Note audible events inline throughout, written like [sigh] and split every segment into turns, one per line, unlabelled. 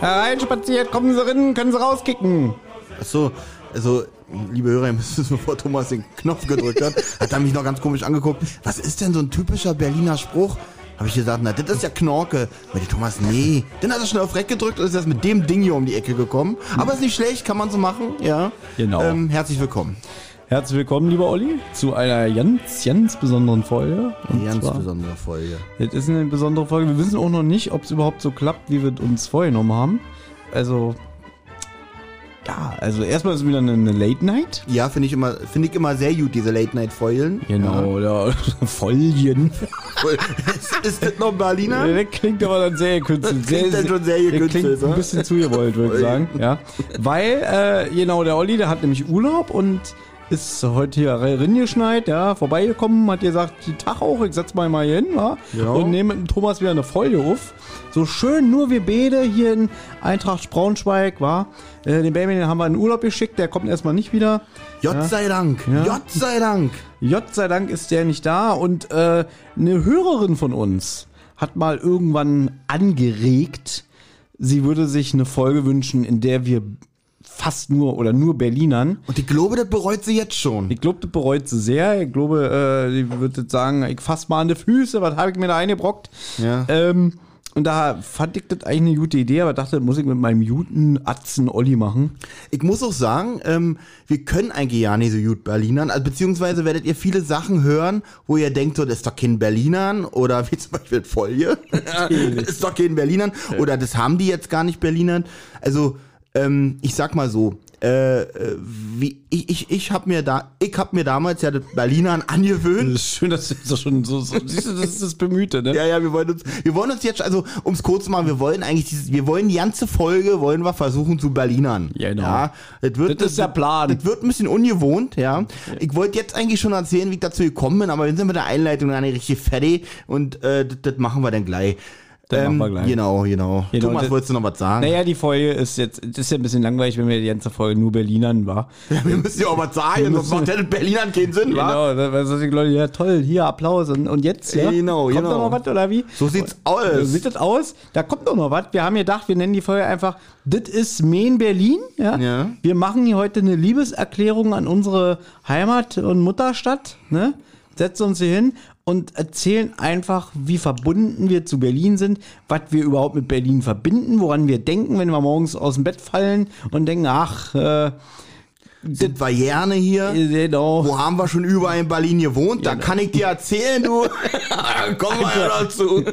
Hereinspaziert, kommen Sie rinnen, können Sie rauskicken.
Achso, also, liebe Hörer, ihr müsst wissen, bevor Thomas den Knopf gedrückt hat, hat er mich noch ganz komisch angeguckt. Was ist denn so ein typischer Berliner Spruch? Habe ich gesagt, na, das ist ja Knorke. Mit dem Thomas, nee. Dann hat er schnell auf Reck gedrückt und ist erst mit dem Ding hier um die Ecke gekommen. Aber ist nicht schlecht, kann man so machen, ja.
Genau.
Ähm, herzlich willkommen.
Herzlich willkommen, lieber Olli, zu einer ganz, ganz besonderen Folge. Und
Ganz
zwar-
besondere Folge.
Das ist eine besondere Folge. Wir wissen auch noch nicht, ob es überhaupt so klappt, wie wir es uns vorgenommen haben. Also, ja, also erstmal ist es wieder eine, eine Late Night.
Ja, finde ich immer, finde ich immer sehr gut, diese Late-Night-Folgen.
Genau, [laughs] ja. Folien.
ist, ist das noch Berliner?
Das klingt aber dann
[laughs]
sehr gekünstelt.
klingt dann schon sehr
das
gekünstelt,
Klingt
ne?
ein bisschen zugewollt, würde ich sagen. Ja. Weil, äh, genau, der Olli, der hat nämlich Urlaub und ist heute hier reingeschneit, ja, vorbeigekommen, hat gesagt, die Tag auch, ich setz mal mal hier hin, wa?
Ja.
Und nehme mit dem Thomas wieder eine Folge auf. So schön, nur wir beide hier in Eintracht Braunschweig, war. Äh, den Baby den haben wir in den Urlaub geschickt, der kommt erstmal nicht wieder.
Gott sei Dank,
Ja.
Gott sei Dank.
Gott sei Dank ist der nicht da und äh, eine Hörerin von uns hat mal irgendwann angeregt, sie würde sich eine Folge wünschen, in der wir fast nur oder nur Berlinern.
Und ich glaube, das bereut sie jetzt schon.
Ich glaube, das bereut sie sehr. Ich glaube, äh, die würde jetzt sagen, ich fass mal an die Füße, was habe ich mir da eingebrockt?
Ja.
Ähm, und da fand ich das eigentlich eine gute Idee, aber dachte, das muss ich mit meinem guten Atzen Olli machen.
Ich muss auch sagen, ähm, wir können eigentlich ja nicht so gut Berlinern. Also, beziehungsweise werdet ihr viele Sachen hören, wo ihr denkt, so, das ist doch kein Berlinern. Oder [laughs] wie zum Beispiel Folie. das ist doch kein Berlinern. Oder das haben die jetzt gar nicht Berlinern. Also, ähm, ich sag mal so. Äh, äh, wie, ich ich, ich habe mir da ich hab mir damals ja das Berlinern [laughs] angewöhnt
ist schön, dass du so schon so, so siehst du, das ist das Bemühte, ne?
Ja, ja, wir wollen uns, wir wollen uns jetzt, also um es kurz zu machen, wir wollen eigentlich dieses, wir wollen die ganze Folge, wollen wir versuchen zu Berlinern.
Ja, genau.
Ja, das, wird,
Das ist der Plan.
Das wird ein bisschen ungewohnt, ja. Ich wollte jetzt eigentlich schon erzählen, wie ich dazu gekommen bin, aber wir sind mit der Einleitung dann nicht richtig fertig und äh, das, das machen wir dann gleich.
Das machen wir gleich.
Genau, genau.
Genau,
Thomas,
das-
wolltest du noch was sagen?
Naja, die Folge ist jetzt, das ist ja ein bisschen langweilig, wenn wir die ganze Folge nur Berlinern
[laughs]
war.
[laughs] wir müssen ja auch was sagen, sonst macht das Berlinern keinen Sinn, wa?
Genau, da sagen die Leute, ja toll, hier Applaus und, und jetzt, ja?
Genau,
kommt
genau.
doch noch was, oder wie?
So sieht's
So
aus.
sieht das aus? Da kommt doch noch was. Wir haben gedacht, wir nennen die Folge einfach, das ist Main Berlin, ja?
Ja.
Wir machen hier heute eine Liebeserklärung an unsere Heimat und Mutterstadt, ne? Setzen uns hier hin und erzählen einfach, wie verbunden wir zu Berlin sind, was wir überhaupt mit Berlin verbinden, woran wir denken, wenn wir morgens aus dem Bett fallen und denken, ach, äh,
Sind wir gerne hier?
genau.
Wo haben wir schon überall in Berlin gewohnt?
ne.
Da kann ich dir
[laughs]
erzählen, du. Kommen wir ja dazu.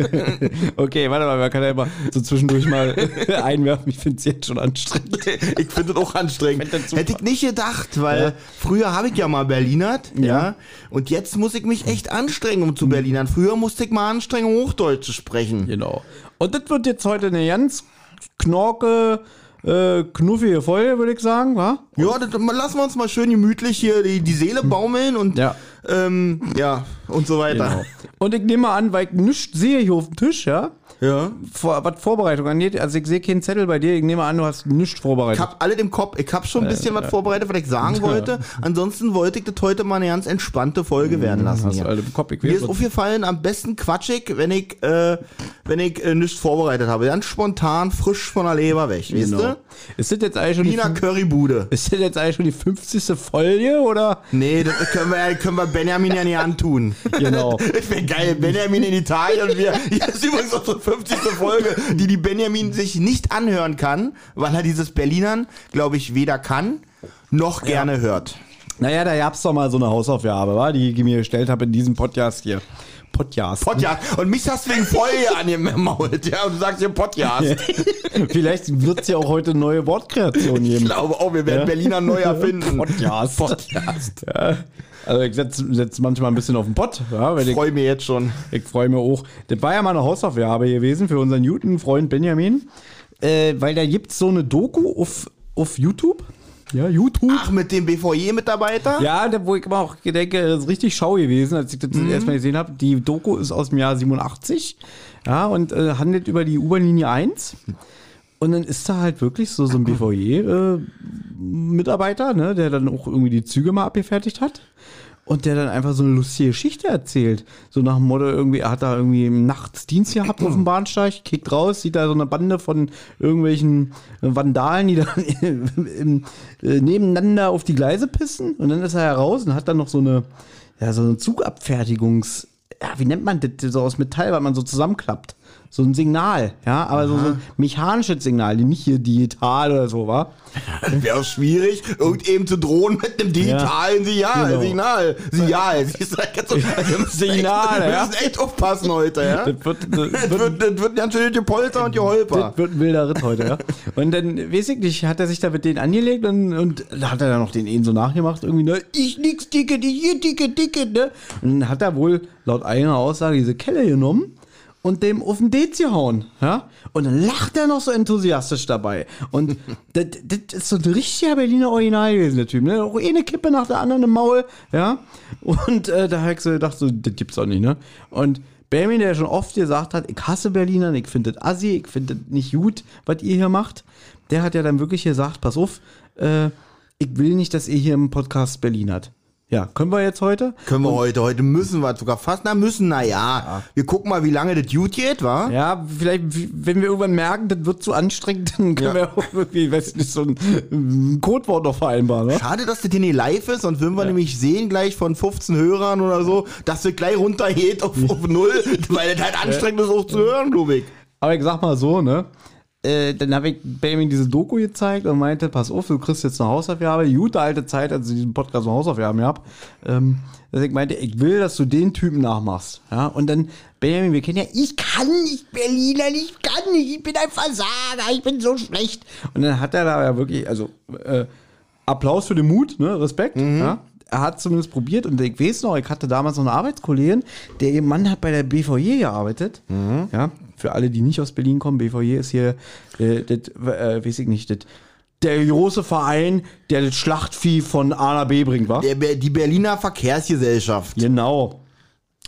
Okay, warte mal, man kann ja immer so zwischendurch mal [laughs] einwerfen. Ich finde es jetzt schon anstrengend.
Ich finde das auch anstrengend.
Ich find das super.
Hätte ich nicht gedacht, weil früher habe ich ja mal Berlinert, ja. Und jetzt muss ich mich echt anstrengen, um
Hm.
zu Berlinern. Früher musste ich mal anstrengen, um Hochdeutsch zu sprechen.
Genau. Und das wird jetzt heute eine ganz knorke, äh, knuffige Folge, würde ich sagen, wa?
Ja, das, mal- lassen wir uns mal schön gemütlich hier die, die Seele baumeln und
Hm. Ja.
Ähm, ja und so weiter.
[laughs] Und ich nehme mal an, weil ich nichts sehe hier auf dem Tisch, ja?
Ja.
Vor, was Vorbereitung angeht, also ich sehe keinen Zettel bei dir, ich nehme an, du hast nichts
Ich
vorbereitet.
hab alle im Kopf. Ich hab schon ein bisschen was vorbereitet, was
[laughs]
ich sagen wollte. Ansonsten wollte ich das heute mal eine ganz entspannte Folge werden lassen.
Hm, Hast du
hier.
alle im Kopf? Ich
Mir
weiß
ist
was-
aufgefallen, am besten quatschig, wenn ich, äh, wenn ich äh, nichts vorbereitet habe. Ganz spontan, frisch von der Leber weg, weißt
Genau. Ist das jetzt eigentlich
du?
schon
Wiener
die,
Currybude.
ist das jetzt eigentlich schon die 50. Folge, oder?
Nee, das können wir, können wir Benjamin ja nicht antun.
Genau.
Das wäre geil, Benjamin in Italien und wir. Hier ist übrigens unsere 50. Folge, die die Benjamin sich nicht anhören kann, weil er dieses Berlinern, glaube ich, weder kann noch gerne hört.
[laughs] Naja, da gab's doch mal so eine Hausaufgabe, wa? die ich mir gestellt habe in diesem Podcast hier. Podcast.
Podcast. Und mich hast du wegen Folie angemault, ja, und du sagst hier Podcast.
[laughs] Vielleicht wird's ja auch heute neue Wortkreation
Ich
geben.
glaube auch, wir werden Berliner neu erfinden.
Podcast.
Podcast.
Ja. Also ich setze setz manchmal ein bisschen auf den Pott, ja, weil ich,
Freue mich jetzt schon.
ich freue mich auch. Das war ja mal eine Hausaufgabe gewesen für unseren Newton-Freund Benjamin, äh, weil da gibt's so eine Doku auf, auf YouTube. Ja, YouTube.
Ach, mit dem BVJ-Mitarbeiter?
Ja, da, wo ich immer auch denke, das ist richtig schau gewesen, als ich das erstmal gesehen habe. Die Doku ist aus dem Jahr 87 ja, und äh, handelt über die U-Bahn-Linie 1. Und dann ist da halt wirklich so, so ein BVJ-Mitarbeiter, äh, ne, der dann auch irgendwie die Züge mal abgefertigt hat. Und der dann einfach so eine lustige Geschichte erzählt. So nach dem Motto, irgendwie, er hat da irgendwie nachts Dienst gehabt auf [clears throat] dem Bahnsteig, kickt raus, sieht da so eine Bande von irgendwelchen Vandalen, die da [laughs] im, äh, nebeneinander auf die Gleise pissen. Und dann ist er heraus und hat dann noch so eine, ja, so eine Zugabfertigungs, ja, wie nennt man das, so aus Metall, was man so zusammenklappt. So ein Signal, ja, aber so, so ein mechanisches Signal, die nicht hier digital oder so war.
Wäre auch schwierig, irgendeinem zu drohen mit einem digitalen Signal.
Genau.
Signal. Signal. Siehst du, da kannst du- also wir müssen
Signal,
echt,
ja.
Wir müssen echt aufpassen heute, ja?
Das wird, [laughs] das
Das
wird
wird, das wird ganz schön Gepolter und Geholper.
Das wird ein wilder Ritt heute, ja. [laughs] Und dann, weiß ich nicht, hat er sich da mit denen angelegt und, und da hat er dann noch den einen so nachgemacht, irgendwie, ne, ich nix Ticket, ich hier Ticket, Ticket, ne. Und dann hat er wohl laut eigener Aussage diese Kelle genommen und dem auf den Dez gehauen, ja. Und dann lacht er noch so enthusiastisch dabei. [laughs] Und das, das ist so ein richtiger Berliner Original gewesen, der Typ, ne. Auch eine Kippe nach der anderen im Maul, ja. Und äh, da hab ich so gedacht, so, das gibt's doch nicht, ne. Und Benjamin, der schon oft gesagt hat, ich hasse Berliner, ich finde das assi, ich finde das nicht gut, was ihr hier macht, der hat ja dann wirklich gesagt, pass auf, äh, ich will nicht, dass ihr hier im Podcast Berlin hat. Ja, können wir jetzt heute?
Können wir heute, heute müssen wir sogar fast, na müssen, na ja. Wir gucken mal, wie lange das Duty geht, wa?
Ja, vielleicht, wenn wir irgendwann merken, das wird zu anstrengend, dann können wir auch irgendwie, weiß nicht, so ein, ein Codewort noch vereinbaren, ne?
Schade, dass das hier nicht live ist, sonst würden wir nämlich sehen gleich von 15 Hörern oder so, dass das gleich runtergeht auf, auf null, weil das halt anstrengend ist, auch zu hören, glaube ich.
Aber ich sag mal so, ne? Äh, dann habe ich Benjamin diese Doku gezeigt und meinte, pass auf, du kriegst jetzt eine Hausaufgabe. Die gute alte Zeit, als ich diesen Podcast eine Hausaufgaben gehabt. Ähm, dass ich meinte, ich will, dass du den Typen nachmachst. Ja, und dann, Benjamin, wir kennen ja, ich kann nicht Berliner, ich kann nicht, ich bin ein Versager, ich bin so schlecht. Und dann hat er da ja wirklich, also, äh, Applaus für den Mut, ne? Respekt. Ja? Er hat zumindest probiert und ich weiß noch, ich hatte damals noch einen Arbeitskollegin, der ihr Mann hat bei der BVJ gearbeitet. Ja? Für alle, die nicht aus Berlin kommen, BVJ ist hier, äh, das, äh, weiß ich nicht, das, der große Verein, der das Schlachtvieh von A nach B bringt, war.
Der, Ber- die Berliner Verkehrsgesellschaft.
Genau.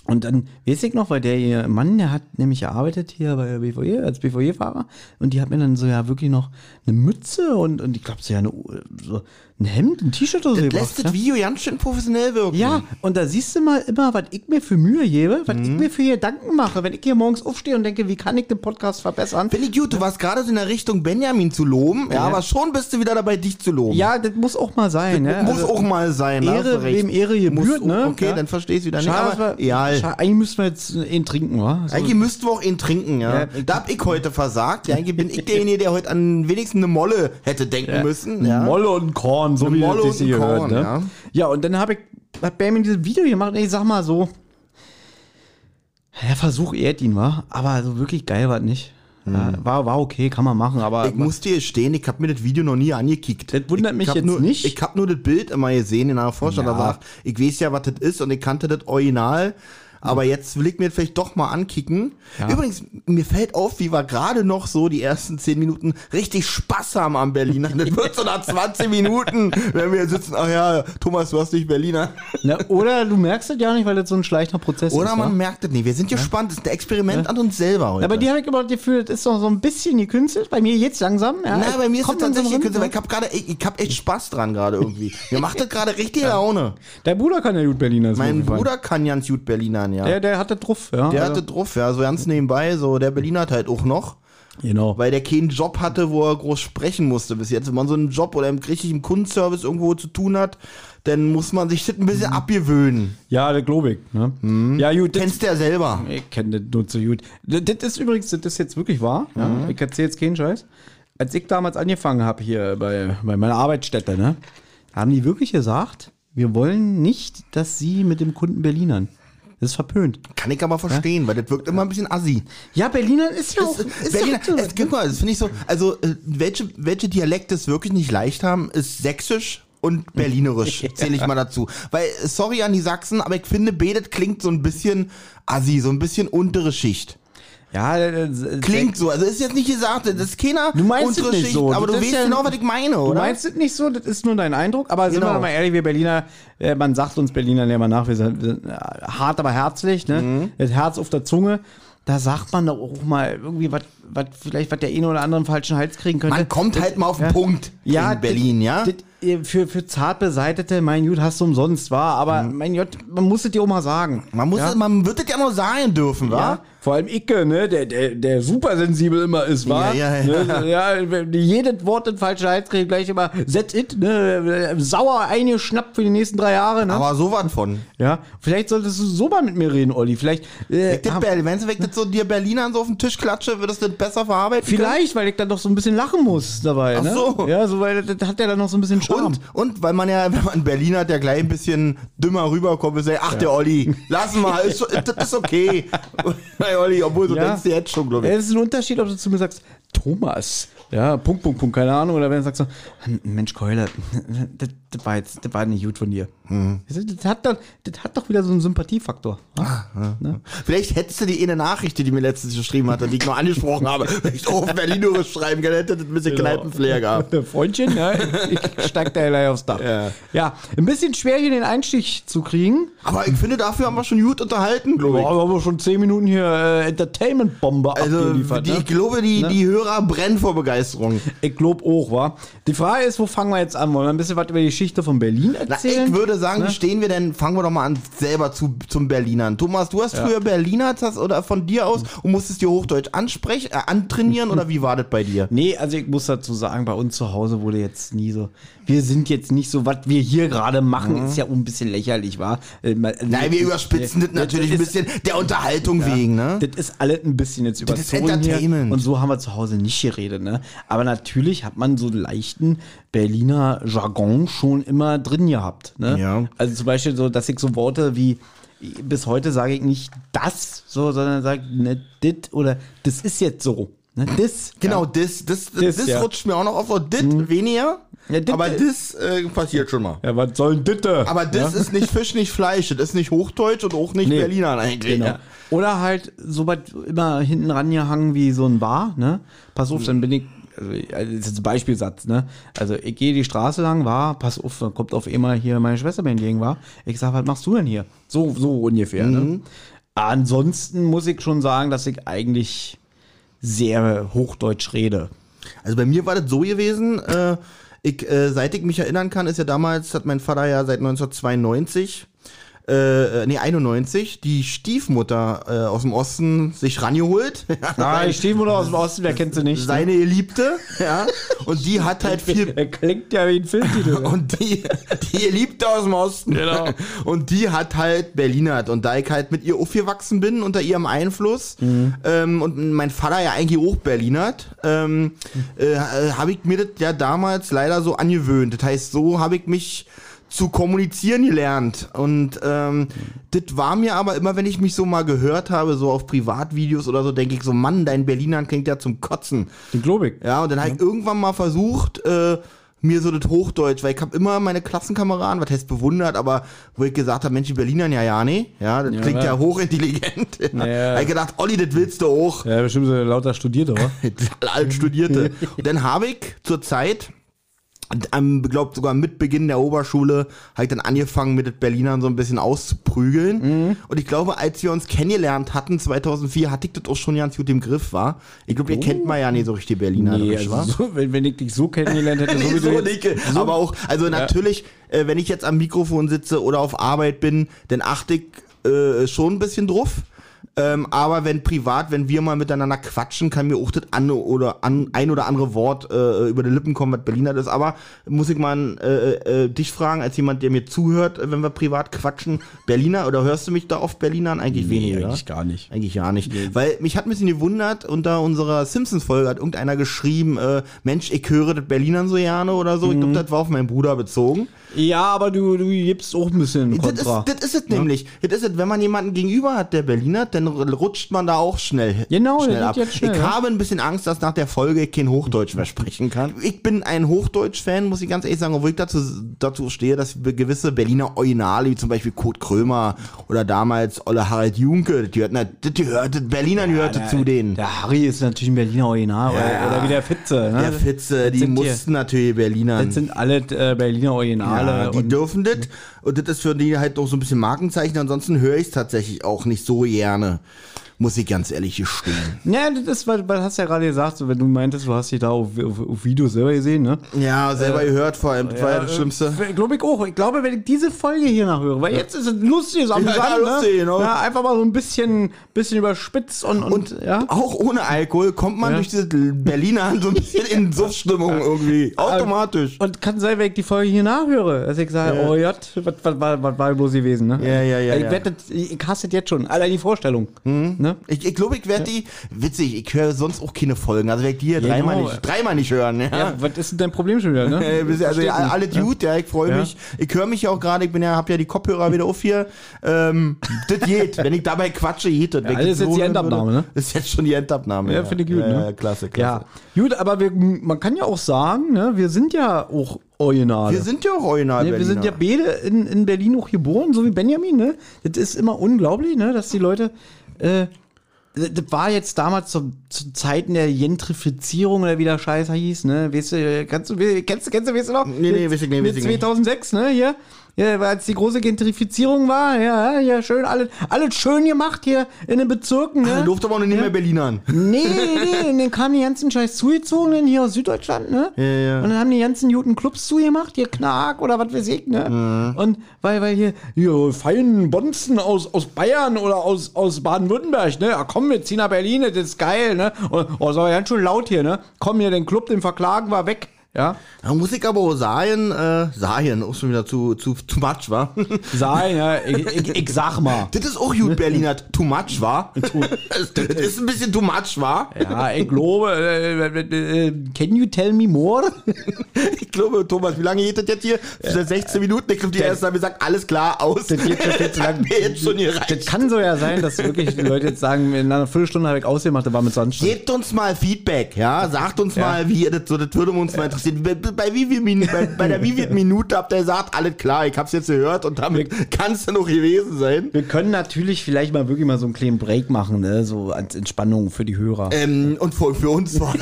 Und dann weiß ich noch, weil der ihr Mann, der hat nämlich gearbeitet hier bei der BVE, als BVE-Fahrer. Und die hat mir dann so ja wirklich noch eine Mütze und, und ich glaube, so ja eine, so ein Hemd, ein T-Shirt oder so.
Lässt
gebracht,
das
ja.
Video ganz schön professionell wirken.
Ja, und da siehst du mal immer, was ich mir für Mühe gebe, was ich mir für Gedanken mache, wenn ich hier morgens aufstehe und denke, wie kann ich den Podcast verbessern?
Finde ich gut, du warst gerade so in der Richtung Benjamin zu loben, ja, aber schon bist du wieder dabei, dich zu loben.
Ja, das muss auch mal sein. ne?
Muss
Also-
auch mal sein. da hast du
Ehre,
recht.
wem Ehre gebührt,
Muss-
ne?
Okay,
Ja.
dann verstehst du wieder nicht.
Schade,
Aber,
dass wir-
ja,
Schade, eigentlich müssten wir jetzt äh, ihn trinken, wa? So-
eigentlich müssten wir auch ihn trinken, ja.
Ja, ich-
da hab ich heute versagt. Ja, eigentlich bin
[laughs]
ich derjenige, der heute an wenigstens eine Molle hätte denken müssen. Ja.
Molle Äh, und Korn, so wie
Molle
das sich
und
hier
Korn,
hört. Ne?
ja.
Ja. und dann habe ich, hat Bam in dieses Video gemacht, ey, ich sag mal so, der Versuch ehrt ihn, war, aber so wirklich geil war es nicht. Ja, war, war okay, kann man machen, aber
Hm. Ich muss dir stehen, ich habe mir das Video noch nie angekickt.
Das wundert
ich,
mich
ich hab
jetzt
nur,
nicht.
Ich habe nur das Bild immer gesehen in einer Vorstellung.
Ja.
Da sagt, ich weiß ja, was das ist und ich kannte das Original. Aber jetzt will ich mir das vielleicht doch mal ankicken. Übrigens, mir fällt auf, wie wir gerade noch so die ersten 10 Minuten richtig Spaß haben am Berliner. Das wird so nach 20 Minuten, wenn wir sitzen, ach ja, Thomas, du hast nicht Berliner.
na, ne, oder du merkst es ja nicht, weil das so ein schleichender Prozess ist.
Oder
wa?
man merkt es nicht. Wir sind gespannt. Das ist ein Experiment an uns selber heute.
aber die habe ich immer das Gefühl, das ist noch so ein bisschen gekünstelt. Bei mir jetzt langsam. Ja,
Na, bei mir ist es
Kommt dann so
tatsächlich,
hin,
Künstler, weil
ne?
ich habe gerade, ich, ich habe echt Spaß dran gerade irgendwie. Mir macht das
[laughs]
gerade richtig Laune.
Dein Bruder kann ja gut Berliner. ist mir
Mein
aufgefallen.
Bruder kann ganz gut Berlinern, ja.
Der,
Der,
der hat das drauf, ja.
hatte drauf, ja, so ganz nebenbei, so der Berliner halt auch noch,
genau.
weil der keinen Job hatte, wo er groß sprechen musste bis jetzt. Wenn man so einen Job oder im richtigen Kundenservice irgendwo zu tun hat, dann muss man sich das ein bisschen abgewöhnen.
Ja, der Globig. Ne? Ja, gut, Mhm. das
Hm. Kennst du ja selber.
Ich kenne das nur zu gut. D- Das ist übrigens, das ist jetzt wirklich wahr. Ja? Ich erzähle jetzt keinen Scheiß. Als ich damals angefangen habe hier bei, bei meiner Arbeitsstätte, ne, da haben die wirklich gesagt, Wir wollen nicht, dass Sie mit dem Kunden Berlinern. Das ist verpönt.
Kann ich aber verstehen, weil das wirkt immer ein bisschen assi.
Ja, Berlinern ist ja auch. Ist
Berliner,
ja so.
es, guck mal, das finde ich so, also äh, welche, welche Dialekte es wirklich nicht leicht haben, ist sächsisch
[laughs]
und berlinerisch, zähle ich mal dazu. Weil, äh, sorry an die Sachsen, aber ich finde, Bedet klingt so ein bisschen assi, so ein bisschen untere Schicht.
ja, äh, äh,
Klingt so, also ist jetzt nicht gesagt, das ist keiner
Du meinst es nicht so,
aber du
das ist
weißt
ja-
genau, was ich meine,
Du
oder?
meinst es nicht so, das ist nur dein Eindruck, aber sind wir
Genau.
doch mal ehrlich, wir Berliner, äh, man sagt uns Berlinern ja immer nach, wir sind äh, hart, aber herzlich, ne?
Mhm.
Das Herz auf der Zunge. Da sagt man doch auch mal irgendwie, was, was vielleicht, was der eine oder andere im falschen Hals kriegen könnte.
Man kommt halt mal auf den
Ja.
Punkt in Berlin,
das-
ja?
das, äh, für, für zart beseitete, mein Jut, hast du umsonst, war, aber mein Jut, man muss es dir auch mal sagen.
Mhm. Man muss,
ja?
das- man wird das ja mal sagen dürfen, wa?
Ja, vor allem Icke, ne, der, der, der supersensibel immer ist, war.
Ja, ja, ja.
Ne, ja wenn die jedes Wort in falsche Hals kriegt, gleich immer set it, ne, sauer eingeschnappt für die nächsten drei Jahre, ne?
Aber so was von.
ja, vielleicht solltest du so mal mit mir reden, Olli. Vielleicht, äh,
Ich tipp,
haben-
Berlin- Wenn du wenn ich das so dir Berlinern so auf den Tisch klatsche, würdest du das besser verarbeiten können?
vielleicht, weil ich dann doch so ein bisschen lachen muss dabei,
Ach
ne?
so.
Ja, so, weil das hat ja dann noch so ein bisschen Charme.
Und, und weil man ja, [laughs] wenn man Berliner, der gleich ein bisschen dümmer rüberkommt, und sagt, ach, der Olli, lass mal,
[laughs]
ist, so- das ist okay. [laughs] Hey, Olli, obwohl, du
Ja. Äh.
denkst dir jetzt schon, glaube
Ja,
ich.
Es ist ein Unterschied, ob du zu mir sagst, Thomas, ja, Punkt, Punkt, Punkt, keine Ahnung, oder wenn du sagst so, Mensch, Keule, [laughs] das, das war jetzt, das war nicht gut von dir.
Mhm.
Das, das, hat dann, das hat doch wieder so einen Sympathiefaktor.
Vielleicht hättest du die eine Nachricht, die die mir letztens geschrieben hatte, die ich noch angesprochen habe, wenn ich auch auf Berlinerisch schreiben kann, hätte das ein bisschen
Genau.
Kneipenflair gehabt.
Freundchen, ja, [laughs] ich steig da gleich aufs Dach.
Ja.
ja, ein bisschen schwer hier den Einstieg zu kriegen.
Aber ich finde, dafür haben wir schon gut unterhalten, glaube ich.
Boah, wir haben wir schon zehn Minuten hier äh, Entertainment-Bombe
Also,
abgeliefert.
die,
ne?
ich glaube, die, die Hörer brennen vor Begeisterung.
Ich glaub auch, wa? Die Frage ist, wo fangen wir jetzt an? Wollen wir ein bisschen was über die Geschichte von Berlin
Na,
erzählen? Ne?
ich würde sagen, wie stehen wir denn, fangen wir doch mal an, selber zu, zum Berlinern. Thomas, du hast früher Berliner das, oder von dir aus
Mhm.
und musstest dir Hochdeutsch ansprechen, äh, antrainieren oder wie war das
[laughs]
bei dir?
Nee, also ich muss dazu sagen, bei uns zu Hause wurde jetzt nie so. Wir sind jetzt nicht so, was wir hier gerade machen, ist ja auch ein bisschen lächerlich, Äh, war.
Mhm. Nein, wir überspitzen das natürlich ein bisschen der Unterhaltung wegen, ne?
Das ist alles ein bisschen jetzt
ist
überzogen hier.
Entertainment.
Und so haben wir zu Hause nicht geredet, ne? Aber natürlich hat man so einen leichten Berliner Jargon schon immer drin gehabt, ne?
Ja.
Also zum Beispiel so, dass ich so Worte wie bis heute sage ich nicht das, so, sondern sage ne, dit oder das ist jetzt so. Ne, das.
Genau, das, das, das,
Das, ja. Mhm.
rutscht mir auch noch auf, so dit weniger,
Ja, dit-
aber das äh, passiert schon mal.
Ja, was sollen ditte?
Aber das ist nicht Fisch, nicht Fleisch, das ist nicht Hochdeutsch und auch nicht
Nee.
Berliner eigentlich.
Genau.
Ja.
Oder halt so weit immer hinten rangehangen wie so ein Bar, ne? Pass auf, dann bin ich, also das ist jetzt ein Beispielsatz, ne? Also ich gehe die Straße lang, war, pass auf, dann kommt auf einmal hier meine Schwester mir entgegen, war. Ich sag, was machst du denn hier? So, so ungefähr, ne? Ansonsten muss ich schon sagen, dass ich eigentlich sehr hochdeutsch rede.
Also bei mir war das so gewesen, äh, ich, äh, seit ich mich erinnern kann, ist ja damals, hat mein Vater ja seit 1992, äh, äh, nee, 91, die Stiefmutter äh, aus dem Osten sich rangeholt.
Ah, ich stehe nur aus dem Osten, wer kennt sie nicht? [laughs]
Seine Geliebte, ja. Und die hat halt viel.
er klingt ja wie ein Filmtitel.
[laughs] Und die, die Geliebte aus dem Osten.
Genau.
[laughs] Und die hat halt Berlinert. Und da ich halt mit ihr aufgewachsen bin, unter ihrem Einfluss, ähm, und mein Vater ja eigentlich auch Berlinert, ähm, äh, habe ich mir das ja damals leider so angewöhnt. Das heißt, so habe ich mich zu kommunizieren gelernt. Und ähm, das war mir aber immer, wenn ich mich so mal gehört habe, so auf Privatvideos oder so, denke ich so, Mann, dein Berlinern klingt ja zum Kotzen.
Den Globig.
Ja, und dann habe ich irgendwann mal versucht, äh, mir so das Hochdeutsch, weil ich habe immer meine Klassenkameraden, was heißt bewundert, aber wo ich gesagt habe, Mensch, die Berlinern ja ja nee, ja, das klingt ja hochintelligent. [laughs] Ja.
Ja.
Hab ich gedacht, Olli, das willst du auch.
Ja, bestimmt so lauter studiert, oder?
[laughs] Alt [laughs] Studierte. Und dann habe ich zur Zeit, am, glaubt sogar mit Beginn der Oberschule, habe ich dann angefangen, mit den Berlinern so ein bisschen auszuprügeln. Und ich glaube, als wir uns kennengelernt hatten, 2004, hatte ich das auch schon ganz gut im Griff, war. Ich glaube, ihr kennt mal ja nicht so richtig Berliner,
Nee,
richtig, wa?
also so, wenn, wenn ich dich so kennengelernt hätte, so
[laughs] Nee,
wie
so
du jetzt,
dicke. Aber auch, also natürlich, äh, wenn ich jetzt am Mikrofon sitze oder auf Arbeit bin, dann achte ich äh, schon ein bisschen drauf. Ähm, aber wenn privat, wenn wir mal miteinander quatschen, kann mir auch das an oder an, ein oder andere Wort äh, über die Lippen kommen, was Berliner das ist. Aber muss ich mal äh, äh, dich fragen, als jemand, der mir zuhört, äh, wenn wir privat quatschen, Berliner oder hörst du mich da oft Berlinern? Eigentlich weniger. oder?
gar nicht.
Eigentlich ja nicht. Weil mich hat ein bisschen gewundert, unter unserer Simpsons-Folge hat Mhm. irgendeiner geschrieben, äh, Mensch, ich höre das Berlinern so gerne oder so. Ich glaube, das war auf meinen Bruder bezogen.
Ja, aber du, du gibst auch ein bisschen
Das ist,
Kontra.
das ist es nämlich. Das ist es, wenn man jemanden gegenüber hat, der Berliner, dann rutscht man da auch schnell,
Genau, das
schnell
geht
ab.
jetzt schnell,
ich
ja.
habe ein bisschen Angst, dass nach der Folge ich kein Hochdeutsch mehr sprechen kann. Ich bin ein Hochdeutsch-Fan, muss ich ganz ehrlich sagen, obwohl ich dazu, dazu stehe, dass wir gewisse Berliner Originale, wie zum Beispiel Kurt Krömer oder damals Olle Harald Junke, das gehört, na, das gehört, das Berlinern gehörte zu denen.
Der Harry ist natürlich ein Berliner Original
Ja.
oder, oder wie der Fitze. Ne?
der Fitze, die
sind die-
mussten natürlich Berlinern.
Das sind alle äh, Berliner Originale.
Ja, die
und
dürfen das. Und das ist für die halt auch so ein bisschen Markenzeichen. Ansonsten höre ich es tatsächlich auch nicht so gerne. Muss ich ganz ehrlich gestehen.
ja, das ist, weil, weil hast du ja gerade gesagt, so, wenn du meintest, du hast dich da auf, auf, auf Video selber gesehen, ne?
Ja, selber gehört vor allem. Das war ja das Schlimmste.
Glaube äh, ich auch. Ich glaube, wenn ich diese Folge hier nachhöre, weil jetzt ist es lustig, ist am
Ja, ja,
Sand,
lustig,
ne?
genau.
ja, einfach mal so ein bisschen, bisschen überspitzt und, und,
Und
ja.
auch ohne Alkohol kommt man
Ja.
durch diese Berliner so ein
[laughs]
bisschen in Suchtstimmung irgendwie.
Äh,
Automatisch.
Und kann sein, wenn ich die Folge hier nachhöre, dass ich sage,
Ja.
oh Gott, was, was, was, was war bloß gewesen, ne?
Ja, ja, ja,
Ich,
ja. Mhm.
werd das, ich hasse das jetzt schon, allein die Vorstellung. Ne?
Ich, ich glaube, ich werde die. Witzig, ich höre sonst auch keine Folgen. Also werde ich die hier
Ja,
dreimal,
genau.
nicht, dreimal nicht hören. Ja.
Ja, was ist denn dein Problem schon wieder, ne?
Äh, wir sind also [laughs] ja,
Versteht nicht.
alle gut, ja, ich freue
Ja.
mich. Ich höre mich ja auch gerade, ich bin ja, hab ja die Kopfhörer wieder auf hier. Ähm, das geht. Wenn ich dabei quatsche, geht das. Wenn
alles
ich
ist jetzt die
hören würde,
Endabnahme, ne?
Ist jetzt schon die Endabnahme.
Ja, finde ich gut,
Ja,
ne?
ja, klasse, klasse.
Ja, gut, aber wir, man kann ja auch sagen, ne, wir sind ja auch Originale.
Wir sind ja auch original
Ne, wir sind ja beide in, in Berlin auch geboren, so wie Benjamin, ne? Das ist immer unglaublich, ne, dass die Leute. Äh, das das war jetzt damals zu, zu Zeiten der Gentrifizierung oder wie der Scheiß hieß, ne? Weißt du, kannst du, we- kennst, du- kennst du, weißt du noch?
Nee, nee, weiß ich nicht,
Mit
weiß ich nicht.
2006, ne, hier. Ja, weil als die große Gentrifizierung war, ja, ja, schön, alles, alles schön gemacht hier in den Bezirken, ne?
Dann durfte aber auch noch nicht mehr Berlinern.
Nee, nee, nee. Und dann kamen die ganzen scheiß Zugezogenen hier aus Süddeutschland, ne? Ja,
ja.
Und dann haben die ganzen guten Clubs zugemacht, hier Knark oder was weiß ich, ne? Und weil, weil hier, hier feinen Bonzen aus, aus Bayern oder aus, aus Baden-Württemberg, ne? Ja, komm, wir ziehen nach Berlin, das ist geil, ne? Und, oh, ist aber ganz schön laut hier, ne? Komm hier, den Club, den verklagen wir weg, ja?
Da muss ich aber auch sagen, äh, sagen, auch schon wieder zu, zu, too much, wa? [laughs]
Sein, ja, ich, ich, ich sag mal.
das ist auch gut Berliner, too much, wa? [laughs] das ist ein bisschen too much, wa?
Ja, ich glaube, äh, äh, äh, can you tell me more?
[laughs] Ich glaube, Thomas, wie lange geht das jetzt hier? Seit 16 Minuten. Ich glaube, die ersten haben gesagt, alles klar, aus.
Das geht schon
[laughs]
viel zu lang.
Hat mir jetzt schon
Das
gereicht.
kann so ja sein, dass wirklich die Leute jetzt sagen, in einer Viertelstunde habe ich ausgemacht, da war mit 20.
Gebt uns mal Feedback, ja. Sagt uns mal, wie ihr das so, das würde uns mal interessieren. Bei, bei, wie viel Min, bei, bei der [laughs] wievielten Minute habt ihr gesagt, alles klar, ich hab's jetzt gehört und damit kann's dann noch gewesen sein.
Wir können natürlich vielleicht mal wirklich mal so einen kleinen Break machen, ne? so als Entspannung für die Hörer.
Ähm, und für, für uns vor allem.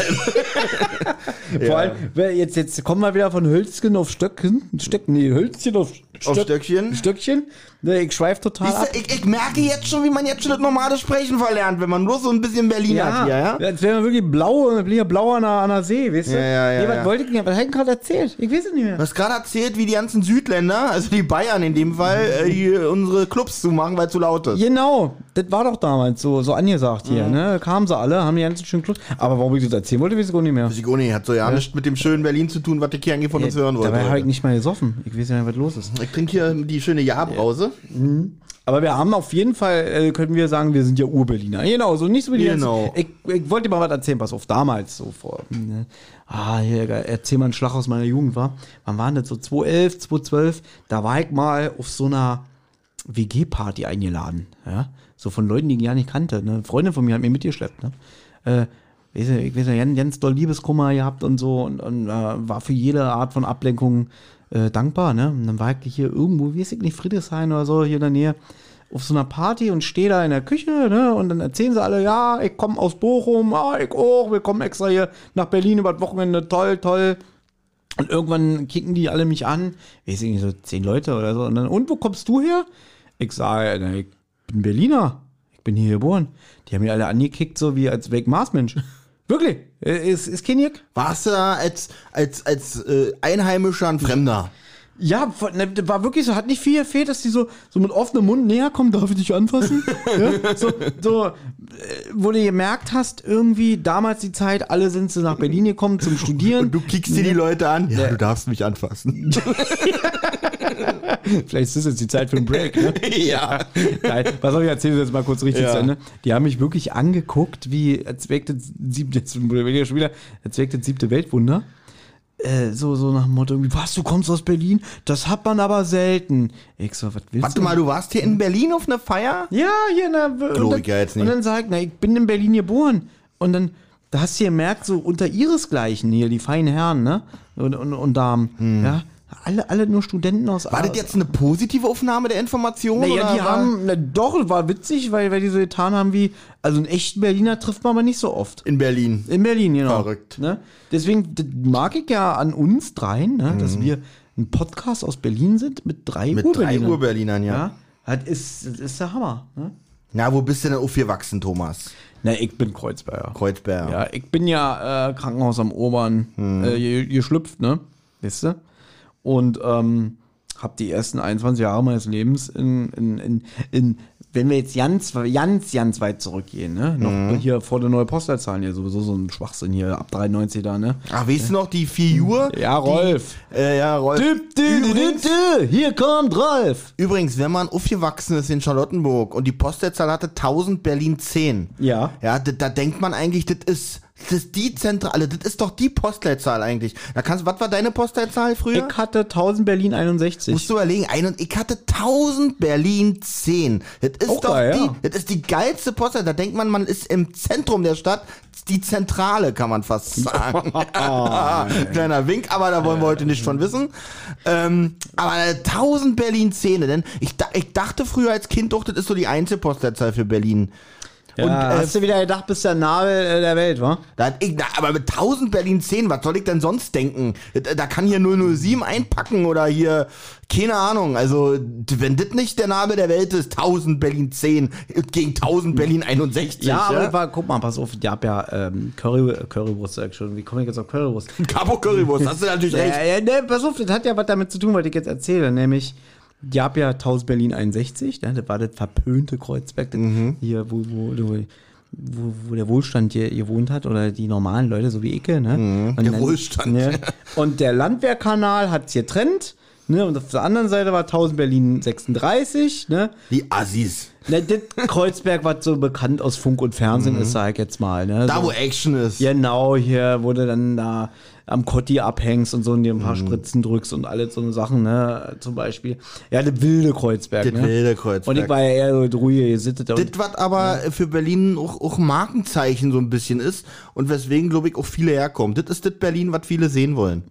Vor allem, wer- jetzt, jetzt kommen wir wieder von Hölzchen auf Stöcken. Stöcken, nee, Hölzchen auf, Stöck,
Auf Stöckchen. eh
Stöckchen. Ne, ich schweife total ab.
Siehst du, Ich, ich merke jetzt schon, wie man jetzt schon das normale Sprechen verlernt, wenn man nur so ein bisschen Berliner hat hier, ja?
Als wären wir wirklich blau, wir ja blau an der, an der See, weißt du?
Ja, ja, ja,
nee, was
ja.
wollte ich denn? Was hat ich gerade erzählt? Ich weiß es nicht mehr.
Du hast gerade erzählt, wie die ganzen Südländer, also die Bayern in dem Fall, äh, die, unsere Clubs zumachen, weil zu laut ist.
Genau, das war doch damals so, so angesagt
Mhm.
hier, ne? Kamen sie alle, haben die ganzen schönen Clubs. Aber warum ich das erzählen wollte, weiß ich auch nicht mehr.
Sigoni hat so ja, nichts mit dem schönen Berlin zu tun, was der Kern von uns hören wollte.
Dabei habe ich
heute.
nicht mal gesoffen. Ich weiß ja nicht, was los ist.
Ich trinke hier die schöne Ja-Brause.
Aber wir haben auf jeden Fall, äh, können wir sagen, wir sind ja Ur-Berliner. Genau, so nicht so wie die
Genau.
ganzen- Ich, ich wollte dir mal was erzählen, pass auf, damals so vor. Ne? Ah, hier, geil. erzähl mal einen Schlag aus meiner Jugend, war. Wann waren das so? 2011, 2012? Da war ich mal auf so einer WG-Party eingeladen. Ja? So von Leuten, die ich gar nicht kannte. Ne? Eine Freundin von mir hat mir mitgeschleppt. Ne? Äh, weiß nicht, ich weiß nicht, ganz, ganz doll Liebeskummer gehabt und so und, und äh, war für jede Art von Ablenkung äh, dankbar. Ne? Und dann war ich hier irgendwo, weiß ich nicht, Friedrichshain oder so, hier in der Nähe, auf so einer Party und stehe da in der Küche ne? und dann erzählen sie alle, ja, ich komme aus Bochum, ah, ich auch, wir kommen extra hier nach Berlin über das Wochenende, toll, toll. Und irgendwann kicken die alle mich an, weiß ich nicht, so zehn Leute oder so. Und dann, und wo kommst du her? Ich sage, na, ich bin Berliner. Ich bin hier geboren. Die haben mich alle angekickt, so wie als Wake Marsmensch. Wirklich? Äh, Ist, ist kein Jick?
Warst du da als, als, als äh, Einheimischer ein Fremder?
Ja, von- ne, das war wirklich so, hat nicht viel gefehlt, dass die so, so mit offenem Mund näher kommen, darf ich dich anfassen? ja? So, so, äh, wo du gemerkt hast, irgendwie damals die Zeit, alle sind so nach Berlin gekommen zum Studieren.
Und du kickst dir die Leute an? Ja, du darfst mich anfassen.
Vielleicht ist es jetzt die Zeit für einen Break, ne?
[laughs] ja.
[laughs] Geil. Was soll ich erzählen? Jetzt mal kurz richtig
Ja.
zu Ende. Die haben mich wirklich angeguckt, wie als wäre das siebte, jetzt bin ich schon wieder, als wäre das siebte Weltwunder. äh, so, so nach dem Motto, irgendwie, was, du kommst aus Berlin? Das hat man aber selten. Ich so, was willst
Warte
du?
mal, du warst hier in Berlin auf einer Feier?
Ja, hier in der. und
Glaub
dann,
ich ja jetzt nicht.
Und dann sagt, na, ich bin in Berlin geboren. Und dann, da hast du gemerkt, so unter ihresgleichen hier, die feinen Herren, ne? Und, und, und Damen. Ja. Alle, alle nur Studenten aus
Hm. War
aus-
das jetzt eine positive Aufnahme der Information?
Naja,
oder
die
war-
haben, na doch, war witzig, weil, weil die so getan haben wie, also einen echten Berliner trifft man aber nicht so oft.
In Berlin.
In Berlin, genau.
Verrückt.
Ne? Deswegen das mag ich ja an uns dreien, ne? dass wir ein Podcast aus Berlin sind mit drei
Mhm. Mit drei
Berlinern.
Uhr-Berlinern, ja.
ja? Das ist, das ist der Hammer. Ne?
Na, wo bist du denn aufgewachsen, Thomas?
Na, ich bin Kreuzberger.
Kreuzberg.
Ja, ich bin ja äh, Krankenhaus am Obern äh, ge- geschlüpft, ne? Weißt du? Und ähm, hab die ersten 21 Jahre meines Lebens in, in, in, in wenn wir jetzt ganz, ganz, ganz weit zurückgehen, ne? Noch hier vor der neuen Postleitzahl hier, sowieso so ein Schwachsinn hier, ab 93 da, ne?
Ach, weißt du noch, die Figur?
Ja, Rolf.
Die, äh, ja, Rolf.
Dü, dü, dü, dü,
Übrigens,
dü. Hier kommt Rolf.
übrigens, wenn man aufgewachsen ist in Charlottenburg und die Postleitzahl hatte 1000 Berlin 10.
Ja.
Ja, da, da denkt man eigentlich, das ist, das ist die Zentrale, das ist doch die Postleitzahl eigentlich. Da kannst, was war deine Postleitzahl früher?
Ich hatte 1000 Berlin 61.
Musst du überlegen, ein und ich hatte 1000 Berlin 10. Das ist
Auch
doch
geil,
die,
ja.
das ist die geilste Post. Da denkt man, man ist im Zentrum der Stadt. Die Zentrale, kann man fast sagen. Kleiner Wink, aber da wollen wir heute nicht von wissen. Ähm, aber 1000 Berlin 10. Denn ich, da- ich dachte früher als Kind doch, das ist so die einzige Postleitzahl für Berlin.
Und
äh,
hast du wieder gedacht, bist der Nabel äh, der Welt, wa?
Da hat ich, na, aber mit 1000 Berlin 10, was soll ich denn sonst denken? Da, da kann hier 007 einpacken oder hier, keine Ahnung. Also, d- wenn das nicht der Name der Welt ist, 1000 Berlin 10 gegen 1000 Berlin 61.
Ja, aber war, guck mal, pass auf, ich hab ja ähm, Curry, Currywurst sag ich schon. Wie komme ich jetzt auf
[laughs]
Currywurst?
Capo Currywurst, hast du natürlich recht.
Ja, ja, ne, pass auf, das hat ja was damit zu tun, was ich jetzt erzähle, nämlich ich hab ja 1000 Berlin 61, ne, das war das verpönte Kreuzberg, das
Mhm.
hier, wo, wo, wo, wo, wo der Wohlstand hier gewohnt hat oder die normalen Leute, so wie ich, ne? Und
Mhm. der Wohlstand.
Ne, und der Landwehrkanal hat's getrennt, ne, und auf der anderen Seite war 1000 Berlin 36, ne,
Die Assis.
ne das Kreuzberg, was so bekannt aus Funk und Fernsehen ist, sag ich jetzt mal, ne?
Mhm. Da,
so.
wo Action ist.
Genau, hier, wo du dann da am Kotti abhängst und so und dir ein
Mhm.
paar Spritzen drückst und alle so eine Sachen, ne, zum Beispiel. Ja, das wilde Kreuzberg,
Das
ne?
wilde Kreuzberg.
Und ich war ja eher so ruhig gesittet.
Das,
Und
was aber für Berlin auch, auch Markenzeichen so ein bisschen ist und weswegen, glaube ich, auch viele herkommen. Das ist das Berlin, was viele sehen wollen.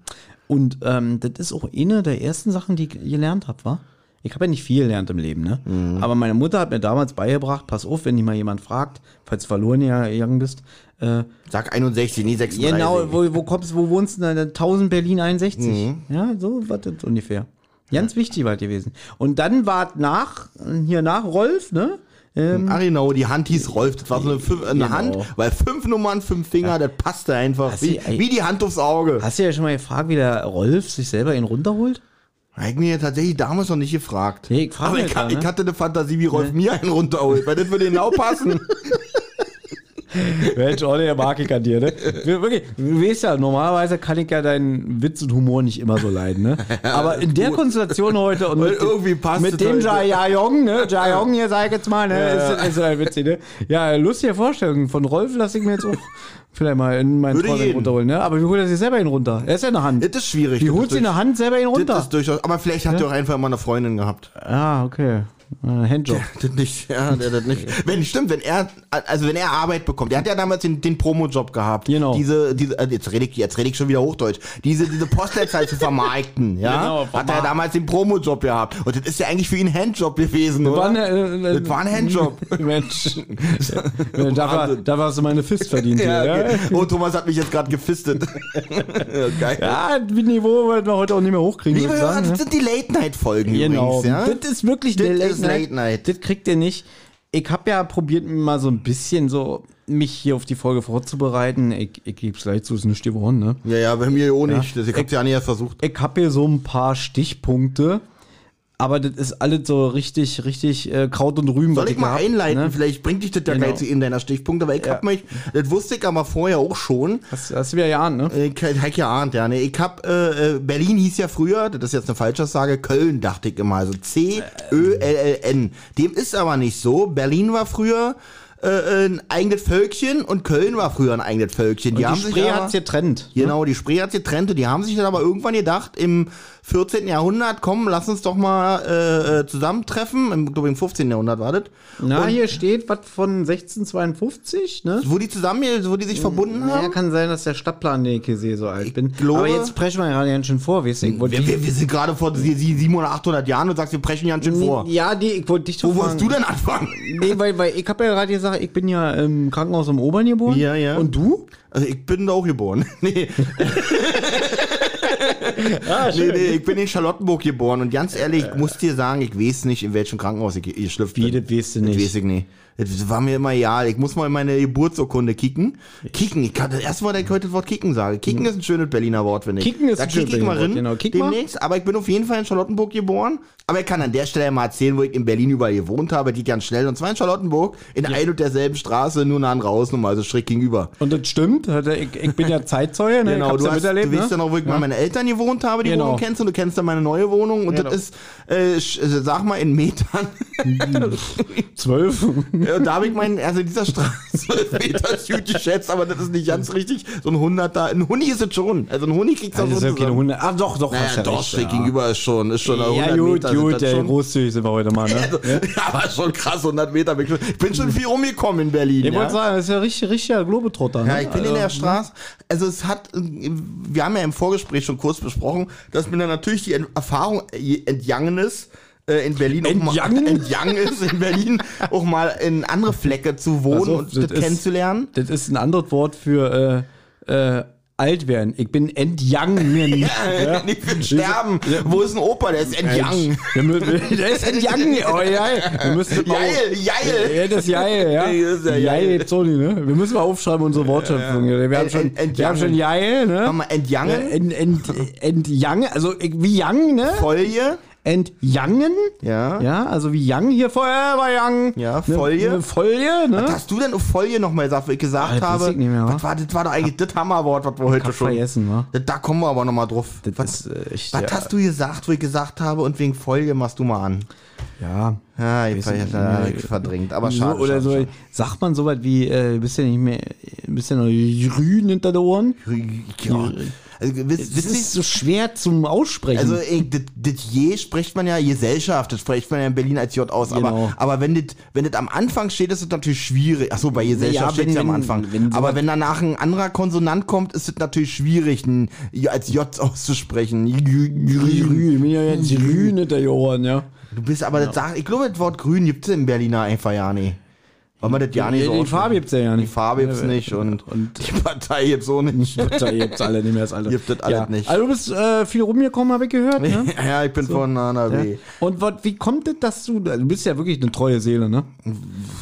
und ähm, das ist auch eine der ersten Sachen, die ich gelernt habe, war? Ich habe ja nicht viel gelernt im Leben, ne?
Mhm.
Aber meine Mutter hat mir damals beigebracht, pass auf, wenn dich mal jemand fragt, falls du verloren gegangen bist, äh,
Sag 61, nie 36.
Genau, wo, wo kommst wo wohnst du denn? 1000 Berlin 61. Ja, so war das ungefähr. Ganz wichtig war das gewesen. Und dann war nach, hier nach Rolf, ne? Ähm,
Arinau, die Hand hieß Rolf. Das war so eine, fünf, eine
Genau.
Hand, weil fünf Nummern, fünf Finger, das passte einfach.
Hast
Wie,
du- ey.
wie die Hand aufs Auge.
hast du ja schon mal gefragt, wie der Rolf sich selber ihn runterholt?
Hab ich mir tatsächlich damals noch nicht gefragt.
Nee, ich frag
Aber
mich
ich,
da, ne?
ich hatte eine Fantasie, wie Rolf mir einen runterholt, weil das würde
[laughs]
genau passen.
Mensch, Olli, der mag ich an dir, ne? Wir- Wirklich, du weißt ja, normalerweise kann ich ja deinen Witz und Humor nicht immer so leiden,
[laughs]
ne? Aber in der Konstellation heute und
Weil
dem-
irgendwie passt es
mit dem
heute.
Ja Ja Jong, ne? Ja Jong hier, sag ich jetzt mal, ne?
Ja.
Ist, ist halt witzig, ne? Ja, lustige Vorstellung. Von Rolf lasse ich mir jetzt auch vielleicht mal in meinen
Würde
Träumen
jeden.
runterholen, ne? Aber wie holt er sich selber ihn runter? Er ist ja eine Hand.
das ist schwierig.
Wie
Das
holt
ist
sie
durch-
eine Hand selber ihn
Das
runter?
ist durchaus. Aber vielleicht hat er auch einfach mal eine Freundin gehabt.
Ah, okay. Äh, Handjob.
Das nicht, ja, der das
[laughs]
nicht. Wenn, stimmt, wenn er, also wenn er Arbeit bekommt, er hat ja damals den, den Promo-Job gehabt.
Genau.
Diese, diese, äh, jetzt rede ich, jetzt rede ich schon wieder Hochdeutsch. Diese, diese Postleitzahl
[laughs]
zu vermarkten, ja.
Genau,
hat er
vermarkten.
damals den Promo-Job gehabt. Und das ist ja eigentlich für ihn ein Handjob gewesen, oder?
äh,
das war ein Handjob.
[laughs]
[laughs]
Mensch, da,
Wahnsinn.
da hast du meine Fist verdient. hier,
Ja,
ja?
okay. Oh, Thomas hat mich jetzt
[laughs]
gerade gefistet. [laughs] Geil.
Ja, das Niveau werden wir heute auch nicht mehr hochkriegen.
Liebe
würde ich
Hörer,
sagen,
das sind die Late-Night-Folgen
ne? genau.
übrigens, ja.
Das ist wirklich
Das
eine
ist Late Night.
Das kriegt ihr nicht. Ich habe ja probiert, mal so ein bisschen so mich hier auf die Folge vorzubereiten. Ich, ich gebe es gleich zu, ist nicht geworden, ne?
Ja, ja, bei mir auch nicht. Ich hab's ja nicht erst versucht.
Ich habe hier so ein paar Stichpunkte, aber das ist alles so richtig, richtig äh, Kraut und Rüben. was
Soll ich mal
da hab,
einleiten?
ne?
Vielleicht bringt dich das ja
Genau.
gleich zu in deiner Stichpunkte, weil ich hab mich, das wusste ich aber vorher auch schon. äh,
Hast, hast du wieder geahnt, ne?
Ich hab ja ahnt, ja. Ne? Ich hab, äh, äh, Berlin hieß ja früher, das ist jetzt eine Falschaussage, Köln dachte ich immer, also C-Ö-L-L-N. Dem ist aber nicht so. Berlin war früher, äh, ein eigenes Völkchen und Köln war früher ein eigenes Völkchen.
Die,
haben
die
sich
Spree
aber-
hat es getrennt.
Genau, die Spree hat getrennt und die haben sich dann aber irgendwann gedacht, im 14. Jahrhundert, komm, lass uns doch mal äh, äh, zusammentreffen. Im, glaub ich, im 15. Jahrhundert war das.
Na, hier steht was von 1652, ne?
Wo die zusammen, wo die sich verbunden
Ja,
haben.
kann sein, dass der Stadtplan der Kirche so alt bin.
glaube-
Aber jetzt sprechen wir gerade ganz schön vor, weißt du? Ich wollte
Wir, wir, wir sind gerade vor sie- sie- 700, 800 Jahren und sagst, wir brechen ganz schön vor.
Ja, nee, ich wollte dich doch
Wo wolltest du
fragen.
denn anfangen?
Nee, weil, weil ich habe ja gerade gesagt, ich bin ja im Krankenhaus im Obern geboren.
Ja, ja.
Und du?
Also ich bin da auch geboren. [laughs] nee.
Ah,
nee, nee, ich bin in Charlottenburg geboren und ganz ehrlich, ich muss dir sagen, ich weiß nicht, in welchem Krankenhaus ich ge- geschlüpft bin.
Wie, das weißt du
Das
nicht.
weiß ich nicht. Das war mir immer egal. Ich muss mal in meine Geburtsurkunde kicken. Kicken, ich kann das erste Mal, dass ich heute das Wort kicken sage. Kicken ist ein schönes Berliner Wort, finde ich.
Hm. Kicken ist
da
ein schönes
kick ich mal
Berliner
rein,
Wort, genau. Kick mal.
demnächst. Aber ich bin auf jeden Fall in Charlottenburg geboren. Aber ich kann an der Stelle mal erzählen, wo ich in Berlin überall gewohnt habe. Die ganz schnell. Und zwar in Charlottenburg, in ein und derselben Straße, nur nah an Rausnummer, also schräg gegenüber.
Und das stimmt. hat er- Ich, ich bin ja Zeitzeuge, ne? ich
Genau,
hab's
du,
ja
hast,
miterlebt.
du weißt ja
ne?
noch, wo ich mal meine Eltern gewohnt habe, die
Genau.
Wohnung kennst und du kennst dann meine neue Wohnung und
Genau.
das ist, äh, sch- äh, sag mal, in
[laughs]
Metern.
Zwölf.
Ja, und da habe ich meinen, also in dieser Straße, [laughs] Meter Süd geschätzt, aber das ist nicht ganz richtig. So ein Hunderter, ein Huni ist es schon. Also ein Huni kriegst du
[laughs] Das
auch
ist ja
so
keine
zusammen.
100. Ah, doch, doch. hast
Naja,
ja
doch,
recht,
schräg gegenüber ist schon, ist schon
Ja, gut,
Meter sind
gut.
das
Ja,
[laughs] schon.
großzügig sind wir heute mal, [laughs] ne?
aber schon krass, 100 Meter. bin Ich schon- ich bin schon viel rumgekommen in Berlin.
Ich
ja.
wollte sagen, das ist ja richtig, richtiger Globetrotter. Ne?
Ja, ich bin in der Straße. Also es hat, wir haben ja im Vorgespräch schon kurz besprochen, dass mir dann natürlich die Erfahrung entgangen ist, äh, in Berlin
Entgangen?
[laughs] auch mal entgangen ist, in Berlin auch mal in andere Flecke zu wohnen
Pass auf,
und
Also, das
das
ist-
kennenzulernen.
Das ist ein anderes Wort für äh, äh, alt werden. Ich bin entjangen.
Ja. [laughs] Nicht für Sterben. Wo ist ein Opa, der ist entgangen?
Wir mü- [laughs] Der ist entjangen. Oh, geil. Wir müssen mal
Geil, geil.
Ja, das ist geil, ja.
Nee, [laughs] das ist ja
Geil,
geil.
jetzt Sony, ne? Wir müssen mal aufschreiben unsere Wortschöpfung. Wir haben schon,
Ent- ent-
wir haben schon geil,
Mach
ne?
mal entjangen,
Ent, ent, entjangen, also ich- wie Yang, ne?
Folie.
Entjangen.
Ja.
Ja, also wie Yang hier vorher war Yang.
Ja,
Eine,
Folie.
eine Folie, ne?
Was hast du denn auf Folie nochmal gesagt, was ich gesagt
Ah, das weiß
habe?
ich nicht mehr, wa?
was war, das war doch eigentlich das Hammerwort, was wir heute schon.
vergessen, wa?
Das- Da kommen wir aber nochmal drauf. was
ist äh, echt,
was
ja.
hast du gesagt, wo ich gesagt habe und wegen Folie machst du mal an?
Ja.
Ja, ich
Weiß
war
ich
ja
nicht.
verdrängt, aber
so,
schade.
oder
schade,
so,
schade.
sagt man sowas wie, äh, bist ja nicht mehr, bist ja noch grün hinter den Ohren?
Ja. Also,
Das
wisst, wisst
ist
ihr,
so schwer zum Aussprechen.
also ey, das, das je spricht man ja Gesellschaft, das spricht man ja in Berlin als J aus,
Genau.
aber, aber wenn das wenn das am Anfang steht, ist das natürlich schwierig. Achso, bei
Ja,
Gesellschaft steht
wenn-
ja am
wenn-
Anfang.
wenn so
aber
was-
wenn danach ein anderer Konsonant kommt, ist das natürlich schwierig, ein, J- als J auszusprechen. Grün.
grün, ich bin ja jetzt grün hinter den Ohren, ja.
Du bist aber, das sagt, ich glaube, das Wort grün gibt es im Berliner einfach ja nicht. Weil man das ja nicht
Die-
so
die
ausspricht.
Farbe gibt's ja ja
Die
nicht.
Farbe gibt's nicht und, [laughs] die Partei gibt's auch nicht.
Da gibt's alle nicht mehr, das Alter.
Gibt das alles nicht.
Also du bist äh, viel rumgekommen, habe ich gehört,
[laughs]
ne?
ja, ich bin von Nana
Ja.
B.
Und wat, wie kommt das, dass du, du bist ja wirklich eine treue Seele, ne?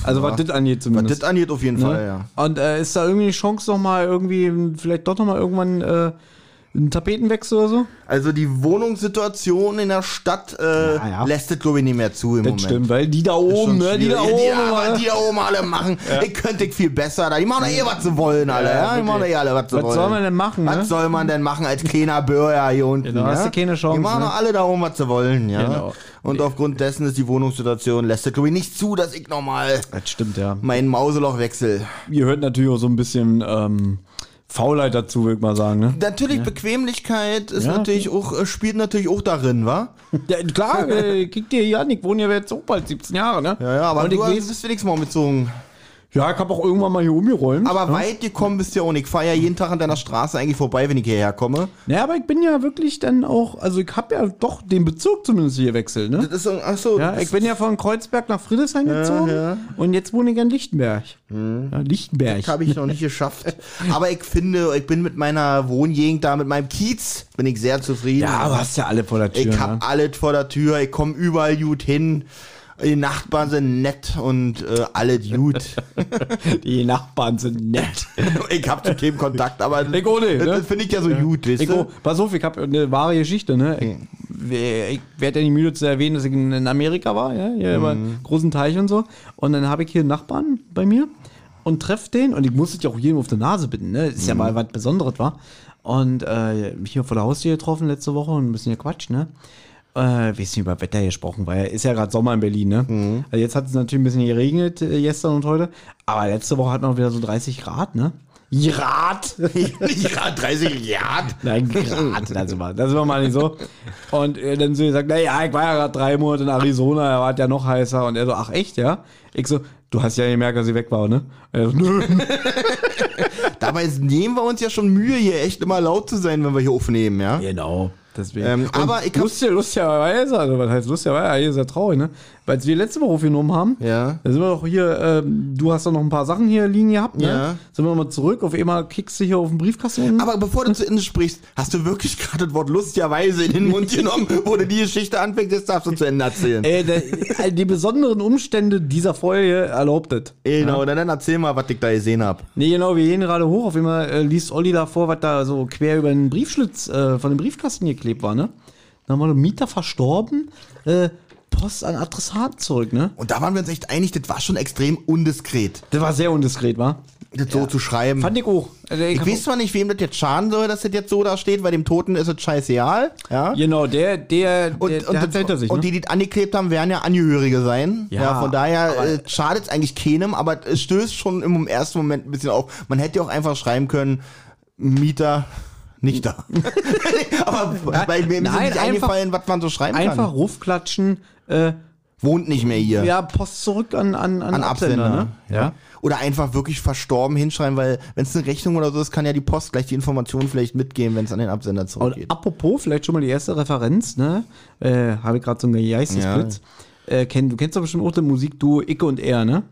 Also was das angeht
Was
zumindest.
das angeht, auf jeden Fall, ja.
ne? Und äh, ist da irgendwie eine Chance nochmal irgendwie, vielleicht doch nochmal irgendwann äh, einen Tapetenwechsel oder so?
Also die Wohnungssituation in der Stadt äh,
Ja, ja.
lässt das, glaube ich, nicht mehr zu
Das
im Moment.
stimmt, weil die da oben,
Schon
ne? Die da oben.
schwierig. ja, aber
ne?
die da oben alle machen. Ich könnte ich viel besser. Da. Die machen doch eh, was sie wollen, alle. Ja, die
wirklich.
machen doch eh alle, was sie
Was
wollen.
soll man denn machen,
Was
ne?
soll man denn machen als kleiner Bürger hier unten?
Genau, hast du keine Chance,
Die machen
ne?
doch alle da oben, was sie wollen, ja.
Genau.
Und aufgrund dessen ist die Wohnungssituation, lässt das, glaube ich, nicht zu, dass ich nochmal
das stimmt, ja.
mein Mauseloch wechsle.
Ihr hört natürlich auch so ein bisschen ähm, Faulheit dazu, würde ich mal sagen, ne?
Natürlich, Bequemlichkeit ist
Ja.
natürlich auch, äh, spielt natürlich auch darin, wa?
Ja, klar, äh, kick dir hier an, ich wohne ja jetzt auch bald 17 Jahre, ne?
Ja, ja, aber
Und
du
ich
hast-
weiß,
bist wenigstens mal umgezogen.
ja, ich hab auch irgendwann mal hier umgeräumt.
Aber weit gekommen bist du ja auch nicht. Ich fahre ja jeden Tag an deiner Straße eigentlich vorbei, wenn ich hierher komme.
naja, aber ich bin ja wirklich dann auch, also ich hab ja doch den Bezirk zumindest hier gewechselt, ne?
Das ist so, ach so.
Ja, ich bin ja von Kreuzberg nach Friedrichshain gezogen und jetzt wohne ich in Lichtenberg. Ja, Lichtenberg.
habe Hm. ich noch nicht geschafft. Aber ich finde, ich bin mit meiner Wohngegend da, mit meinem Kiez, bin ich sehr zufrieden.
Ja, aber hast ja alle vor der Tür.
ich
ne?
hab alles vor der Tür, ich komme überall gut hin. Die Nachbarn sind nett und äh, alle gut.
[laughs] Die Nachbarn sind [laughs] nett.
ich hab zu keinem Kontakt, aber
Ich auch nicht, ne?
das, das finde ich ja so gut, weißt
Ich,
du? Hm.
oh, pass auf, ich habe eine wahre Geschichte. Ne? Ich, ich werde ja nicht müde zu erwähnen, dass ich in in Amerika war, ja? hier über
Hm.
einen großen Teich und so. Und dann habe ich hier einen Nachbarn bei mir und treffe den. Und ich musste ja auch jedem auf die Nase bitten. Ne? Das
Hm.
ist ja mal was Besonderes, war. Und äh, mich hier vor der Haustür getroffen letzte Woche und ein bisschen gequatscht. Ne? Äh, weiß nicht, über Wetter gesprochen, weil ist ja gerade Sommer in Berlin, ne?
Hm.
Also jetzt hat es natürlich ein bisschen geregnet äh, gestern und heute, aber letzte Woche hatten wir wieder so 30 Grad, ne?
[laughs]
Grad!
Nicht gerade 30 Grad. [laughs]
Nein, Grad, das war, das war mal nicht so. Und äh, dann so gesagt, naja, ich war ja gerade drei Monate in Arizona, da war es ja noch heißer. Und er so, ach echt, ja? Ich so, du hast ja gemerkt, dass ich weg war, ne? Er so,
[laughs]
nö.
Dabei nehmen wir uns ja schon Mühe, hier echt immer laut zu sein, wenn wir hier aufnehmen, ja?
Genau. Deswegen.
Ähm,
Und
aber ich hab-
lustig, lustigerweise, also was heißt lustigerweise, eigentlich ist ja traurig, ne? Weil als wir letzte Woche aufgenommen haben,
Ja.
da sind wir doch hier, ähm, du hast doch noch ein paar Sachen hier liegen gehabt, ne?
Ja.
Sind wir nochmal zurück, auf einmal kickst du hier auf den Briefkasten unten.
Aber bevor du zu Ende sprichst, hast du wirklich [laughs] gerade das Wort lustigerweise in den [laughs] Mund genommen, wo du die Geschichte anfängst, jetzt darfst du zu Ende erzählen.
Äh, der- [laughs] die besonderen Umstände dieser Folge erlaubt das.
Genau, dann, dann erzähl mal, was ich da gesehen hab.
Nee, genau, wir gehen gerade hoch. Auf einmal äh, liest Olli da vor, was da so quer über den Briefschlitz äh, von dem Briefkasten geklebt war, ne? Dann war der Mieter verstorben, äh, Post an Adressaten zurück, ne?
Und da waren wir uns echt einig, das war schon extrem undiskret,
Das war sehr undiskret, war.
das so zu schreiben.
Fand ich auch. Also,
ich
hab-
weiß zwar nicht, wem das jetzt schaden soll, dass das jetzt so da steht, weil dem Toten ist es scheißegal. Ja?
Genau, der, der,
Und,
der, der hat's
und,
hinter sich,
und
ne?
die, die das angeklebt haben, werden ja Angehörige sein.
Ja,
Ja, von daher äh, schadet es eigentlich keinem, aber es stößt schon im ersten Moment ein bisschen auf. Man hätte ja auch einfach schreiben können, Mieter nicht
[laughs]
da. [laughs] aber weil mir
Nein,
ist nicht
einfach-
eingefallen, was man so schreiben
Einfach
kann.
rufklatschen, äh,
Wohnt nicht mehr hier.
ja, Post zurück an, an, an,
An
Absender,
Absender,
ne? Ja.
Oder einfach wirklich verstorben hinschreiben, weil wenn es eine Rechnung oder so ist, kann ja die Post gleich die Informationen vielleicht mitgeben, wenn es an den Absender
Und
zurückgeht.
apropos, vielleicht schon mal die erste Referenz, ne? Äh, Habe ich gerade so einen Geistesblitz. Äh, kenn, du kennst doch bestimmt auch den Musikduo Icke und Er, ne?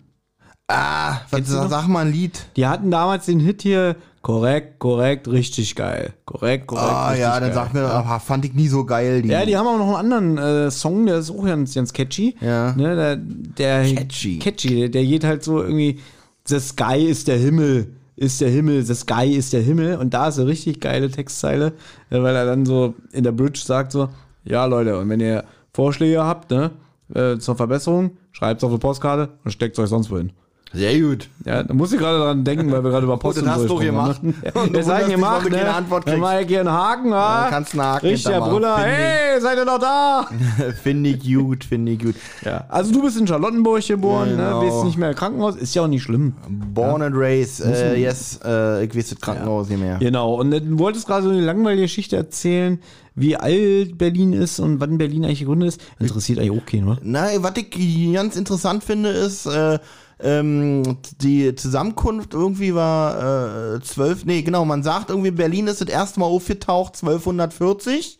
Ah, was, sag, sag mal ein Lied.
Die hatten damals den Hit hier korrekt, korrekt, richtig geil. Korrekt, korrekt.
Ah
richtig
ja, dann
geil.
sag mir, aha, fand ich nie so geil. Die.
Ja, die haben auch noch einen anderen äh, Song, der ist auch ganz, ganz catchy.
Ja.
Ne, der, der,
Catchy.
Catchy, der, der geht halt so irgendwie, the sky ist der Himmel, ist der Himmel, the sky ist der Himmel. Und da ist eine richtig geile Textzeile, äh, weil er dann so in der Bridge sagt so, ja Leute, und wenn ihr Vorschläge habt, ne, äh, zur Verbesserung, schreibt's auf eine Postkarte und steckt's euch sonst wohin.
Sehr gut.
Ja, da muss ich gerade dran denken, weil wir gerade über Post
das hast du
gesprochen haben,
gemacht.
ne?
Und du
Wir
wunderst
sagen
dich, warum
gemacht,
du
ne?
keine Antwort
Dann mach ich hier einen Haken, ha?
dann kannst du einen Haken
Richtiger
hintermachen,
Brüller,
finde
hey, seid ihr noch da?
[laughs] finde ich gut, finde ich gut.
Ja. Also du bist in Charlottenburg geboren,
Genau.
ne? bist nicht mehr im Krankenhaus, ist ja auch nicht schlimm.
Born and raised, äh, yes, äh, ich weiß das Krankenhaus nicht mehr.
Genau, und du wolltest gerade so eine langweilige Geschichte erzählen, wie alt Berlin ist und wann Berlin eigentlich gegründet ist. Interessiert eigentlich ne? auch keinen, oder?
Na, was ich ganz interessant finde, ist, äh, ähm, die Zusammenkunft irgendwie war äh, 12, nee, genau, man sagt irgendwie, Berlin ist das erste Mal aufgetaucht, 1240.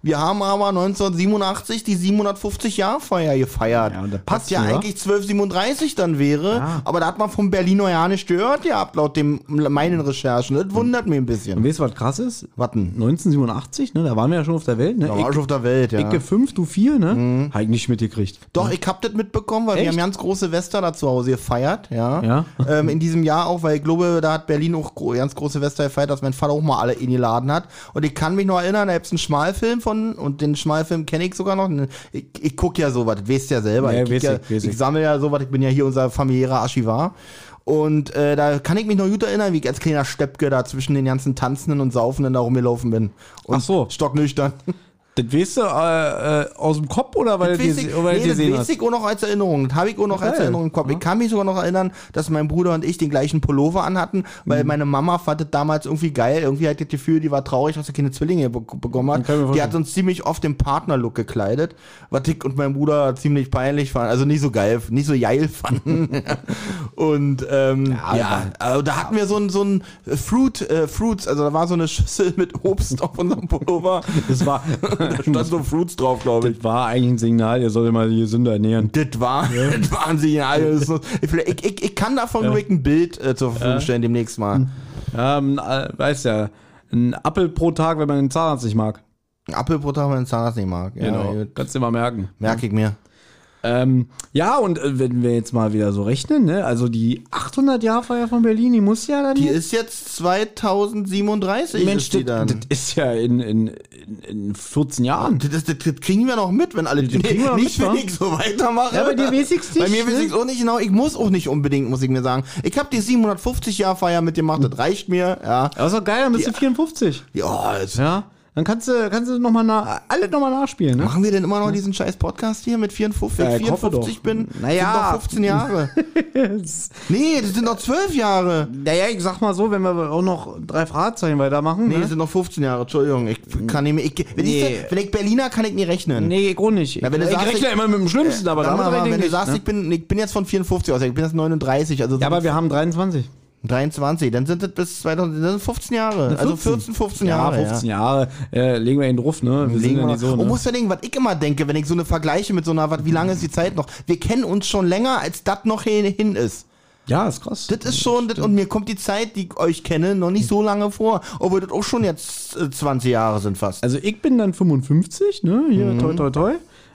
Wir haben aber 1987 die 750-Jahr-Feier gefeiert.
Ja, und das
Was
passt, Ah.
ja
oder?
eigentlich 1237 dann wäre,
Ja.
aber da hat man vom Berliner ja nicht gehört gehabt, laut dem, meinen Recherchen. Das wundert mich ein bisschen.
Und weißt du, was krass ist?
Warten.
1987, ne? da waren wir ja schon auf der Welt. Ne?
Da war ich auf der Welt, ja.
Ecke 5, du 4, ne? Mhm. Halt nicht mitgekriegt.
Doch, ich hab das mitbekommen, weil wir
Echt?
haben ganz große Wester da zu Hause gefeiert, ja.
Ja.
Ähm, in diesem Jahr auch, weil ich glaube, da hat Berlin auch gro- ganz große Wester gefeiert, dass mein Vater auch mal alle eingeladen hat. Und ich kann mich noch erinnern, da gibt's einen Schmalfilm von, und den Schmalfilm kenne ich sogar noch. Ich, ich guck ja sowas, das weißt du ja selber.
Ja,
ich,
weiß
guck ja,
ich, weiß
ich
ich.
sammle ja sowas, ich bin ja hier unser familiärer Archivar. Und äh, da kann ich mich noch gut erinnern, wie ich als kleiner Steppke da zwischen den ganzen Tanzenden und Saufenden da rumgelaufen bin. Und
Ach so.
stocknüchtern.
Das weißt du äh, äh, aus dem Kopf oder weil du
Basic,
die- oder weil
nee,
du
das
gesehen hast?
Basic auch noch als Erinnerung. Das habe ich auch noch als
Geil.
Erinnerung im Kopf. Ich kann mich sogar noch erinnern, dass mein Bruder und ich den gleichen Pullover anhatten,
Mhm.
weil meine Mama fand das damals irgendwie geil. Irgendwie hatte ich das Gefühl, die war traurig, dass sie keine Zwillinge be bekommen
kann
hat.
ich mir
Die
vorstellen.
hat uns ziemlich oft im Partnerlook gekleidet, was ich und mein Bruder ziemlich peinlich fanden. Also nicht so geil, nicht so geil [laughs] fanden. und ähm, ja, also da hatten wir so ein, so ein Fruit, äh, Fruits, also da war so eine Schüssel [laughs] mit Obst auf unserem Pullover.
Das war,
Da stand so Fruits drauf, glaube ich.
das war eigentlich ein Signal, ihr solltet mal die Gesünder ernähren.
Das war, [laughs] das waren sie ja alles. noch- Ich, ich, ich kann davon nur ein Bild äh, zur Verfügung stellen demnächst mal.
Ähm, äh, weißt ja, ein Appel pro Tag, wenn man den Zahnarzt nicht mag.
Ein Apfelbutter, wenn ich Zahnarzt nicht mag. Ja,
Genau.
gut.
Kannst du mal merken.
Merk ich mir.
Ähm, ja, und äh, wenn wir jetzt mal wieder so rechnen, ne? Also die 800-Jahr-Feier von Berlin, die muss ja dann.
Die ist jetzt 2037.
Mensch,
ist die
das,
dann.
das ist ja in, in, in, in 14 Jahren.
Das, das, das, das kriegen wir noch mit, wenn alle.
kriegen wir noch
nicht,
mit,
wenn
wa?
ich so weitermache.
Ja, bei dir weiß ich's nicht,
Bei mir weiß
ne?
ich's auch nicht genau. Ich muss auch nicht unbedingt, muss ich mir sagen. Ich habe die
Hm.
750-Jahr-Feier mitgemacht, das reicht mir. Ja,
Das ist doch geil, dann bist du 54.
ja, das,
Ja. Dann kannst du, kannst du noch mal na, alle nochmal nachspielen, ne?
Machen wir denn immer noch diesen scheiß Podcast hier mit 54,
Ja, Äh, ich hoffe
54
doch.
bin?
Naja.
Sind doch
[laughs]
15 Jahre. nee, das sind noch 12 Jahre.
Naja, ich sag mal so, wenn wir auch noch drei Fragezeichen weitermachen.
Nee,
Nee,
das sind noch 15 Jahre, Entschuldigung. Ich kann nicht mehr, ich, wenn,
Nee.
ich, wenn ich Berliner kann ich nie rechnen.
nee ich auch nicht.
Na, wenn du
ich
sagst,
rechne
ich-
immer mit dem Schlimmsten, aber
Sag
damit
mal,
rechne
wenn
ich nicht.
du sagst,
ne?
ich, bin, ich bin jetzt von 54 aus, ich bin jetzt 39, also
Ja, aber wir haben 23.
23, dann sind das bis 2000, das sind 15 Jahre. Also 14, 15 Jahre.
ja, 15 Jahre. Äh, legen wir ihn drauf, ne? Wir
Legen
sind ja
wir Oh,
nicht so,
Und
ne?
musst du denken, was ich immer denke, wenn ich so eine vergleiche mit so einer, was, wie lange ist die Zeit noch? Wir kennen uns schon länger, als das noch hin, hin ist.
Ja, ist krass.
Das ist schon, das, und mir kommt die Zeit, die ich euch kenne, noch nicht so lange vor. Obwohl das auch schon jetzt äh, 20 Jahre sind fast.
Also ich bin dann 55, ne? Hier,
Mhm.
toi, toi, toi.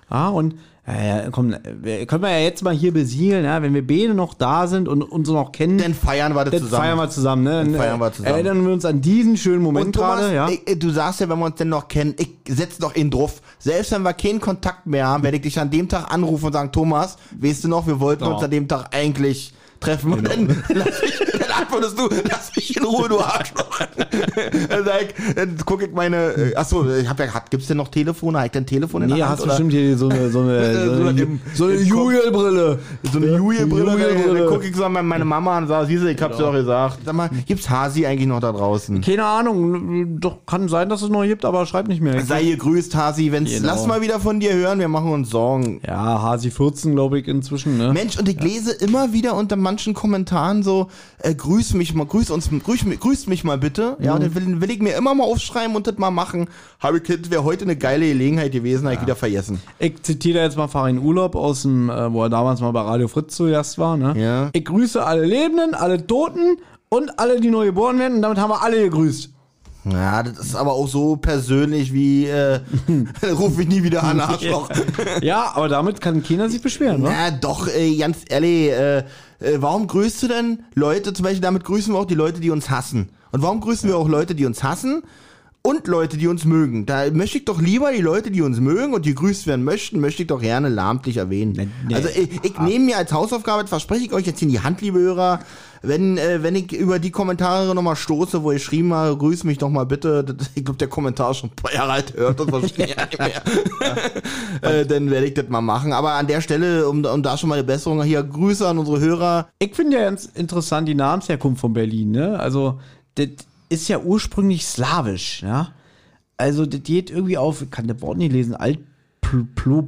Ah, und äh, ja, komm, wir- können wir ja jetzt mal hier besiegeln, ja? wenn wir beide noch da sind und uns noch kennen,
Dann feiern wir das,
dann
zusammen.
feiern wir zusammen, ne? Dann,
feiern wir
äh,
zusammen.
Erinnern wir uns an diesen schönen Moment
Und Thomas,
gerade, ja?
ich, äh, du sagst ja, wenn wir uns denn noch kennen, ich setze doch ihn drauf. Selbst wenn wir keinen Kontakt mehr haben, werde ich dich an dem Tag anrufen und sagen, Thomas, weißt du noch, wir wollten
Ja.
uns an dem Tag eigentlich treffen. Und
Genau.
dann, [laughs] lass mich, dann antwortest du, lass mich in Ruhe, du Arschloch. [laughs] dann, sag ich, dann gucke ich meine, äh, achso, ich hab ja, hat, gibt's denn noch Telefone? Hat ich denn Telefon in
Nee,
der Hand?
hast bestimmt hier so eine, so [laughs] eine, so
So
eine,
im-
so eine
im Kopf.
Jugendbrille.
so eine Julia-Brille. Dann gucke
Jugendbrille.
ich so an meine Mama und sage, siehste, ich hab's dir doch gesagt. Sag mal, gibt's Hasi eigentlich noch da draußen?
Keine Ahnung, doch kann sein, dass es noch gibt, aber schreib nicht mehr.
Sei gegrüßt, Hasi. Wenn's,
Genau.
Lass mal wieder von dir hören, wir machen uns Sorgen.
Ja, Hasi 14, glaube ich, inzwischen, ne?
Mensch, und ich lese immer wieder unter manchen Kommentaren so, äh, grüß mich mal, grüß uns, grüß, mi- grüßt mich mal bitte. Ja, und dann will, will ich mir immer mal aufschreiben und das mal machen. Habe ich, das wäre heute eine geile Gelegenheit gewesen, habe ich wieder vergessen.
Ich zitiere jetzt mal Farin Urlaub aus dem, äh, wo er damals mal bei Radio Fritz zu Gast war. Ne?
Ja.
Ich grüße alle Lebenden, alle Toten und alle, die neu geboren werden. Und damit haben wir alle [laughs] gegrüßt.
Ja, das ist aber auch so persönlich wie, äh, [laughs] ruf mich nie wieder an, Arschloch.
ja, aber damit kann keiner sich beschweren, ne?
Na doch, äh, ganz ehrlich, äh, äh, warum grüßt du denn Leute, zum Beispiel damit grüßen wir auch die Leute, die uns hassen. Und warum grüßen wir auch Leute, die uns hassen und Leute, die uns mögen? Da möchte ich doch lieber die Leute, die uns mögen und die grüßt werden möchten, möchte ich doch gerne lahmlich erwähnen.
nee.
Also ich, ich nehme mir als Hausaufgabe, das verspreche ich euch jetzt in die Hand, liebe Hörer, wenn, äh, wenn ich über die Kommentare nochmal stoße, wo ich schrieben habe, grüß mich doch mal bitte, das, ich glaube, der Kommentar ist schon ein paar Jahre alt, hört das wahrscheinlich nicht mehr äh, dann werde ich das mal machen. Aber an der Stelle, um, um da schon mal eine Besserung, hier Grüße an unsere Hörer.
Ich finde ja ganz interessant die Namensherkunft von Berlin, ne? Also, das ist ja ursprünglich slawisch, ja? Also, das geht irgendwie auf, ich kann das Wort nicht lesen, alt, pl, pl,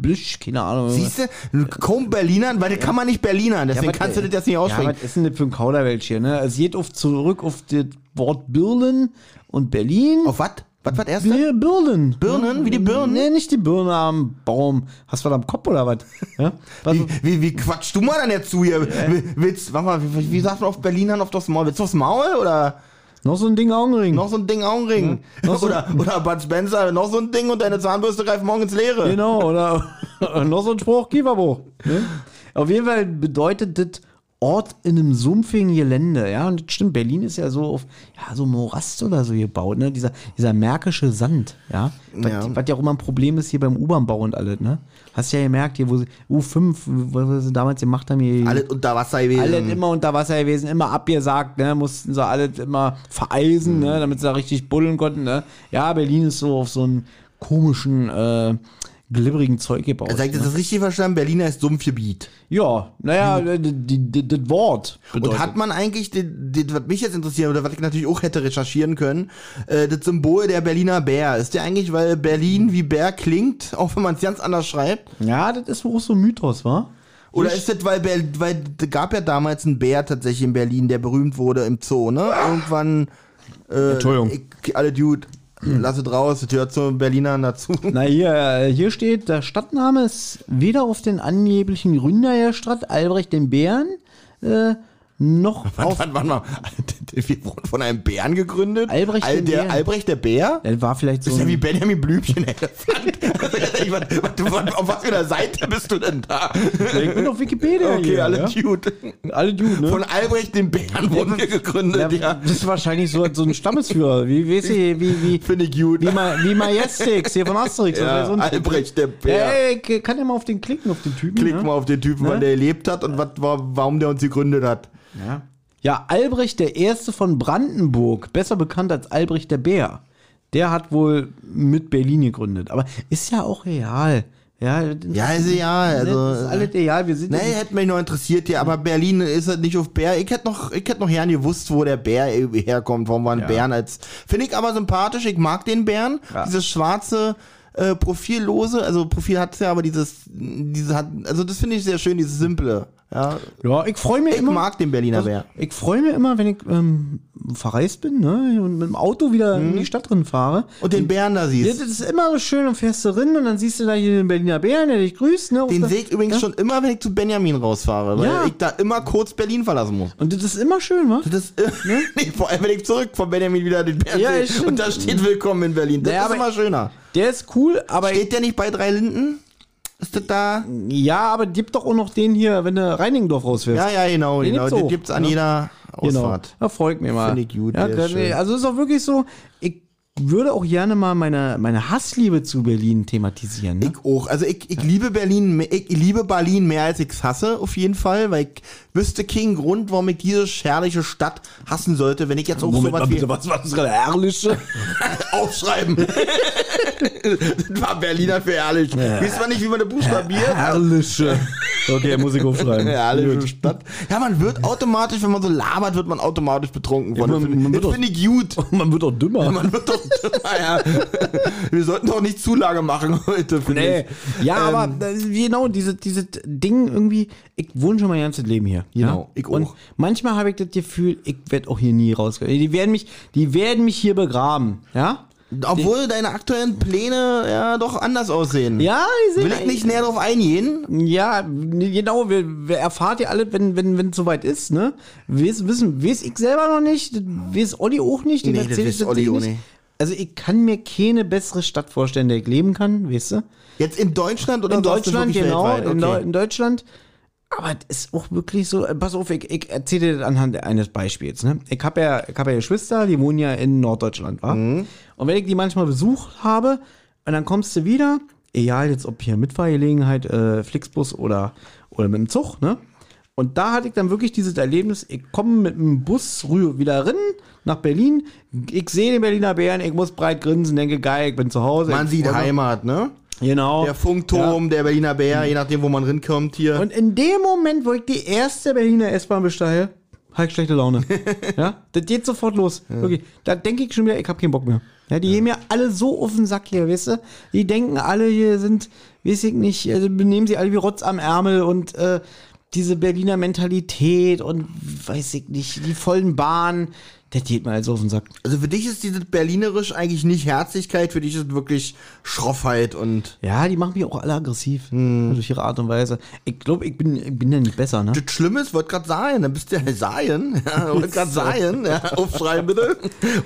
blisch, keine Ahnung.
Siehst du, kaum Berlinern, weil das kann man nicht Berlinern, deswegen
aber,
kannst du
äh,
das jetzt nicht
Ja,
aussprechen.
was ist denn das für ein Kauderwelsch hier? Ne? Es geht oft zurück auf das Wort Birnen und Berlin.
Auf was? Was war das erste?
Bir Birnen.
Birnen? Wie die Birnen?
Nee, nicht die Birne am Baum. Hast du was am Kopf oder [laughs] was? Ja? was
Wie, wie, wie quatschst du mal dann jetzt zu hier? Will- Willst, warte mal, wie, wie sagt man auf Berlinern auf das Maul? Willst du aufs Maul oder
noch so ein Ding Augenring.
noch so ein Ding Augenring?
Noch so-
oder, oder Bud Spencer, noch so ein Ding und deine Zahnbürste greift morgen ins Leere.
Genau, oder [laughs] noch so ein Spruch, Kieferbruch. Ne? Auf jeden Fall bedeutet das Ort in einem sumpfigen Gelände, ja, und das stimmt, Berlin ist ja so auf, ja, so Morast oder so gebaut, ne, dieser, dieser märkische Sand, ja, was
Ja.
ja. was ja auch immer ein Problem ist hier beim U-Bahn-Bau und alles, ne, hast ja gemerkt, hier, wo sie, U5, was sie damals gemacht haben, hier,
Alles unter Wasser gewesen.
alle immer unter Wasser gewesen, immer abgesagt, ne? mussten sie alle immer vereisen,
Mhm.
ne? damit sie da richtig buddeln konnten. Ne? Ja, Berlin ist so auf so einen komischen, äh, glibberigen Zeug gebaut.
Also Sag ich das jetzt richtig verstanden? Berliner ist Sumpfgebiet.
ja, naja,
Hm.
äh, d- d- d- das Wort.
Und hat man eigentlich, die, die, was mich jetzt interessiert, oder was ich natürlich auch hätte recherchieren können, äh, das Symbol der Berliner Bär, ist der eigentlich, weil Berlin wie Bär klingt, auch wenn man es ganz anders schreibt?
ja, das ist wohl auch so ein Mythos, wa?
Oder ist das, weil, Ber weil da gab ja damals einen Bär tatsächlich in Berlin, der berühmt wurde im Zoo, ne? Irgendwann, äh,
Entschuldigung.
Ich, alle Dude, lass es raus, das gehört zu Berlinern [laughs] dazu.
Na hier, äh, hier steht, der Stadtname ist weder auf den angeblichen Gründer der Stadt, Albrecht den Bären, äh, noch auf...
Warte, warte mal, [laughs] wir wurden von einem Bären gegründet?
Albrecht
Al
den
der
Bären.
Albrecht der Bär?
Das war vielleicht so
Ist ja
ein-
wie Benjamin Blümchen, ey. Also, ganz ehrlich, was- was- was- Auf was für einer Seite bist du denn da?
Ich bin auf Wikipedia
[laughs] Okay,
hier,
alle
ja?
cute.
Alle Dude, ne?
Von Albrecht den Bären wurden wir gegründet,
Ja,
ja.
das ist wahrscheinlich so, so ein Stammesführer. Wie, weißt du, wie, wie,
Finde ich gut.
wie, Ma, wie Majestix hier von Asterix. Also,
Ja,
oder so ein Typ.
Albrecht der Bär.
Ey, ich kann ja mal auf den klicken, auf den Typen.
Klick
ne?
mal auf den Typen,
Ne?
wann der gelebt hat und was, war- warum der uns gegründet hat.
Ja. ja, Albrecht der Erste von Brandenburg, besser bekannt als Albrecht der Bär. der hat wohl mit Berlin gegründet. Aber ist ja auch real. Ja,
Ja, ist egal. Also,
das ist alles egal. Wir sind
Nee,
ja-
hätte mich noch interessiert, ja, aber Berlin ist halt nicht auf Bär. Ich hätte noch, ich hätte noch gern gewusst, wo der Bär irgendwie herkommt, warum man
Ja.
Bären als. Finde ich aber sympathisch, ich mag den Bären.
Ja.
Dieses schwarze, äh, profillose, also Profil hat's ja, aber dieses, diese hat, also das finde ich sehr schön, dieses simple. Ja,
ja, ich freue mich
ich
immer.
mag den Berliner
Also,
Bär.
Ich freue mich immer, wenn ich ähm, verreist bin ne, und mit dem Auto wieder in
Mhm.
die Stadt drin fahre.
Und den Bären da
Ja,
siehst.
das ist immer so schön und fährst du rin und dann siehst du da hier den Berliner Bären, der dich grüßt. Ne, und
Den
das-
sehe ich übrigens
ja.
schon immer, wenn ich zu Benjamin rausfahre, weil
Ja.
ich da immer kurz Berlin verlassen muss.
Und das ist immer schön, wa?
Das, [laughs] nee, vor allem, wenn ich zurück von Benjamin wieder den Bären
Ne? Ja,
sehe
stimmt.
und da steht Willkommen in Berlin. Das
Naja,
ist
aber-
immer schöner.
Der ist cool, aber
Steht der nicht bei drei Linden? Ist das da?
ja, aber gibt doch auch noch den hier, wenn du Reinigendorf rausfährst.
Ja, ja, genau,
Den
genau.
gibt's
Den
auch,
gibt's an
ne?
jeder
genau.
Ausfahrt.
Da freut mich mal.
Finde ich gut,
ja,
der
kann,
ist schön.
Also ist auch wirklich so, ich würde auch gerne mal meine, meine Hassliebe zu Berlin thematisieren. Ne?
Ich auch. Also ich, ich liebe Berlin, me- ich liebe Berlin mehr als ich es hasse, auf jeden Fall, weil ich wüsste keinen Grund, warum ich diese scherliche Stadt hassen sollte, wenn ich jetzt auch sowas wie
was war das gerade? Herrliche?
[laughs]
[laughs]
aufschreiben. das war Berliner für ehrlich. Ja. Wisst man nicht, wie man das buchstabiert?
Herrliche.
[laughs]
Okay, muss ich aufschreiben. [laughs]
Herrliche Stadt. Ja, man wird automatisch, wenn man so labert, wird man automatisch betrunken. Von.
man-
Das finde
man
ich-
wird
das
doch-
finde ich gut. [laughs]
Man wird auch dümmer.
Man wird doch, [laughs] naja, wir sollten doch nicht Zulage machen heute, finde
Nee.
ich.
Ja,
Ähm,
aber äh, genau, dieses diese Ding irgendwie, ich wohne schon mein ganzes Leben hier.
Genau,
ja?
ich auch.
Und manchmal habe ich das Gefühl, ich werde auch hier nie rausgehen. Die werden mich, die werden mich hier begraben. Ja?
Obwohl deine aktuellen Pläne ja doch anders aussehen.
Ja, die
Will ich nicht näher drauf eingehen?
Ja, nee, genau, wir, wir erfahrt ihr alle, wenn wenn wenn es soweit ist, ne? Wes, wissen, weiß ich selber noch nicht, das weiß Olli auch nicht, den
Nee, das
erzähl
weiß
ich das
Olli
eh
auch
nicht.
nicht.
Also ich kann mir keine bessere Stadt vorstellen, der ich leben kann, weißt du?
Jetzt in Deutschland oder
in
sagst du
Deutschland,
wirklich
genau,
weltweit?
in, Deu-
Okay.
in Deutschland. Aber es ist auch wirklich so, äh, pass auf, ich, ich erzähle dir das anhand eines Beispiels. Ne? Ich habe ja, ich hab ja Geschwister, die wohnen ja in Norddeutschland, wa?
Mhm.
Und wenn ich die manchmal besucht habe, und dann kommst du wieder, egal jetzt ob hier Mitfahrgelegenheit, äh, Flixbus oder, oder mit dem Zug, ne? Und da hatte ich dann wirklich dieses Erlebnis, ich komme mit dem Bus rü- wieder rin nach Berlin, ich sehe den Berliner Bären, ich muss breit grinsen, denke, geil, ich bin zu Hause.
Man
ich
sieht
freu mich.
Heimat, ne?
Genau.
Der Funkturm, der Berliner Bär, je nachdem, wo man rinkommt hier.
Mhm. Und in dem Moment, wo ich die erste Berliner S-Bahn besteige, habe ich schlechte Laune. ja, das geht sofort los. Wirklich. Da denke ich schon wieder, ich habe keinen Bock mehr. Ja, die gehen mir alle so auf den Sack hier, weißt du? Die denken alle hier sind, weiß ich nicht, also benehmen sie alle wie Rotz am Ärmel und äh, diese Berliner Mentalität und weiß ich nicht, die vollen Bahnen. Das geht mir also auf den Sack.
also für dich ist dieses Berlinerisch eigentlich nicht Herzlichkeit, für dich ist wirklich Schroffheit und
Ja, die machen mich auch alle aggressiv. Durch ihre Art und Weise. Ich glaube, ich bin, ich bin ja nicht besser, ne?
das Schlimme ist, wollte gerade sagen, dann bist du ja Saien, [laughs] ja, wollte gerade sagen, ja, aufschreiben bitte,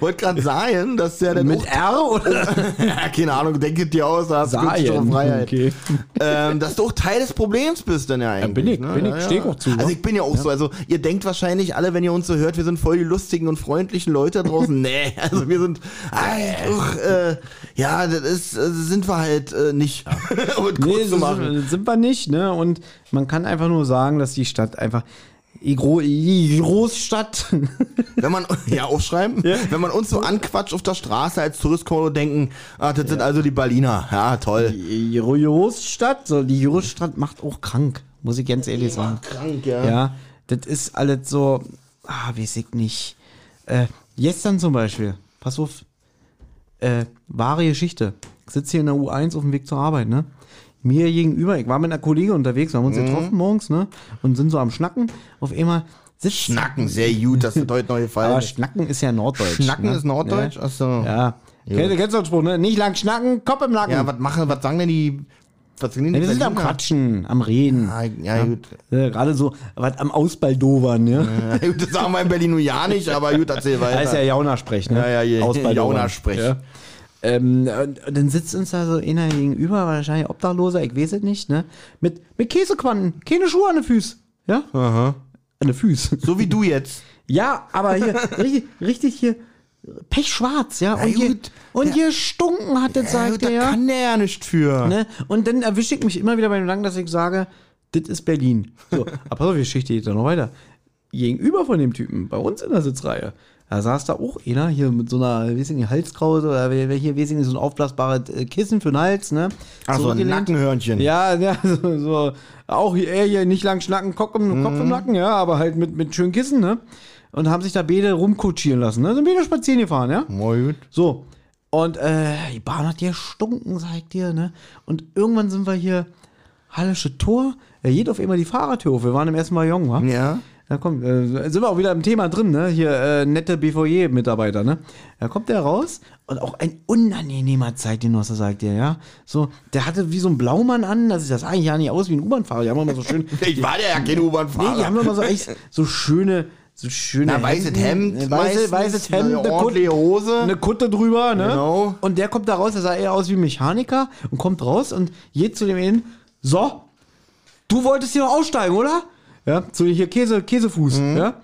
wollte gerade sagen, dass der dann
Mit
auch- [laughs]
R oder?
Ja, keine Ahnung, denke dir aus, da hast du künstlerische Freiheit.
Okay.
ähm, dass du auch Teil des Problems bist dann ja eigentlich.
bin ich,
ne?
bin ich,
ja, ja.
steh ich auch zu,
Also
ne?
ich bin ja auch so, also ihr denkt wahrscheinlich alle, wenn ihr uns so hört, wir sind voll die lustigen und freundlichen Leute da
[laughs]
draußen. nee, also wir sind, Ay, uch, äh, ja, das ist, äh, sind wir halt äh, nicht. [laughs] um es kurz
Nee,
zu
so
machen.
sind, sind wir nicht, ne? Und man kann einfach nur sagen, dass die Stadt einfach. Die, Gro die Großstadt. [laughs]
Wenn man, [laughs] ja, aufschreiben, wenn man uns so anquatscht auf der Straße als Tourist, kann man nur denken, ah, das sind also die Berliner. Ja, toll.
Die Großstadt, so, die Großstadt macht auch krank, muss ich ganz ehrlich sagen.
Krank, ja.
Ja, das ist alles so, ah, weiß ich nicht. Äh, gestern zum Beispiel, pass auf, äh, wahre Geschichte. Ich sitze hier in der U1 auf dem Weg zur Arbeit, ne? Mir gegenüber, ich war mit einer Kollegin unterwegs, wir haben uns
Mhm.
getroffen morgens, ne? Und sind so am Schnacken. Auf einmal sitzt.
Schnacken, sehr gut, dass das heute noch gefallen
Aber
ist.
Schnacken ist ja Norddeutsch.
Schnacken
ne?
ist Norddeutsch? Ja. Achso.
Ja. ja. Kennst, kennst du den Spruch, ne? Nicht lang schnacken, Kopf im Nacken.
Ja, was machen, was sagen denn die? Was sagen denn die
Ja, wir sind am
Berliner?
Quatschen, am Reden.
Ah, ja, gut. [laughs]
Ja, gerade so, was am Ausballdovern, ja.
Ja, gut, das sagen wir in Berlin nur ja nicht, aber gut, erzähl weiter.
Da ist ja Jaunersprech, ne?
Ja, ja, je-
Ausballdovern.
Jaunersprech.
Ja. Ähm, und, und dann sitzt uns da so einer gegenüber, wahrscheinlich Obdachloser, ich weiß es nicht, ne? Mit, mit Käsequanten, keine Schuhe an den Füßen, ja? An den Füßen.
so wie du jetzt.
Ja, aber
[laughs]
hier, richtig, richtig hier, pechschwarz, ja? Und,
Ja,
hier,
gut.
und
Ja.
hier stunken hat das,
Ja,
sagt
gut, da
er, ja?
kann der ja nichts für.
Ne? Und dann erwische ich mich immer wieder beim Lang, dass ich sage, das ist
[laughs]
Berlin. So, aber pass auf, die Geschichte geht dann noch weiter. Gegenüber von dem Typen, bei uns in der Sitzreihe, Da saß da auch einer hier mit so einer wesentlichen Halskrause oder wer- wer hier wesentlich so ein aufblasbares äh, Kissen für den Hals, ne?
Ach so, ein
Zurückgelehnt.
Nackenhörnchen.
Ja, ja, [laughs] so, so. auch er hier nicht lang schnacken, Kopf im, Kopf im Nacken, ja, aber halt mit, mit schönen Kissen, ne? Und haben sich da Bede rumkutschieren lassen, ne? Sind Bede spazieren gefahren, ja?
Moin, gut.
So. Und äh, die Bahn hat hier stunken, sag ich dir, ne? Und irgendwann sind wir hier Hallische Tor. Da geht auf einmal die Fahrradtür auf. Wir waren im ersten Ballon, wa?
Ja.
Da kommt, äh, sind wir auch wieder im Thema drin, ne? Hier äh, nette BVJ-Mitarbeiter, ne? Da kommt der raus und auch ein unangenehmer Zeitgenosse, sagt er, ja? So, der hatte wie so ein Blaumann an, dass ich das eigentlich ja nicht aus wie ein U-Bahn-Fahrer. Die haben immer so schön.
[laughs] Ich war ja kein
Nee,
U-Bahn-Fahrer.
die haben immer so echt so schöne, so schöne.
Na, weißes
Hemden,
Hemd
äh,
meistens,
Weiße, weißes Hemd,
eine
eine
ordentliche
Kutte,
Hose.
eine Kutte drüber, ne?
Genau.
Und der kommt da raus, der sah eher aus wie ein Mechaniker und kommt raus und geht zu dem hin. So, du wolltest hier noch aussteigen, oder? Ja, zu hier Käse, Käsefuß,
Mhm.
ja?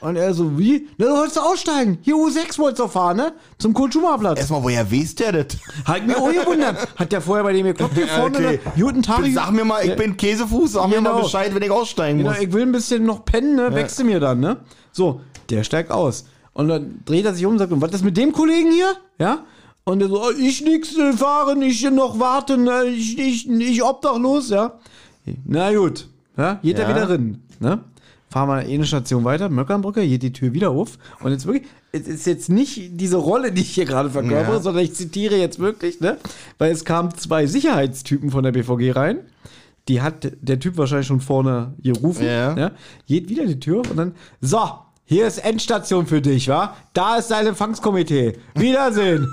Und er so, wie? Na, du wolltest doch aussteigen. Hier U6 wolltest du fahren, ne? Zum Kurt-Schumacher-Platz.
Erstmal, woher wisst ihr das?
Hat mir auch
[laughs]
gewundert. Hat der vorher bei dem geklopft hier vorne? ne? Guten Tag.
Sag mir mal, ich
Ja.
bin Käsefuß, sag mir mal
Genau.
Bescheid, wenn ich aussteigen
Ja,
muss.
ich will ein bisschen noch pennen, ne? Wechsel mir dann, ne? So, der steigt aus. Und dann dreht er sich um und sagt, und was ist mit dem Kollegen hier? Ja? Und er so, oh, ich nix äh, fahren, ich äh, noch warten, äh, ich, ich, ich obdachlos, ja? Na gut, ja? geht er
Ja.
wieder rein, ne? Fahren wir eine Station weiter, Möckernbrücke, geht die Tür wieder auf. Und jetzt wirklich, es ist jetzt nicht diese Rolle, die ich hier gerade verkörpere,
Ja.
sondern ich zitiere jetzt wirklich, ne? Weil es kamen zwei Sicherheitstypen von der BVG rein die hat der Typ wahrscheinlich schon vorne gerufen.
Ja.
Ne? Geht wieder die Tür auf und dann, so, hier ist Endstation für dich, wa? Da ist dein Empfangskomitee. Wiedersehen.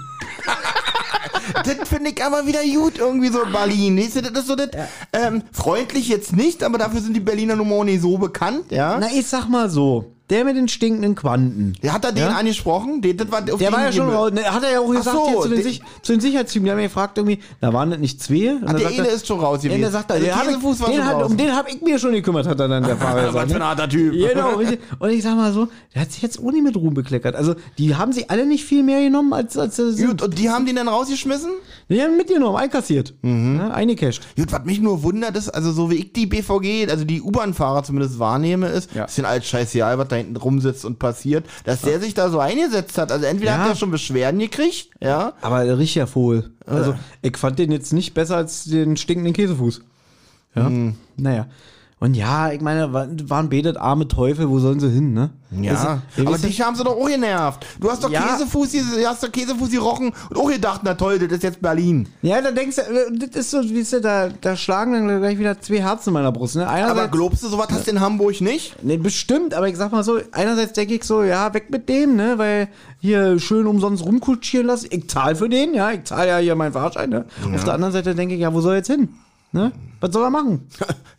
Das finde ich aber wieder gut, irgendwie so in Berlin. Siehst du, das ist so das, ähm, freundlich jetzt nicht, aber dafür sind die Berliner nun mal auch nicht so bekannt, [laughs] ja.
Na, ich sag mal so, der mit den stinkenden Quanten.
Hat er den angesprochen? Den, das war auf
Der
den
war ja schon
Himmel.
raus. Ne, hat er ja auch gesagt
so,
hier zu, den
der-
Sich, zu den Sicherheitstypen. Die haben ja gefragt irgendwie, da waren das nicht zwei? Und dann
Ah, Der
sagt
eine
er-
ist schon raus gewesen.
Ja, der sagt er,
Also
der
Käsefuß
hat,
war
den
schon
hat,
raus.
um den habe ich mir schon gekümmert, hat er dann
[laughs]
der Fahrer gesagt.
Was für ein
ne?
harter Typ.
Genau, richtig. Und ich sag mal so, der hat sich jetzt ohne mit Ruhm bekleckert. Also, die haben sich alle nicht viel mehr genommen, als, als sie sind.
Gut, und die haben den dann rausgeschmissen?
Die haben mitgenommen, einkassiert.
Mhm.
Ja, eingecasht.
Gut, was mich nur wundert ist, also so wie ich die BVG, also die U-Bahn-Fahrer zumindest wahrnehme, ist,
Ja.
ist den als scheißegal, was da hinten rumsitzt und passiert, dass der sich da so eingesetzt hat. Also entweder hat
Ja.
er schon Beschwerden gekriegt, ja,
Aber ein richtiger Fohl. Also, ich fand den jetzt nicht besser als den stinkenden Käsefuß. Ja.
Mhm.
Naja. Und ja, ich meine, wa- waren betet arme Teufel, wo sollen sie hin, ne?
Ja,
Das-
aber
wisst ihr-
dich haben sie doch auch genervt. Du hast doch
Ja.
Käsefuß, du hast doch Käsefuß gerochen und auch gedacht, na toll, das ist jetzt Berlin.
ja, da denkst du, äh, das ist so, wisst ihr, da, da schlagen dann gleich wieder zwei Herzen in meiner Brust, ne?
Aber
Einerseits,
glaubst du, sowas hast du in Hamburg nicht? [laughs]
ne, bestimmt, aber ich sag mal so, einerseits denke ich so, ja, weg mit dem, ne? Weil hier schön umsonst rumkutschieren lassen, ich zahl für den, ja, ich zahl ja hier meinen Fahrschein, ne? Auf der anderen Seite denke ich, ja, wo soll er jetzt hin? Ne? Was soll er
[laughs]
machen?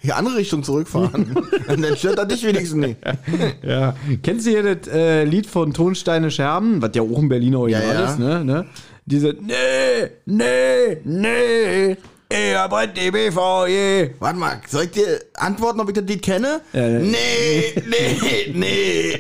Die andere Richtung zurückfahren.
[laughs]
[laughs] und dann stört er dich wenigstens nicht.
Ja, kennst du hier das äh, Lied von Tonsteine Scherben, was ja auch ein Berliner Original
Ja, ja.
ist, ne? ne? Diese Nee, nee, nee, E ich hab die BVE.
Warte mal, soll ich dir antworten, ob ich das Lied kenne?
Ja, ja.
Nee, nee, nee.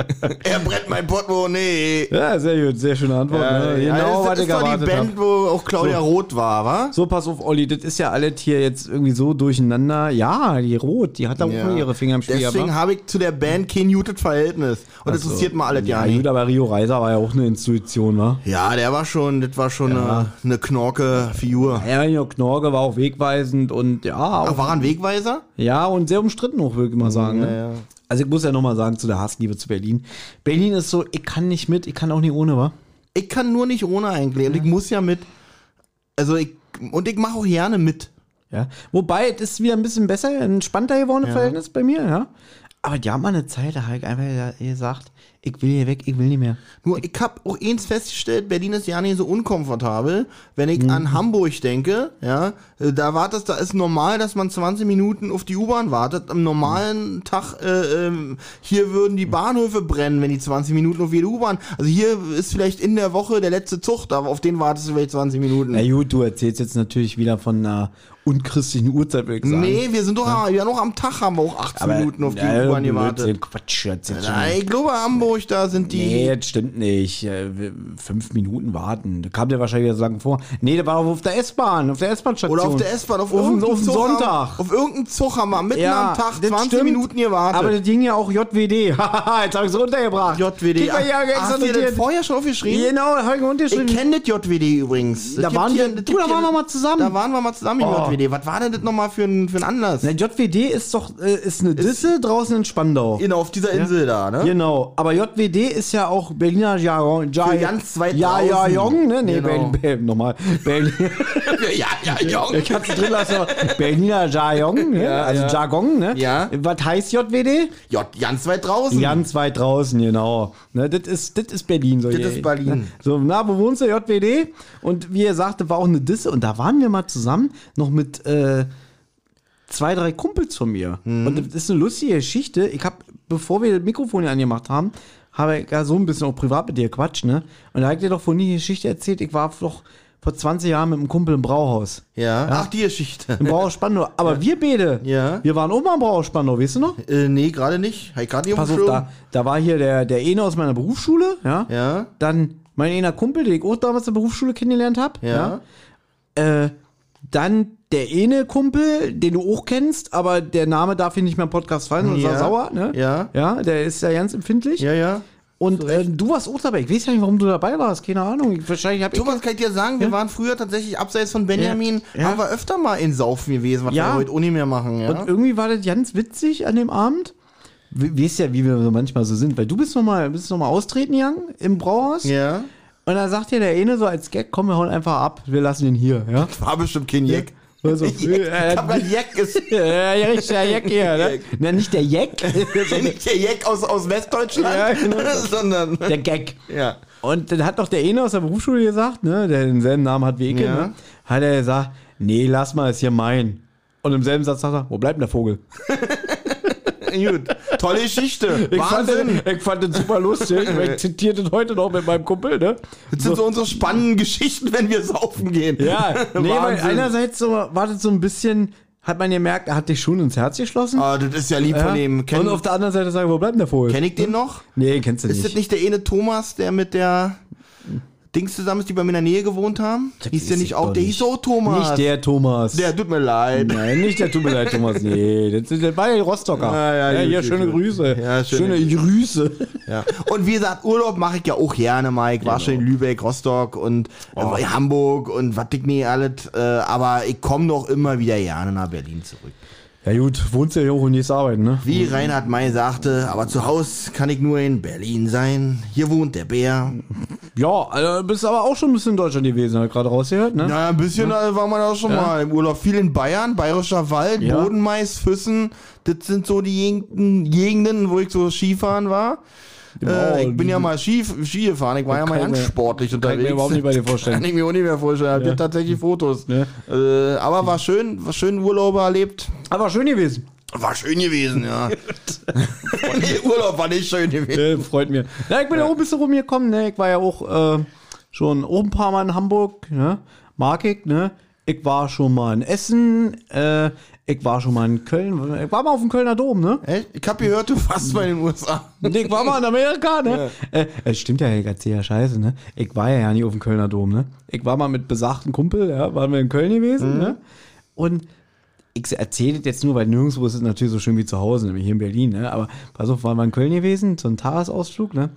[laughs] er brennt mein Portemonnaie.
Ja, sehr gut, sehr schöne Antwort. ne? Genau,
das
was
ist
ich
doch die
erwartet
Band,
hab.
wo auch Claudia Roth war, wa?
So, pass auf, Olli, das ist ja alles hier jetzt irgendwie so durcheinander. Ja, die Rot, die hat da auch nur ihre Finger im Spiel. ne?
Deswegen
aber-
habe ich zu der Band kein muted Verhältnis. Und das interessiert mal alle
ja,
ja nicht.
gut, aber Rio Reiser war ja auch eine Institution, wa?
Ja, der war schon, das war schon eine, eine knorke Figur.
Ja, ja, Knorke war auch wegweisend und ja, auch
Ach, war er ein Wegweiser?
Ja, und sehr umstritten auch, würde ich mal sagen. ne? Also ich muss ja nochmal sagen zu der Hassliebe zu Berlin. Berlin ist so, ich kann nicht mit, ich kann auch nicht ohne, wa?
Ich kann nur nicht ohne eigentlich. Und ich muss ja mit. Also ich. Und ich mache auch gerne mit.
Ja. Wobei, es ist wieder ein bisschen besser, entspannter geworden im Verhältnis bei mir, ja. Aber die haben mal eine Zeit, da habe ich einfach gesagt, ich will hier weg, ich will nicht mehr.
Nur ich habe auch eins festgestellt, Berlin ist ja nicht so unkomfortabel. Wenn ich an Hamburg denke, ja, äh, da wartest, da ist normal, dass man 20 Minuten auf die U-Bahn wartet. Am normalen Tag, äh, ähm, hier würden die Bahnhöfe brennen, wenn die 20 Minuten auf jede U-Bahn. Also hier ist vielleicht in der Woche der letzte Zug, aber auf den wartest du vielleicht 20 Minuten.
Na gut, du erzählst jetzt natürlich wieder von einer unchristlichen Uhrzeit, würde ich sagen.
Nee, wir sind doch, wir haben auch am Tag haben wir auch 18 Minuten auf die
Ja,
U-Bahn
Blödsinn,
gewartet.
Quatsch, erzählst du
Na, ich glaube, am Hamburg Hamburg, da sind die.
Nee, das stimmt nicht. Äh, wir- Fünf Minuten warten. Da kam der wahrscheinlich wieder so lange vor. Nee, der war auf auf der S-Bahn, auf der S-Bahn-Station.
Oder auf der S-Bahn, auf,
Auf dem-
irgendeinen
auf dem
Zug haben-
Sonntag.
Auf irgendeinen Zug haben wir mitten am Tag
das
20
stimmt.
Minuten gewartet.
Aber das ging ja auch JWD. Haha, [laughs] jetzt habe ich es runtergebracht.
JWD.
Kick mal hier,
Ach, Hast du
extra
den
notiert.
vorher schon aufgeschrieben?
Genau, habe ich unterschrieben.
Ich kenne das JWD übrigens. Das
Da
gibt
waren wir-
das
du,
gibt
da waren wir mal zusammen.
Da waren wir mal zusammen
Oh.
im JWD. Was war denn das nochmal für ein, für ein Anlass?
Na, JWD ist doch äh, ist eine Disse draußen in Spandau.
Genau, auf dieser Insel da, ne?
Genau, aber JWD ist ja auch Berliner Jargon. Ja,
Für ganz weit
ja, ja,
draußen.
Jong, ne? Nee,
Genau.
Berlin, Berlin, nochmal.
[laughs]
Berlin,
[laughs] Ja, ja, ja.
ich hab's drin lassen. aber Berliner Jargon, ne?
Ja,
also
ja.
Jargon, ne?
Ja.
Was heißt JWD?
ja ganz weit draußen.
Ganz weit draußen, genau. Ne, das ist, das ist Berlin. So
Das
je-
ist Berlin.
Ne? So, na, wo wohnst du? JWD? Und wie er sagte, war auch eine Disse. Und da waren wir mal zusammen, noch mit äh, zwei, drei Kumpels von mir.
Mhm.
Und das ist eine lustige Geschichte. Ich habe, bevor wir das Mikrofon hier angemacht haben, habe ich ja so ein bisschen auch privat mit dir Quatsch, ne? Und da habe ich dir doch vorhin die Geschichte erzählt, ich war doch vor 20 Jahren mit einem Kumpel im Brauhaus.
Ja. Ach, die Geschichte. [laughs]
Im Brauhaus Spandau. Aber wir beide,
Ja.
wir waren auch mal im Brauhaus Spandau, weißt du noch?
Äh, nee, gerade nicht. Hab ich gerade nicht
Pass
dem
auf,
Schirm.
da, da war hier der, der Ene aus meiner Berufsschule, ja.
Ja.
Dann mein einer Kumpel, den ich auch damals in der Berufsschule kennengelernt habe.
Ja.
Äh, dann der Ene Kumpel, den du auch kennst, aber der Name darf hier nicht mehr im Podcast fallen, sonst ist
Ja.
er sauer, ne?
Ja.
Ja, der ist ja ganz empfindlich.
Ja, ja.
Und äh, du warst auch dabei. Ich weiß ja nicht, warum du dabei warst. Keine Ahnung. Ich, wahrscheinlich hab ich
Thomas, kann ich dir sagen, wir waren früher tatsächlich abseits von Benjamin,
Ja. Ja.
haben wir öfter mal in Saufen gewesen, was
Ja.
wir heute ohne mehr machen. Ja?
Und irgendwie war das ganz witzig an dem Abend. We- Weißt ja, wie wir so manchmal so sind, weil du bist nochmal noch mal austreten gegangen im Brauhaus.
ja.
Und dann sagt dir der eine so als Gag, komm, wir hauen einfach ab, wir lassen ihn hier, ja?
War bestimmt kein Jack. [laughs]
Also, äh,
Aber Jack ist
[laughs] äh, ja, richtig, der Jack
[laughs]
hier, ne?
Jack.
Na, nicht der Jack, [laughs]
[laughs] nicht der Jack aus, aus Westdeutschland,
Ja, genau.
[laughs] sondern.
der Gag.
Ja.
Und dann hat doch der eine aus der Berufsschule gesagt, ne, der denselben Namen hat wie ich,
Ja.
ne, hat er gesagt, nee, lass mal, ist hier mein. Und im selben Satz sagt er, wo bleibt denn der Vogel?
Gut. Tolle Geschichte.
Ich fand,
Wahnsinn.
den, ich fand den super
[laughs]
lustig, weil ich zitiere das heute noch mit meinem Kumpel, ne?
Das sind so unsere spannenden Geschichten, wenn wir saufen gehen.
Ja,
[laughs]
nee, weil
Wahnsinn.
einerseits so, war das so ein bisschen, hat man gemerkt, er hat dich schon ins Herz geschlossen.
Ah, das ist ja lieb
Ja.
von ihm. Kenn,
und auf der anderen Seite sagen, wo bleibt denn der Vogel?
kenn ich den noch?
nee, kennst du
Ist das
nicht.
nicht der eine Thomas, der mit der Dings zusammen ist, die bei mir in der Nähe gewohnt haben? hieß der
weiß
nicht
ich
auch?
doch
Der
nicht.
hieß auch Thomas.
Nicht der Thomas.
Der, tut mir leid.
Nein, nicht der tut mir leid, Thomas. Nee, das, das war ja Rostocker.
Ah, ja, gut,
hier,
gut,
schöne
gut.
Grüße.
Ja, schöne
Grüße.
Ja. Und wie gesagt, Urlaub mache ich ja auch gerne, Mike. War schon in
genau.
Lübeck, Rostock und äh,
Oh.
Hamburg und was dick nie alles. Äh, aber ich komme doch immer wieder gerne nach Berlin zurück.
Ja gut, wohnst ja hier auch und gehst arbeiten, ne?
Wie Reinhard May sagte, aber zu Hause kann ich nur in Berlin sein. Hier wohnt der Bär.
Ja, also, bist aber auch schon ein bisschen in Deutschland gewesen, hab ich gerade rausgehört, ne?
Naja, ein bisschen äh, war man da schon mal im Urlaub. Viel in Bayern, Bayerischer Wald,
Ja.
Bodenmais, Füssen. Das sind so die Gegenden, Gegenden wo ich so Skifahren war. Äh, ich bin ja mal Ski, Ski gefahren, ich war ja mal
kann ich
ganz
mir-
sportlich
Kann ich
unterwegs.
mir überhaupt nicht bei dir
[laughs] Kann
vorstellen.
ich mir auch nicht mehr vorstellen. Habt ihr tatsächlich Fotos.
Ja.
Äh, aber war schön, war schön Urlauber erlebt.
Aber schön gewesen.
War schön
[laughs]
gewesen, ja. [laughs] nee, Urlaub war nicht schön gewesen.
Äh, freut mich. Na, ich bin ja auch ein bisschen rumgekommen, ne? Ich war ja auch äh, schon auch ein paar Mal in Hamburg, ne? Mag ich, ne? Ich war schon mal in Essen, äh, ich war schon mal in Köln. Ich war mal auf dem Kölner Dom, ne?
Echt? Ich hab gehört, du warst mal in den USA.
Und ich war mal in Amerika, ne? Äh, es stimmt ja, ich erzähl ja scheiße, ne? Ich war ja ja nie auf dem Kölner Dom, ne? Ich war mal mit besagten Kumpel, ja, waren wir in Köln gewesen, ne? Und ich erzähle das jetzt nur, weil nirgendwo ist es natürlich so schön wie zu Hause, nämlich hier in Berlin, ne? Aber pass auf, waren wir in Köln gewesen, so ein Tagesausflug, ne?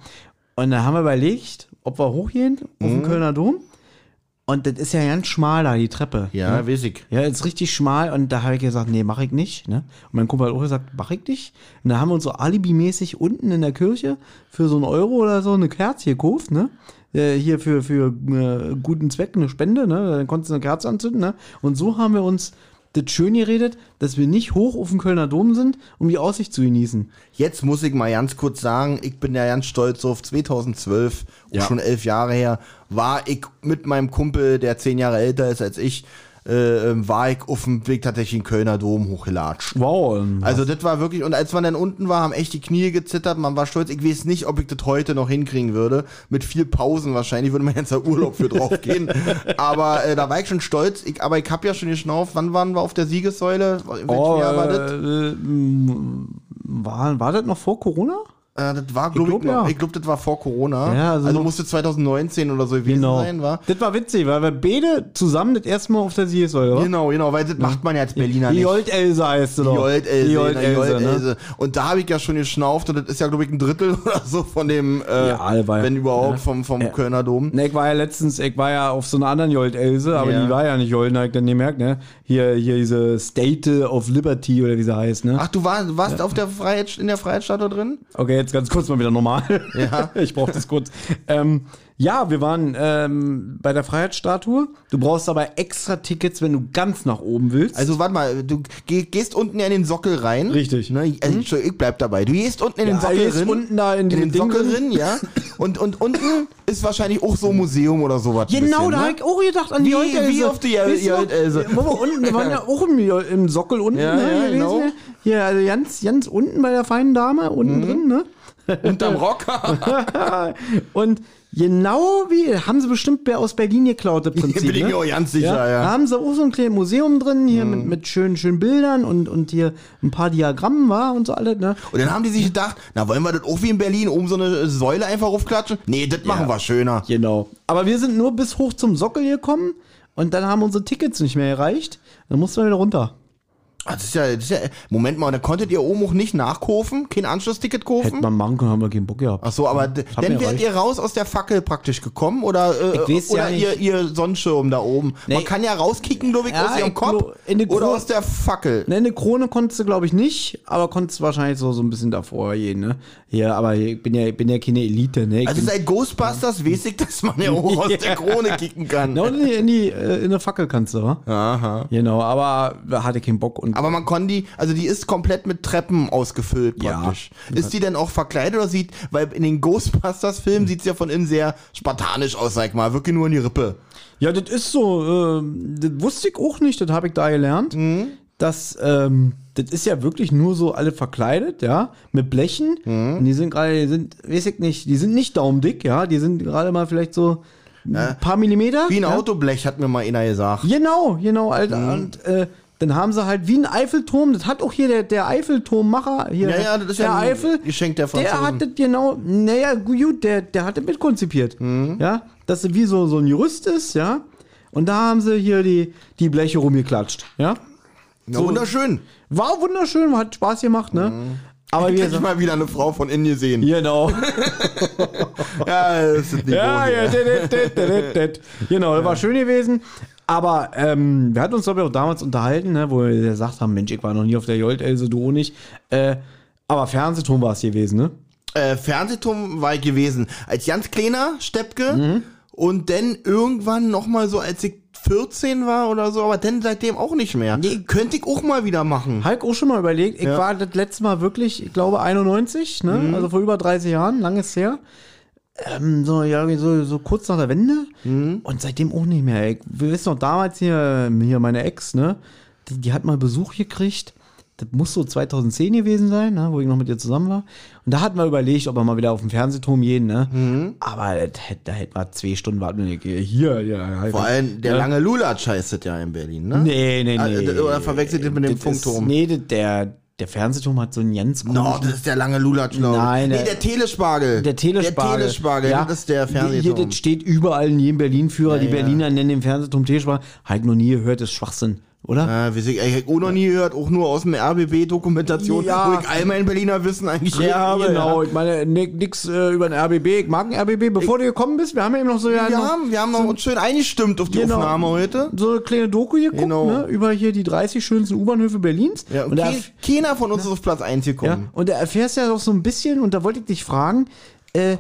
Und da haben wir überlegt, ob wir hochgehen auf den Kölner Dom. Und das ist ja ganz schmal da, die Treppe. ne?
Ja, weiß ich.
Ja, ist richtig schmal und da habe ich gesagt, nee, mache ich nicht. Ne? Und mein Kumpel hat auch gesagt, mache ich nicht. Und da haben wir uns so alibimäßig unten in der Kirche für so einen Euro oder so eine Kerze gekauft, ne? Äh, hier für, für äh, guten Zweck eine Spende, ne? Dann konntest du eine Kerze anzünden, ne? Und so haben wir uns das schön geredet, dass wir nicht hoch auf dem Kölner Dom sind, um die Aussicht zu genießen.
Jetzt muss ich mal ganz kurz sagen, ich bin ja ganz stolz auf 2012, auch
Ja.
schon elf Jahre her, war ich mit meinem Kumpel, der zehn Jahre älter ist als ich, äh, ähm, war ich auf dem Weg tatsächlich in den Kölner Dom hochgelatscht.
Wow.
Also das war wirklich, und als man dann unten war, haben echt die Knie gezittert, man war stolz. Ich weiß nicht, ob ich das heute noch hinkriegen würde. Mit viel Pausen wahrscheinlich würde mein ganzer Urlaub
[laughs]
für drauf gehen. aber äh, da war ich schon stolz. Ich, aber ich hab ja schon geschnauft, wann waren wir auf der Siegessäule? In welchem
oh,
Jahr war
äh,
das?
äh, m, war, war das noch vor Corona?
Äh, das war, glaube ich,
glaub,
noch-
ja.
ich glaube, das war vor Corona.
Ja, also
also
noch-
musste 2019 oder so gewesen
Genau.
sein, war.
Das war witzig, weil wir beide zusammen das erste Mal auf der Siegessäule waren.
Genau, genau, weil das macht man ja als Berliner nicht.
Jolt Else heißt sie doch.
Jolt Else,
Jolt
na, Jolt
Else, ne?
Else. Und da habe ich ja schon geschnauft und das ist ja, glaube ich, ein Drittel [laughs] oder so von dem, äh,
Ja, das war ja-
wenn überhaupt, vom, vom Kölner Dom.
Ne, ich war ja letztens, ich war ja auf so einer anderen Jolt Else, aber
Ja.
die war ja nicht Jolt, hab ich dann gemerkt, ne? Hier, hier diese State of Liberty oder wie sie heißt, ne?
Ach, du warst, du warst auf der Freiheit, in der Freiheitsstatue drin?
Okay, jetzt ganz kurz mal wieder normal. Ja. [laughs] ich brauche das kurz. ähm, ja, wir waren ähm, bei der Freiheitsstatue. Du brauchst aber extra Tickets, wenn du ganz nach oben willst.
Also warte mal, du geh, gehst unten ja in den Sockel rein.
Richtig. Mhm.
Ne, also, Entschuldigung, ich bleib dabei. Du gehst unten in den
Ja,
Sockel
gehst
rein.
unten da in diesem
den
Ding
Sockel
drin.
rein, ja. Und, und unten ist wahrscheinlich auch so ein Museum oder sowas. ein
Genau,
bisschen,
da
ne?
hab ich auch gedacht an
Wie-
die Jolt-Else.
wie auf die Jol-
Wisst ihr noch?
Jolt-Else.
Wo wir unten, wir waren ja auch im, Jol- im Sockel unten.
Ja,
ne,
ja,
gewesen,
genau.
ne? Hier, also ganz, ganz unten bei der feinen Dame,
Mhm.
unten drin, ne? [laughs]
Unterm Rock.
Und genau wie, haben sie bestimmt wer aus Berlin geklaut, im Prinzip.
Bin ich
ne?
mir auch ganz sicher,
Ja,
ja. Mhm.
Da haben sie auch so ein kleines Museum drin, hier mit, mit schönen, schönen Bildern und, und hier ein paar Diagrammen war und so alles, ne?
Und dann haben die sich gedacht, na wollen wir das auch wie in Berlin oben so eine Säule einfach raufklatschen? Nee, das machen wir schöner.
Genau. Aber wir sind nur bis hoch zum Sockel gekommen und dann haben unsere Tickets nicht mehr erreicht. Dann mussten wir wieder runter.
Ah, Das ist ja, das ist ja, Moment mal, da konntet ihr oben auch nicht nachkaufen? Kein Anschlussticket kaufen?
man machen können, haben wir keinen Bock gehabt.
Ach so, aber d-
Hat mir
dann wärt
reicht.
ihr raus aus der Fackel praktisch gekommen oder,
Ich
äh,
weiß ja
oder
nicht.
ihr, ihr Sonnenschirm da oben. Man
Nee.
kann ja rauskicken, glaube ich,
Ja,
aus ihrem
ich glaub,
Kopf
in die
oder
Gro-
aus der Fackel.
Ne, eine Krone konntest du, glaube ich, nicht, aber konntest wahrscheinlich so, so ein bisschen davor gehen, ne? Ja, aber ich bin ja, ich bin ja keine Elite, ne? Ich
Also
bin, [laughs]
seit Ghostbusters weiß ich, dass man ja auch aus der Krone kicken kann.
Na, und in die, in die, äh, in eine Fackel kannst du, wa?
Aha.
Genau, aber hatte keinen Bock und
Aber man kann die, also die ist komplett mit Treppen ausgefüllt
Ja.
praktisch. Ist die denn auch verkleidet oder sieht, weil in den Ghostbusters-Filmen sieht's ja von innen sehr spartanisch aus, sag ich mal. Wirklich nur in die Rippe.
Ja, das ist so. Äh, das wusste ich auch nicht, das habe ich da gelernt.
Mhm.
Dass, ähm, das ist ja wirklich nur so alle verkleidet, ja, mit Blechen.
Mhm.
Und die sind gerade, die sind, weiß ich nicht, die sind nicht daumdick, ja, die sind gerade mal vielleicht so ein paar Millimeter.
Wie ein
ja.
Autoblech, hat mir mal einer gesagt.
Genau, genau, Alter.
Mhm.
Und äh, dann haben sie halt wie ein Eiffelturm, das hat auch hier der, der Eiffelturmmacher, hier
Ja, ja, das ist
der
ja ein
Eiffel,
Geschenk der
Der
Franzosen.
hat das genau, naja, gut, der, der hat das mitkonzipiert.
Mhm.
Ja, dass es wie so, so ein Gerüst ist, ja. Und da haben sie hier die, die Bleche rumgeklatscht, ja.
Na, wunderschön.
War wunderschön, hat Spaß gemacht, ne?
Mhm. [laughs]
Aber wie
Hätte ich
gesagt,
mal wieder eine Frau von innen gesehen.
genau.
Ja, das ist nicht
Ja,
ja.
ja, dit, dit, dit, dit, dit. Genau, das war schön gewesen. Aber ähm, wir hatten uns, glaube ich, auch damals unterhalten, ne, wo wir gesagt haben, Mensch, ich war noch nie auf der Jolt, also du auch nicht. Äh, aber Fernsehturm war es gewesen, ne?
Äh, Fernsehturm war ich gewesen. Als ganz kleiner Steppke.
Mhm.
Und dann irgendwann nochmal so, als ich 14 war oder so, aber dann seitdem auch nicht mehr. Könnte ich auch mal wieder machen.
Hulk auch schon mal überlegt. Ich war das letzte Mal wirklich, ich glaube, 91, ne?
Mhm.
Also vor über 30 Jahren, langes her. Ähm, so, ja, so, so kurz nach der Wende.
Mhm.
Und seitdem auch nicht mehr. Ich, wir wissen noch damals hier, hier meine Ex, ne? Die, die hat mal Besuch gekriegt. Das muss so 2010 gewesen sein, ne, wo ich noch mit ihr zusammen war. Und da hatten wir überlegt, ob wir mal wieder auf den Fernsehturm gehen, ne?
Mhm.
Aber das, hätte- da hätten wir zwei Stunden warten. müssen. Hier, ja,
Vor allem der lange Lulatsch heißt das ja in Berlin, ne?
Nee, nee,
Ah,
nee.
d- Oder verwechselt ihr mit dem
Das ist-
Funkturm?
Nee, das- der, der Fernsehturm hat so einen ganz komischen-
No, das ist der lange Lulatsch, glaube ich.
Nein,
nee,
der-
der Telespargel.
der Telespargel.
Der Telespargel,
ja.
das ist der
Hier,
Fernsehturm.
das steht überall in jedem Berlin-Führer. die
ja.
Berliner nennen den Fernsehturm Telespargel. Halt noch nie gehört, ist Schwachsinn, oder?
Ah, weiß ich, ich hab auch noch nie gehört, auch nur aus dem RBB-Dokumentation,
Ja.
wo ich all mein Berliner Wissen eigentlich
genau. Ich meine, ni- nix äh, über den RBB. Ich mag den RBB. Bevor du gekommen bist, wir haben ja eben noch so, ja,
Wir
noch
haben, wir haben noch uns schön eingestimmt auf die
Genau.
Aufnahme heute.
so eine kleine Doku geguckt,
Genau.
ne? Über hier die 30 schönsten U-Bahnhöfe Berlins.
Ja, und
da
ke keiner von uns ist auf Platz 1
Ja,
gekommen.
und da erfährst du ja doch so ein bisschen, und da wollte ich dich fragen, äh,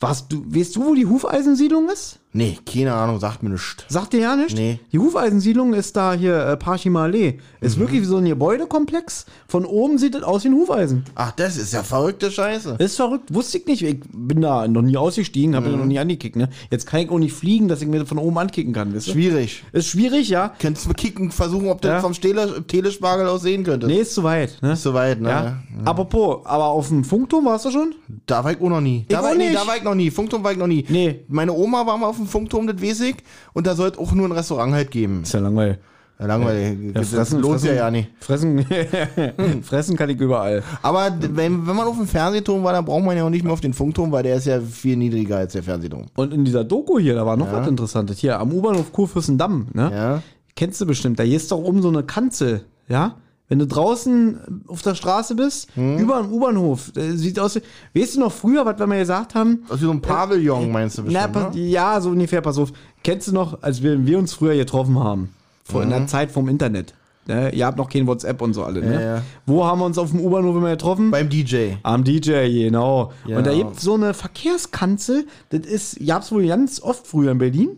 was du, weißt du, wo die Hufeisensiedlung ist?
Nee, keine Ahnung, sagt mir nichts.
Sagt dir ja nicht?
Nee.
Die Hufeisensiedlung ist da hier äh, Parchima Allee. Ist wirklich wie so ein Gebäudekomplex. Von oben sieht es aus wie ein Hufeisen.
Ach, das ist ja verrückte Scheiße.
Ist verrückt, wusste ich nicht. Ich bin da noch nie ausgestiegen, habe mhm. noch nie angekickt. Ne? Jetzt kann ich auch nicht fliegen, dass ich mir das von oben ankicken kann. Wisst ihr?
Schwierig.
Ist schwierig, ja.
Könntest du mal kicken, versuchen, ob du
Ja.
das vom Stele Telespargel aus sehen könntest.
Nee, ist zu weit. Ne?
Ist soweit, ne?
ja. Apropos, aber auf dem Funkturm warst du schon?
Da war ich auch noch nie. Da,
Ich
war,
auch
ich nie,
nicht.
da war ich noch nie. Funkturm war ich noch nie.
Nee.
Meine Oma war mal auf dem Funkturm, das weiß ich. Und da sollte auch nur ein Restaurant halt geben.
Ist ja langweilig.
Ja, langweilig. das
fressen-
lohnt sich
fressen- [laughs]
ja ja nicht.
Fressen, fressen kann ich überall.
Aber d- wenn, wenn man auf dem Fernsehturm war, dann braucht man ja auch nicht mehr auf den Funkturm, weil der ist ja viel niedriger als der Fernsehturm.
Und in dieser Doku hier, da war noch was Interessantes. Hier am U-Bahnhof Kurfürstendamm, ne?
Ja.
Kennst du bestimmt. Da ist doch oben so eine Kanzel, ja? Wenn du draußen auf der Straße bist,
Hm.
über dem U-Bahnhof, äh, sieht aus wie, weißt du noch früher, was wir mal gesagt haben?
Das ist wie so ein Pavillon, meinst du
Äh, Na,
bestimmt,
pass,
ne?
Ja, so ungefähr, pass auf. Kennst du noch, als wir, wir uns früher getroffen haben? Vor in der Zeit vom Internet. Ne? Ihr habt noch kein WhatsApp und so alle, ne?
Mhm. Ja, ja.
Wo haben wir uns auf dem U-Bahnhof immer getroffen?
Beim DJ.
Am DJ, genau.
Ja.
Und da gibt es so eine Verkehrskanzel. Das ist, ich hab's wohl ganz oft früher in Berlin.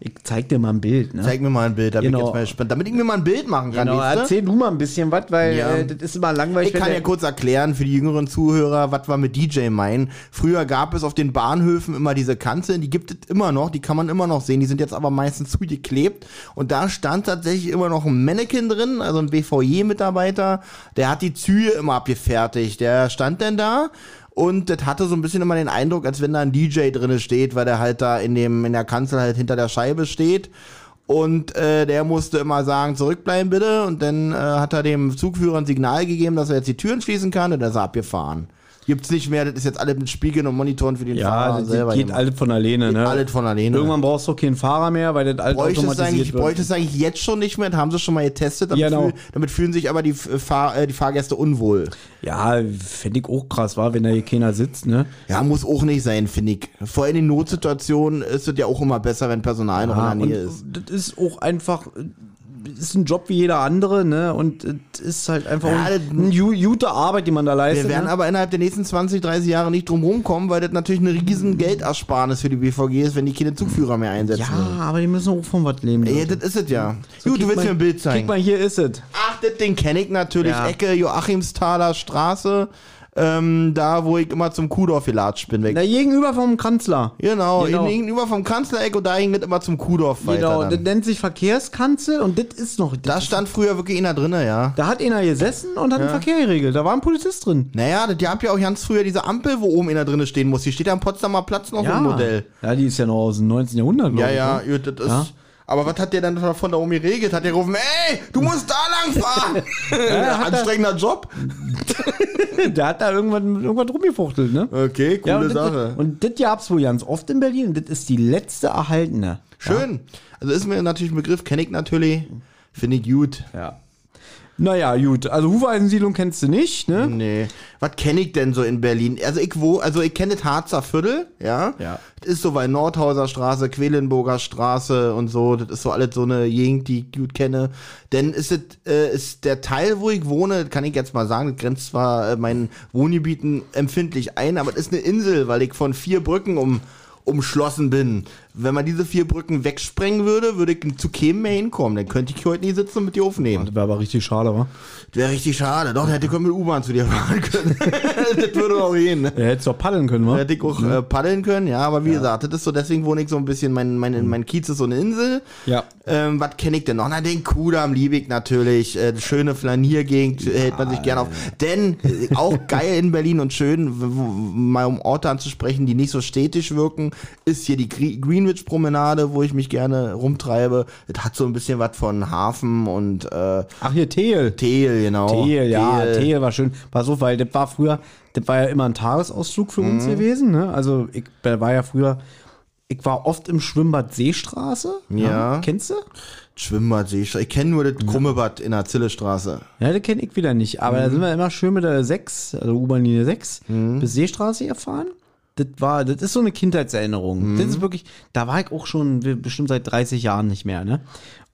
Ich zeig dir mal ein Bild, ne?
Zeig mir mal ein Bild, damit,
Genau.
ich, jetzt mal gespannt, damit ich mir mal ein Bild machen kann.
genau,
siehst du?
erzähl du mal ein bisschen was, weil
Ja.
äh, das ist immer langweilig.
Ich
wenn
kann ja
der-
kurz erklären für die jüngeren Zuhörer, was wir mit DJ meinen. Früher gab es auf den Bahnhöfen immer diese Kanzeln, die gibt es immer noch, die kann man immer noch sehen, die sind jetzt aber meistens zugeklebt. Und da stand tatsächlich immer noch ein Mannequin drin, also ein BVJ-Mitarbeiter, der hat die Züge immer abgefertigt. Der stand denn da und das hatte so ein bisschen immer den Eindruck, als wenn da ein DJ drinne steht, weil der halt da in, dem, in der Kanzel halt hinter der Scheibe steht. Und äh, der musste immer sagen, zurückbleiben bitte. Und dann äh, hat er dem Zugführer ein Signal gegeben, dass er jetzt die Türen schließen kann und dann ist er abgefahren. Gibt's nicht mehr, das ist jetzt alles mit Spiegeln und Monitoren für den
Ja,
Fahrer
das
selber.
geht
gemacht.
alles von alleine, ne?
alles von alleine.
Irgendwann brauchst du auch keinen Fahrer mehr, weil das alles
bräuchte es,
automatisiert
eigentlich,
wird.
bräuchte es eigentlich jetzt schon nicht mehr, das haben sie schon mal getestet, damit,
Genau.
fühl, damit fühlen sich aber die, äh, Fahr, äh, die Fahrgäste unwohl.
Ja, fände ich auch krass, war, wenn da hier keiner sitzt, ne?
Ja, muss auch nicht sein, finde ich. Vor allem in Notsituationen ist es ja auch immer besser, wenn Personal noch
Ah,
in der
und
Nähe ist.
Das ist auch einfach, äh, ist ein Job wie jeder andere, ne? Und es ist halt einfach
Ja,
eine
das-
gute Arbeit, die man da leistet.
Wir werden
ne?
aber innerhalb der nächsten 20, 30 Jahre nicht drum rumkommen, weil das natürlich eine
Mhm.
riesen Geldersparnis für die BVG ist, wenn die keine Zugführer mehr einsetzen.
ja, aber die müssen auch von was leben.
Ja,
Leute.
das ist es ja.
So,
Gut, du
kick
willst
mal-
mir ein Bild
Kick
zeigen.
mal, hier ist es.
Ach, das Ding kenne ich natürlich.
Ja.
Ecke Joachimsthaler Straße. Ähm, da, wo ich immer zum Kudorf gelatscht bin. Weg.
Da gegenüber vom Kanzler.
genau,
genau.
In, gegenüber vom Kanzlereck und da ging das immer zum Kudorf
Genau,
weiter.
das
Dann.
nennt sich Verkehrskanzel und das ist noch.
Da stand früher wirklich einer drinne, ja.
da hat einer gesessen und hat den Verkehr geregelt. Da war ein Polizist drin.
Naja, das gab ja auch ganz früher diese Ampel, wo oben einer drinne stehen muss. Die steht am Potsdamer Platz noch im Modell.
Ja, die ist ja noch aus dem 19. Jahrhundert, glaub
Ja,
ich,
ja,
ne?
gut, das ist.
Ja.
Aber was hat der dann davon da oben geregelt? Hat der gerufen, ey, du musst da
[laughs]
lang fahren! Anstrengender Job.
[laughs] Der hat da irgendwann irgendwann rumgefuchtelt, ne?
Okay, coole
ja, und
Sache.
Das, und das gab's wohl ganz oft in Berlin. Und das ist die letzte erhaltene.
Schön. Also ist mir natürlich ein Begriff, kenne ich natürlich. Finde ich gut.
Ja. Naja, gut. Also Hufeisensiedlung kennst du nicht, ne?
Nee. Was kenne ich denn so in Berlin? Also ich wo, also ich kenne das Harzer Viertel, ja.
Ja.
Das ist so bei Nordhauser Straße, Quedlinburger Straße und so. Das ist so alles so eine Gegend, die ich gut kenne. Denn ist es, äh, ist der Teil, wo ich wohne, das kann ich jetzt mal sagen, das grenzt zwar äh, meinen Wohngebieten empfindlich ein, aber das ist eine Insel, weil ich von vier Brücken um umschlossen bin. Wenn man diese vier Brücken wegsprengen würde, würde ich zu Kemen mehr hinkommen. Dann könnte ich hier heute nie sitzen und mit dir aufnehmen.
Das wäre aber richtig schade, wa?
Wäre richtig schade. Doch, der hätte können mit U-Bahn zu dir fahren können. [laughs] das würde doch gehen. ne?
Er hätte doch paddeln können, wa?
Hätte ich auch äh, paddeln können, ja, aber wie gesagt, das ist so, deswegen wohne ich so ein bisschen, mein, mein, mein Kiez ist so eine Insel.
Mhm. Ja.
Ähm, was kenne ich denn noch? Na, den Kudamm liebe ich natürlich. Äh, die schöne Flaniergegend äh, hält man sich gerne auf. Denn äh, auch geil in Berlin und schön, w- w- mal um Orte anzusprechen, die nicht so städtisch wirken, ist hier die Gre- Greenwich-Promenade, wo ich mich gerne rumtreibe. Das hat so ein bisschen was von Hafen und äh,
Ach, hier Thel.
Thel, genau.
Thel, ja, Thel war schön. War so, weil das war früher, das war ja immer ein Tagesausflug für
Mhm.
uns gewesen. Ne? Also ich war ja früher, ich war oft im Schwimmbad Seestraße. ne?
Ja.
Kennst du?
Schwimmbad sehe ich schon. Ich kenne nur das krumme Bad in der Zillestraße.
Ja, das kenne ich wieder nicht. Aber da sind wir immer schön mit der 6, also U-Bahn-Linie 6, bis Seestraße gefahren. Das war, das ist so eine Kindheitserinnerung. Das ist wirklich, da war ich auch schon be- bestimmt seit 30 Jahren nicht mehr, ne?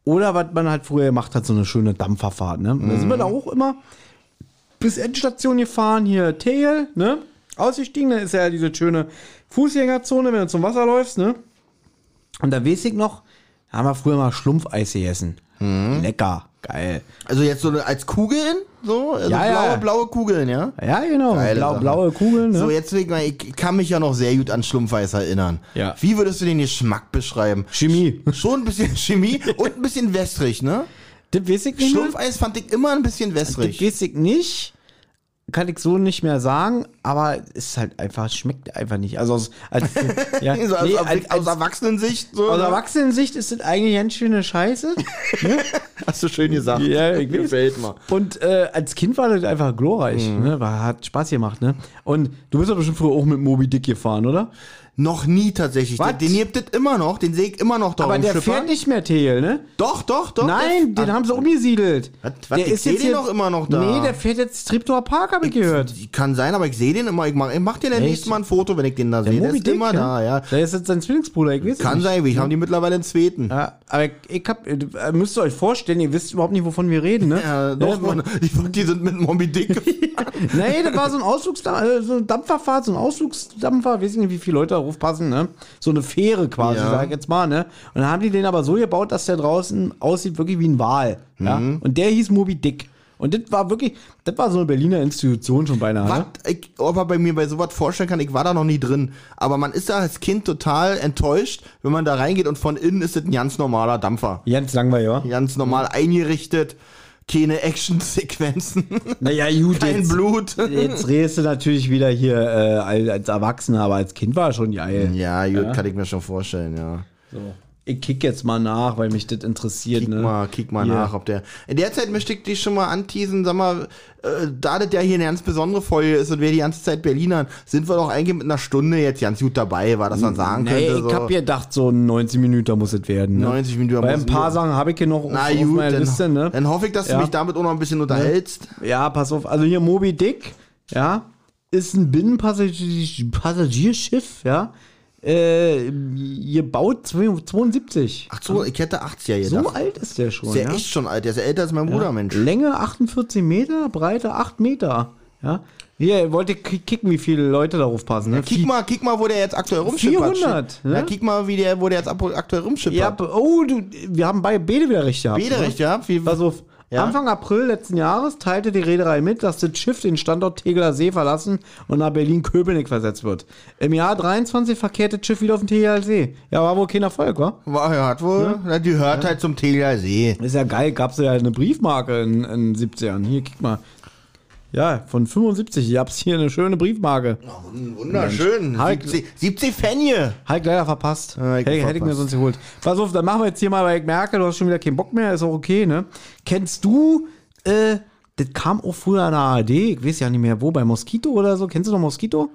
Oder was man halt früher gemacht hat, so eine schöne Dampferfahrt, ne? Und Da sind wir da auch immer bis Endstation gefahren, hier Tegel, ne? Ausgestiegen, dann ist ja diese schöne Fußgängerzone, wenn du zum Wasser läufst, ne? Und da weiß ich noch, da haben wir früher mal Schlumpfeis gegessen. Lecker, geil.
Also jetzt so als Kugeln? So? Also
Ja,
blaue,
ja.
blaue Kugeln, ja?
Ja, genau.
Geile
Blau,
Sache.
blaue Kugeln. Ne?
So, jetzt will ich mal, ich kann mich ja noch sehr gut an Schlumpfeis erinnern.
Ja.
Wie würdest du den Geschmack beschreiben?
Chemie.
[laughs] Schon ein bisschen Chemie und ein bisschen wässrig, ne?
Das weiß ich nicht. mehr.
Schlumpfeis fand ich immer ein bisschen
Das
wässrig.
weiß ich nicht. kann ich so nicht mehr sagen, aber es ist halt einfach, es schmeckt einfach nicht. Also als,
[laughs]
als, ja,
So aus,
nee,
aus,
als,
aus
als,
Erwachsenensicht. So,
aus
ne?
Erwachsenensicht ist das eigentlich ganz schöne
[laughs]
Scheiße.
Hast du schön gesagt.
Ja,
[laughs]
ich weiß.
Gefällt mir. Mhm.
Und äh, als Kind war das einfach glorreich, ne? War, hat Spaß gemacht, ne? Und du bist doch bestimmt früher auch mit Moby Dick gefahren, oder?
Noch nie tatsächlich.
Was?
Den, den gibt es immer noch, den sehe ich immer noch da
Aber der
rumschippern.
fährt nicht mehr Tegel, ne?
Doch, doch, doch.
Nein,
der,
den haben sie umgesiedelt.
Was? Was? Ich seh den
hier-
doch immer noch da.
Nee, der fährt jetzt Triptor Park, habe ich gehört.
Die Kann sein, aber ich sehe den immer. Ich mach, ich mach dir dann
Echt?
nächstes Mal ein Foto, wenn ich den da sehe. Der
Moby
ist immer
ne?
da, ja.
Der ist jetzt sein Zwillingsbruder, ich weiß es
Kann
nicht.
sein, wir haben die mittlerweile einen zweiten.
Ja, aber ich- ich hab, äh, müsst ihr euch vorstellen, ihr wisst überhaupt nicht, wovon wir reden, ne?
[laughs] Ja, doch,
Äh,
Mann. Ich dachte, die sind mit Moby Dick.
Nee, das war so ein Ausflugsdampfer, äh, so ein Dampferfahrt, so ein Ausflugsdampfer, weiß ich nicht, wie viele Leute darauf passen, ne? So eine Fähre quasi,
Ja.
sag ich jetzt mal, ne? Und dann haben die den aber so gebaut, dass der draußen aussieht wirklich wie ein Wal, ja?
Mhm.
Und der hieß Moby Dick. Und das war wirklich, das war so eine Berliner Institution schon beinahe,
Was
ne?
ich aber bei mir bei sowas vorstellen kann, ich war da noch nie drin. Aber man ist da als Kind total enttäuscht, wenn man da reingeht und von innen ist es ein ganz normaler Dampfer.
Ganz langweilig, ja?
Ganz normal eingerichtet, keine Actionsequenzen, [laughs]
Naja, gut,
kein
jetzt,
Blut.
jetzt redest du natürlich wieder hier äh, als als Erwachsener, aber als Kind war er schon geil.
Ja, gut, kann ich mir schon vorstellen, ja.
So. Ich kick jetzt mal nach, weil mich das interessiert,
Kick
ne?
mal, kick mal
Hier.
nach, ob der. In der Zeit möchte ich dich schon mal anteasen, sag mal, äh, da das ja hier eine ganz besondere Folge ist und wir die ganze Zeit Berlinern, sind wir doch eigentlich mit einer Stunde jetzt ganz gut dabei, war das man sagen
Nee,
könnte.
ich
so.
hab gedacht, so 90 Minuten muss es werden. Ne?
90 Minuten
Weil ein
muss-
paar Sachen habe ich hier noch
Na gut,
meiner
dann,
Liste. Ne?
dann hoffe ich, dass
Ja. Ne?
du mich damit auch noch ein bisschen unterhältst.
ja, pass auf. Also hier Moby Dick, ja, ist ein Binnenpassagierschiff, Passagierschiff, ja. Äh, gebaut 72.
Ach so, ich hätte 80er
So
gedacht.
alt ist der schon.
der
ja?
ist echt schon alt, der ist ja älter als mein Bruder, Mensch.
Länge 48 Meter, Breite 8 Meter. Ja. Hier, wollte kicken, wie viele Leute darauf passen. Ne?
Kick mal, kick mal, wo der jetzt aktuell rumschippert.
400,
Ja,
ne?
kick mal, wie der, wo der jetzt ab- aktuell
Ja,
rumschippert.
b- oh, du, wir haben beide Bede wieder recht gehabt.
Beide
ne?
recht, ja? Wie-
Pass auf.
Ja.
Anfang April letzten Jahres teilte die Reederei mit, dass das Schiff den Standort Tegeler See verlassen und nach Berlin-Köpenick versetzt wird. Im Jahr 23 verkehrt das Schiff wieder auf den Tegeler See. Ja, war wohl kein Erfolg, wa?
War, ja, hat wohl,
Ne?
na, die hört halt zum Telia See.
Ist ja geil, gab's ja eine Briefmarke in den 70ern. Hier, kick mal. Ja, von 75, ihr habt's hier eine schöne Briefmarke.
Wunderschön.
Halt.
70, 70 Fenje.
Halt leider verpasst.
Ja, ich
hätte, hätte ich
verpasst.
mir sonst geholt. Pass auf, dann machen wir jetzt hier mal, weil ich merke, du hast schon wieder keinen Bock mehr, ist auch okay, ne? Kennst du, äh, das kam auch früher in der ARD, ich weiß ja nicht mehr wo, bei Mosquito oder so. Kennst du noch Mosquito?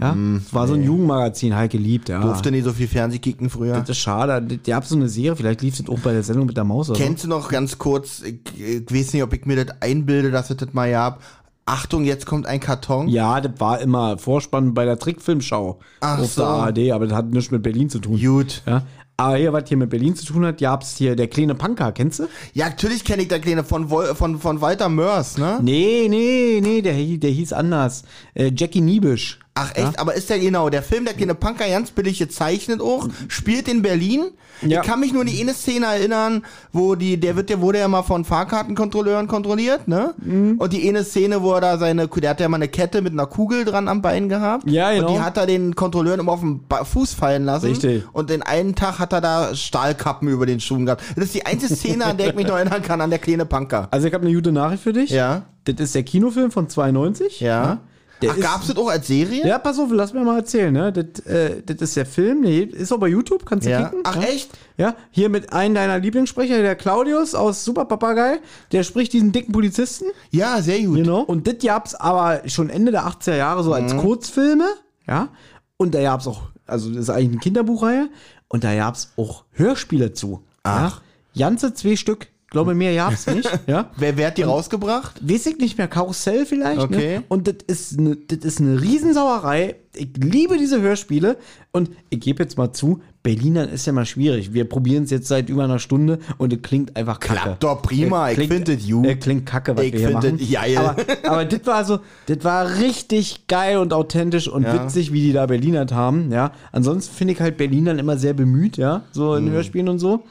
Ja, das war so ein Jugendmagazin, halt geliebt, ja.
Hm, Durfte nie so viel Fernseh kicken früher.
Das ist schade, die habt so eine Serie, vielleicht lief das auch bei der Sendung mit der Maus oder so.
Kennst du noch ganz kurz, ich, ich weiß nicht, ob ich mir das einbilde, dass ich das mal gab. Achtung, jetzt kommt ein Karton.
Ja, das war immer Vorspann bei der Trickfilmschau
Ach
auf
so.
der ARD, aber das hat nichts mit Berlin zu tun.
Gut.
Ja. Aber hier, was hier mit Berlin zu tun hat, gab's hier der kleine Punker, kennst du?
Ja, natürlich kenne ich der Kleine von, Wol- von, von Walter Mörs, ne?
Nee, nee, nee, der, hi- der hieß anders. Äh, Jackie Niebisch.
Ach echt, aber ist der genau, der Film, der kleine Punker, ganz billig gezeichnet auch, spielt in Berlin.
Mhm. Ja.
Ich kann mich nur an die eine Szene erinnern, wo die, der wird ja, wurde ja mal von Fahrkartenkontrolleuren kontrolliert, ne?
Mhm.
Und die eine Szene, wo er da seine, der hat ja mal eine Kette mit einer Kugel dran am Bein gehabt.
Ja,
Und die
genau.
hat er den Kontrolleuren immer auf den Ba- Fuß fallen lassen.
Richtig.
Und den einen Tag hat er da Stahlkappen über den Schuhen gehabt. Das ist die einzige Szene, an der ich mich noch erinnern kann, an der kleine Punker.
Also ich habe eine gute Nachricht für dich.
Ja.
Das ist der Kinofilm von 92.
Ja.
Der
Ach,
ist-
gab's das auch als Serie?
Ja, pass auf, lass mir mal erzählen. Ne? Das, äh, das ist der Film, nee, ist auch bei YouTube, kannst du
Ja.
kicken.
Ach echt?
Ja, hier mit einem deiner Lieblingssprecher, der Claudius aus Super Papagei, der spricht diesen dicken Polizisten.
Ja, sehr gut.
Genau. Und das gab's aber schon Ende der 80er Jahre so
Mhm.
als Kurzfilme, ja. Und da gab's auch, also das ist eigentlich eine Kinderbuchreihe, und da gab's auch Hörspiele zu.
Ach.
Ja? Ganze zwei Stück, glaube mir,
[laughs]
gab's nicht, ja.
Wer, wer hat die rausgebracht?
Weiß ich nicht mehr, Karussell vielleicht.
Okay.
Ne? Und das ist eine ne Riesensauerei. Ich liebe diese Hörspiele. Und ich gebe jetzt mal zu, Berlinern ist ja mal schwierig. Wir probieren es jetzt seit über einer Stunde und es klingt einfach kacke.
Klappt doch prima.
Es
Ich
klingt-
find das gut.
es klingt kacke, was
Ich
wir hier
find das
machen.
geil.
Aber, aber das war so, das war richtig geil und authentisch und
Ja.
witzig, wie die da Berlinert haben. Ja. Ansonsten finde ich halt Berlinern immer sehr bemüht, ja, so
Mhm.
in Hörspielen und so.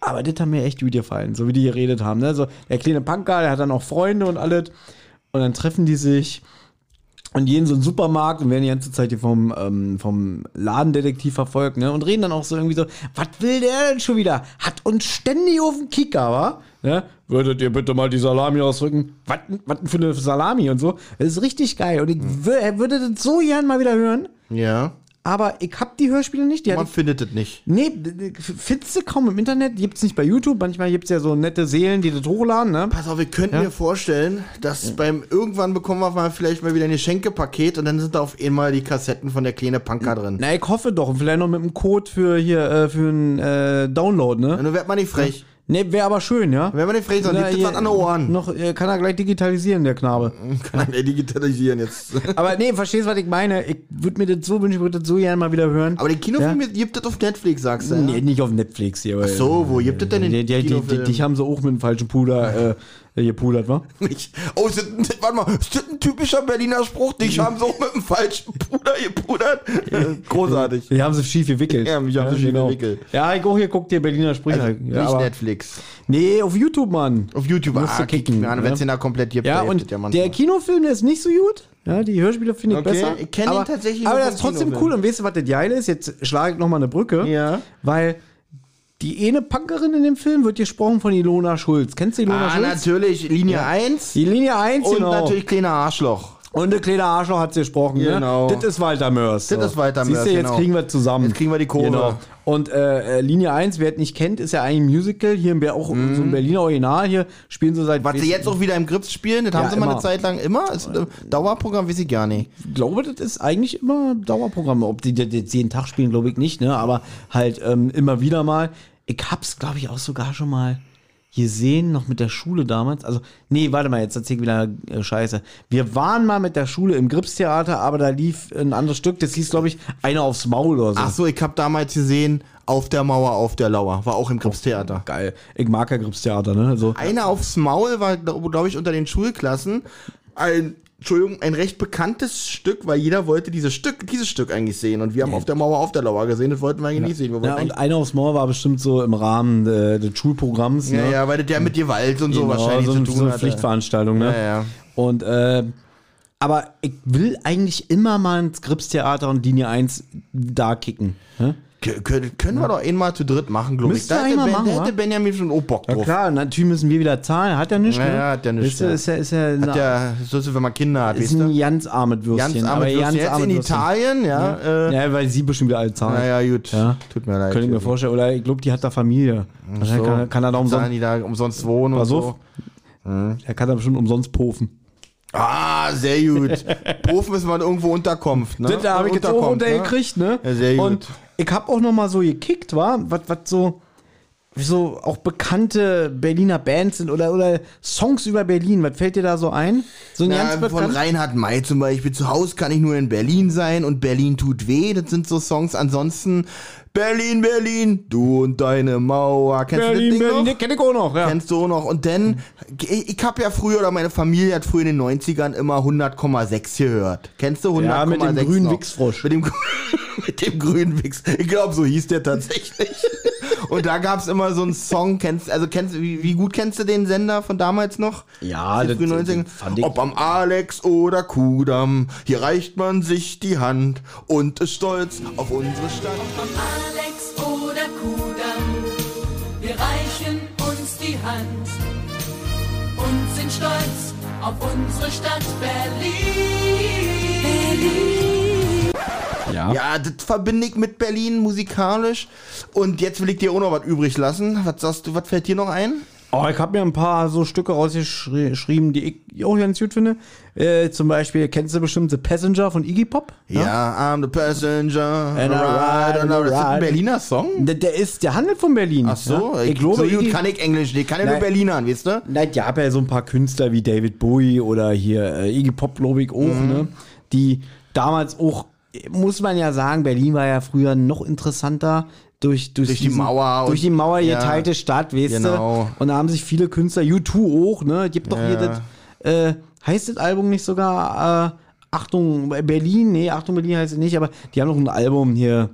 Aber das hat mir echt gut gefallen, so wie die geredet haben. Ne? So, der kleine Punker, der hat dann auch Freunde und alles. Und dann treffen die sich und gehen in so einen Supermarkt und werden die ganze Zeit hier vom, ähm, vom Ladendetektiv verfolgt, ne? Und reden dann auch so irgendwie so, was will der denn schon wieder? Hat uns ständig auf den Kicker, wa? Ne? Würdet ihr bitte mal die Salami ausrücken? Was was denn für eine Salami und so? Das ist richtig geil. Und ich wür- würde das so gern mal wieder hören.
Ja.
Aber ich hab die Hörspiele nicht. Die hatte
Man
ich
findet es nicht.
Nee, d- d- findest du kaum im Internet. Gibt's nicht bei YouTube. Manchmal gibt's ja so nette Seelen, die das hochladen, ne?
Pass auf, wir könnten mir vorstellen, dass beim irgendwann bekommen wir mal vielleicht mal wieder ein Geschenkepaket und dann sind da auf einmal die Kassetten von der kleine Panka drin.
Na, ich hoffe doch. Und vielleicht noch mit einem Code für hier, äh, für einen äh, Download, ne?
Dann wird man nicht frech.
Ne, wäre aber schön, ja?
Wenn man nicht frech, dann
Na,
liegt es
hier,
was an den Ohren.
Noch, äh, kann er gleich digitalisieren, der Knabe.
[laughs] Kann er
[laughs]
digitalisieren jetzt.
aber nee, verstehst was ich meine? Ich würde mir das so wünschen, ich würde das so gerne mal wieder hören.
Aber den Kinofilm gibt es auf Netflix, sagst du.
nee,
Nee.
nicht auf Netflix hier. Ach
So, wo gibt es denn den
Die, die, die, die,
Kinofilm?
dich haben sie auch mit dem falschen Puder äh, gepudert, wa?
Nicht. Oh, ist das, ein- warte mal, ist das ein typischer Berliner
[laughs]
Spruch? Dich haben so mit dem falschen Puder gepudert. Äh, Großartig.
Die haben sie schief gewickelt. genau.
Ja, mich haben sie schief gewickelt.
Ja, ich auch hier guckt dir Berliner Springer.
Also Nicht
ja, aber-
Netflix.
Nee, auf YouTube, Mann.
Auf YouTube. ah,
Musst du kicken,
Ja, wenn es
ne?
den da komplett gibt.
Ja,
da gibt
und
es ja manchmal.
der Kinofilm, der ist nicht so gut. Ja, die Hörspiele finde ich
Okay,
besser.
ich kenne ihn
aber,
tatsächlich
Aber
nur
das ist
vom
trotzdem
Kinofilm.
cool. Und weißt du, was das Geile ist? Jetzt schlage ich nochmal eine Brücke.
Ja.
Weil die eine Punkerin in dem Film wird gesprochen von Ilona Schulz. Kennst du Ilona
Ah,
Schulz?
natürlich, Linie 1
Die Linie 1,
und
genau.
natürlich kleiner Arschloch.
Und der kleine Arschloch hat sie gesprochen.
Genau.
Ne? Das ist Walter Mörs.
Das ist Walter Mörs,
Siehst du, jetzt
genau.
kriegen wir zusammen. Genau.
Jetzt kriegen wir die Kurve.
Und äh, äh, Linie 1, wer es nicht kennt, ist ja eigentlich ein Musical. Hier im, auch so ein Berliner Original. Hier spielen sie seit...
Was sie Mhm. jetzt auch wieder im Grips spielen, das haben
Ja,
sie mal eine
immer.
Zeit lang immer. Ist, äh, Dauerprogramm weiß ich gar nicht.
Ich glaube, das ist eigentlich immer Dauerprogramm. Ob die das jetzt jeden Tag spielen, glaube ich nicht, ne? Aber halt ähm, immer wieder mal. Ich hab's, glaube ich, auch sogar schon mal gesehen, noch mit der Schule damals. Also, nee, warte mal, jetzt erzähl ich wieder äh, Scheiße. Wir waren mal mit der Schule im Gripstheater, aber da lief ein anderes Stück, das hieß, glaube ich, einer aufs Maul oder so.
Ach so, ich habe damals gesehen, auf der Mauer, auf der Lauer. War auch im Grips-Theater.
geil. Ich mag ja Gripstheater, ne? Also,
Einer aufs Maul war, glaube ich, unter den Schulklassen ein, Entschuldigung, ein recht bekanntes Stück, weil jeder wollte dieses Stück, dieses Stück eigentlich sehen. Und wir haben auf der Mauer, auf der Lauer gesehen, das wollten wir eigentlich nicht sehen. Wir wollten
ja, und
eigentlich-
einer aufs Maul war bestimmt so im Rahmen äh, des Schulprogramms.
ja,
ne?
ja, weil das ja mit Gewalt und so
Genau,
wahrscheinlich
so,
zu
eine-
tun
so eine
hatte.
Pflichtveranstaltung, ne?
Ja, ja.
Und äh, aber ich will eigentlich immer mal ins Gripstheater und Linie 1 da kicken. Ne?
K- Können, können wir doch einmal zu dritt machen, glaube ich.
Müsst ihr
Da hätte,
einmal
ben,
machen,
da
wa?
hätte Benjamin schon auch Bock drauf.
klar, natürlich müssen wir wieder zahlen. Hat ja nichts,
Ja, ja, hat ja
Ist
nichts,
ja,
ja.
ist ja, ist ja,
Hat
eine,
ja, so ist es, wenn man Kinder hat,
ist
weißt du?
ein ganz armes Würstchen.
Ganz arme
aber
Würstchen.
ganz
Jetzt
armes
in
Würstchen.
Italien, ja. Äh,
Ja, weil sie bestimmt wieder alle zahlen.
Naja, gut.
Ja.
Tut mir leid.
Könnte ich mir vorstellen. Oder ich glaube, die hat da Familie. Wahrscheinlich
So.
kann, kann er da
Sagen
umsonst,
die da umsonst wohnen und
also,
so.
er kann da bestimmt umsonst pofen.
Ah, sehr gut.
[laughs]
Pofen ist mal irgendwo Unterkunft, ne?
Das da habe ich jetzt auch
Unterkunft, ne?
runtergekriegt, ne?
Ja, sehr gut.
Und ich habe auch noch mal so gekickt, war, was was so so auch bekannte Berliner Bands sind oder oder Songs über Berlin. Was fällt dir da so ein? So ein ganz
Ja, Äh, von
bekannt-
Reinhard May zum Beispiel. Zu Hause kann ich nur in Berlin sein und Berlin tut weh. Das sind so Songs. Ansonsten Berlin, Berlin, du und deine Mauer. Kennst du das Ding noch?
kenne ich auch noch, ja.
Kennst du auch noch. Und dann, ich, ich habe ja früher, oder meine Familie hat früher in den 90ern immer 100,6 gehört. Kennst du 100,6
Ja, mit dem grünen
noch?
Wichsfrosch.
Mit dem, grü- [laughs] mit dem grünen Wichs. Ich glaube, so hieß
[laughs]
der tatsächlich. Und da gab's immer so einen Song, kennst also kennst wie, wie gut kennst du den Sender von damals noch?
Ja,
Die
das-
frühen
das
90er?
fand ich-
Ob am Alex oder Kudam, hier reicht man sich die Hand und ist stolz auf unsere Stadt.
Alex oder Kudam, wir reichen uns die Hand und sind stolz auf unsere Stadt Berlin.
ja.
Ja, das verbinde ich mit Berlin musikalisch. Und jetzt will ich dir auch noch was übrig lassen. Was sagst du, was fällt dir noch ein?
Oh, ich habe mir ein paar so Stücke rausgeschrieben, die ich auch ganz gut finde. Äh, zum Beispiel, kennst du bestimmt The Passenger von Iggy Pop?
Ja, I'm the passenger.
And I ride, and I
Ist das ein
ride.
Berliner Song?
Der, der ist, der handelt von Berlin.
Hm. Ach so,
ja? ich, glaube,
so gut
Iggy-
kann ich Englisch nicht. Kann ja nur
Nein.
Berlinern, weißt du?
Na, ich habe ja so ein paar Künstler wie David Bowie oder hier äh, Iggy Pop, glaube ich, auch,
Mhm.
ne? Die damals auch, muss man ja sagen, Berlin war ja früher noch interessanter durch, durch,
Durch die Mauer
Durch
und-
die Mauer
ja.
geteilte Stadt, weißt
Genau.
du? Und da haben sich viele Künstler, U2 auch, ne? Gibt doch hier
Ja.
das, äh, heißt das Album nicht sogar, äh, Achtung, Berlin? Nee, Achtung, Berlin heißt es nicht, aber die haben noch ein Album hier.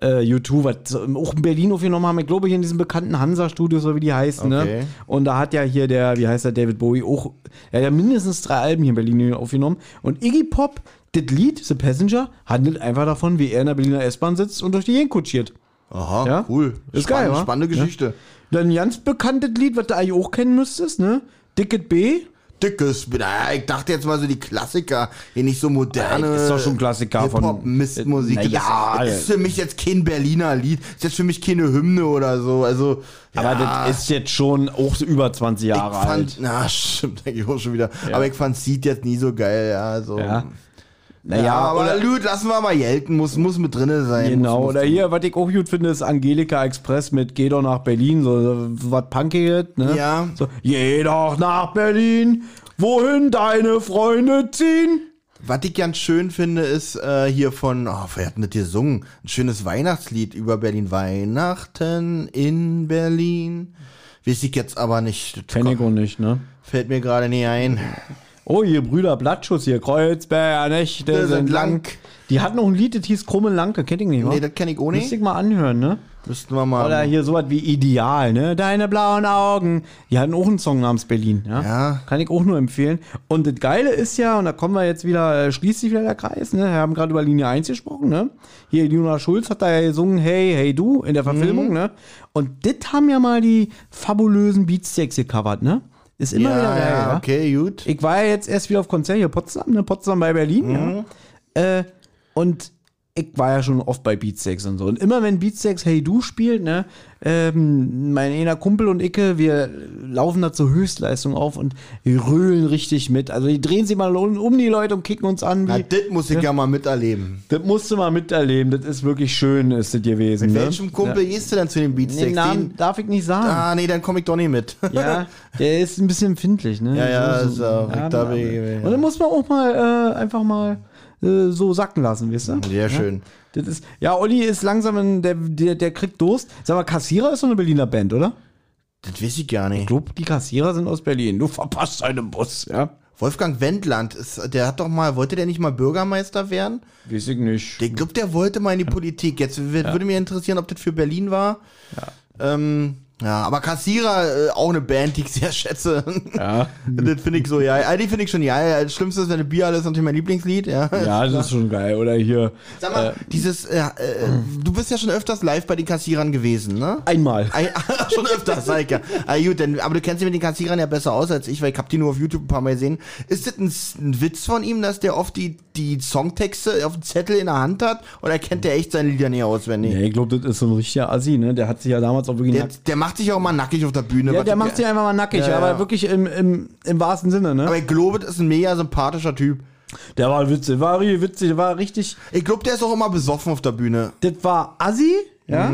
äh, U2, was ähm, auch in Berlin aufgenommen haben. Ich glaube, hier in diesen bekannten Hansa-Studios, so wie die heißen.
Okay.
Ne? Und da hat ja hier der, wie heißt der, David Bowie auch, er hat ja mindestens drei Alben hier in Berlin aufgenommen. Und Iggy Pop, das Lied, The Passenger, handelt einfach davon, wie er in der Berliner S-Bahn sitzt und durch die Gegend kutschiert.
Aha,
Ja?
cool.
Ist geil, wa?
Spannende Geschichte.
Dann ein ganz bekanntes Lied, was du eigentlich auch kennen müsstest, ne? Dicket B.
Dickes, na, ich dachte jetzt mal so die Klassiker, die nicht so moderne.
Ist doch schon ein Klassiker von-
von Mistmusik.
Äh, na ja,
das ist für mich jetzt kein Berliner Lied. Ist jetzt für mich keine Hymne oder so. Also,
Aber
ja,
das ist jetzt schon auch so über 20 Jahre
ich fand,
alt.
Na, [laughs] stimmt, denke ich auch schon wieder. Aber ich fand Seed jetzt nie so geil, ja. So.
Ja.
Ja,
Naja,
aber
oder,
gut, lassen wir mal Jelten, muss, muss mit drinne sein.
genau.
muss, muss
Oder hier, was ich auch gut finde, ist Angelika Express mit Geh doch nach Berlin, so was Punkiges, ne?
Ja.
So, Geh doch nach Berlin, wohin deine Freunde ziehen.
Was ich ganz schön finde, ist äh, hier von, oh, wer hat denn das gesungen? Ein schönes Weihnachtslied über Berlin. Weihnachten in Berlin. Weiß ich jetzt aber nicht. Das
Kenn ich auch nicht, ne?
Fällt mir gerade nie ein.
Oh, ihr Brüder Blattschuss hier, Kreuzberger Nächte
Das
sind
sind
lang.
lang.
Die hatten noch ein Lied, das hieß Krumme Lanke, kennt ihr nicht, wa?
Nee, das kenn ich auch nicht.
Müsste ich mal anhören, ne?
Müssten wir mal.
Oder hier sowas wie Ideal, ne? Deine blauen Augen. Die hatten auch einen Song namens Berlin, ja?
Ja.
Kann ich auch nur empfehlen. Und das Geile ist ja, und da kommen wir jetzt wieder, äh, schließt sich wieder der Kreis, ne? Wir haben gerade über Linie 1 gesprochen, ne? Hier, Juna Schulz hat da ja gesungen, hey, hey du, in der Verfilmung,
Mhm.
ne? Und das haben ja mal die fabulösen Beatsteaks gecovert, ne? Ist immer
ja,
wieder
ja,
geil, ja?
okay, gut.
Ich war ja jetzt erst wieder auf Konzert hier in Potsdam, ne? Potsdam bei Berlin, ja. Äh, und ich war ja schon oft bei Beatsex und so. Und immer wenn Beatsex Hey Du spielt, ne, ähm, mein einer Kumpel und Icke, wir laufen da zur Höchstleistung auf und röhlen richtig mit. Also die drehen sich mal um, um die Leute und kicken uns an.
Na,
Wie,
das muss ich ja mal miterleben.
das musst du mal miterleben, das ist wirklich schön, ist das gewesen. ne?
Welchem Kumpel gehst du denn zu den Beatsteaks?
Den Namen
Den-
darf ich nicht sagen.
Ah, nee, dann komme ich doch nicht mit.
Ja, der ist ein bisschen empfindlich, ne?
Ja, ja,
so,
ist
so,
auch-
ja,
ich glaube,
ja.
ich-
Und dann muss man auch mal äh, einfach mal äh, so sacken lassen, wisst ihr?
[laughs] Sehr schön.
Das ist, ja, Olli ist langsam, in, der, der, der kriegt Durst. Sag mal, Kassierer ist so eine Berliner Band, oder?
Das weiß ich gar nicht.
Club, die Kassierer sind aus Berlin. Du verpasst einen Bus, ja?
Wolfgang Wendland, ist, der hat doch mal, wollte der nicht mal Bürgermeister werden?
Weiß ich nicht.
Ich glaube, der wollte mal in die Politik. Jetzt w- würde mir interessieren, ob das für Berlin war. Ja, ähm, ja aber Kassierer, äh, auch eine Band, die ich sehr schätze.
Ja.
[laughs] das finde ich so, ja. Äh, die finde ich schon, ja. ja. Das Schlimmste ist, wenn eine Bierhalle ist natürlich mein Lieblingslied. Ja.
Ja, das ist schon geil. Oder hier.
Sag mal, dieses, äh, äh, du bist ja schon öfters live bei den Kassierern gewesen, ne?
Einmal.
Ei, [laughs] schon öfters, sag ich ja. Ah, gut, denn, aber du kennst dich mit den Kassierern ja besser aus als ich, weil ich hab die nur auf YouTube ein paar Mal gesehen. Ist das ein, S- ein Witz von ihm, dass der oft die, die Songtexte auf dem Zettel in der Hand hat? Oder kennt der echt seine Lieder nicht auswendig?
Ja, ich glaube, das ist so ein richtiger Assi, ne? Der hat sich ja damals auch wirklich.
Der,
nackt-
der macht sich auch mal nackig auf der Bühne.
Ja,
was
der
ich-
macht sich einfach mal nackig,
Ja, ja.
aber wirklich im, im, im wahrsten Sinne, ne?
aber ich glaube, das ist ein mega sympathischer Typ.
Der war witzig, war richtig witzig, der war richtig.
Ich glaube, der ist auch immer besoffen auf der Bühne.
Das war Assi, ja,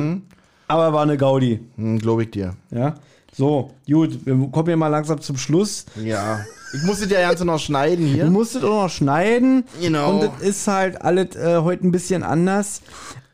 aber war eine Gaudi,
Hm, glaube ich dir.
ja. So, gut, wir kommen hier mal langsam zum Schluss.
Ja. Ich musste der Ganze noch schneiden
Du
hier.
musstet auch noch schneiden.
Genau.
Und das ist halt alles äh, heute ein bisschen anders.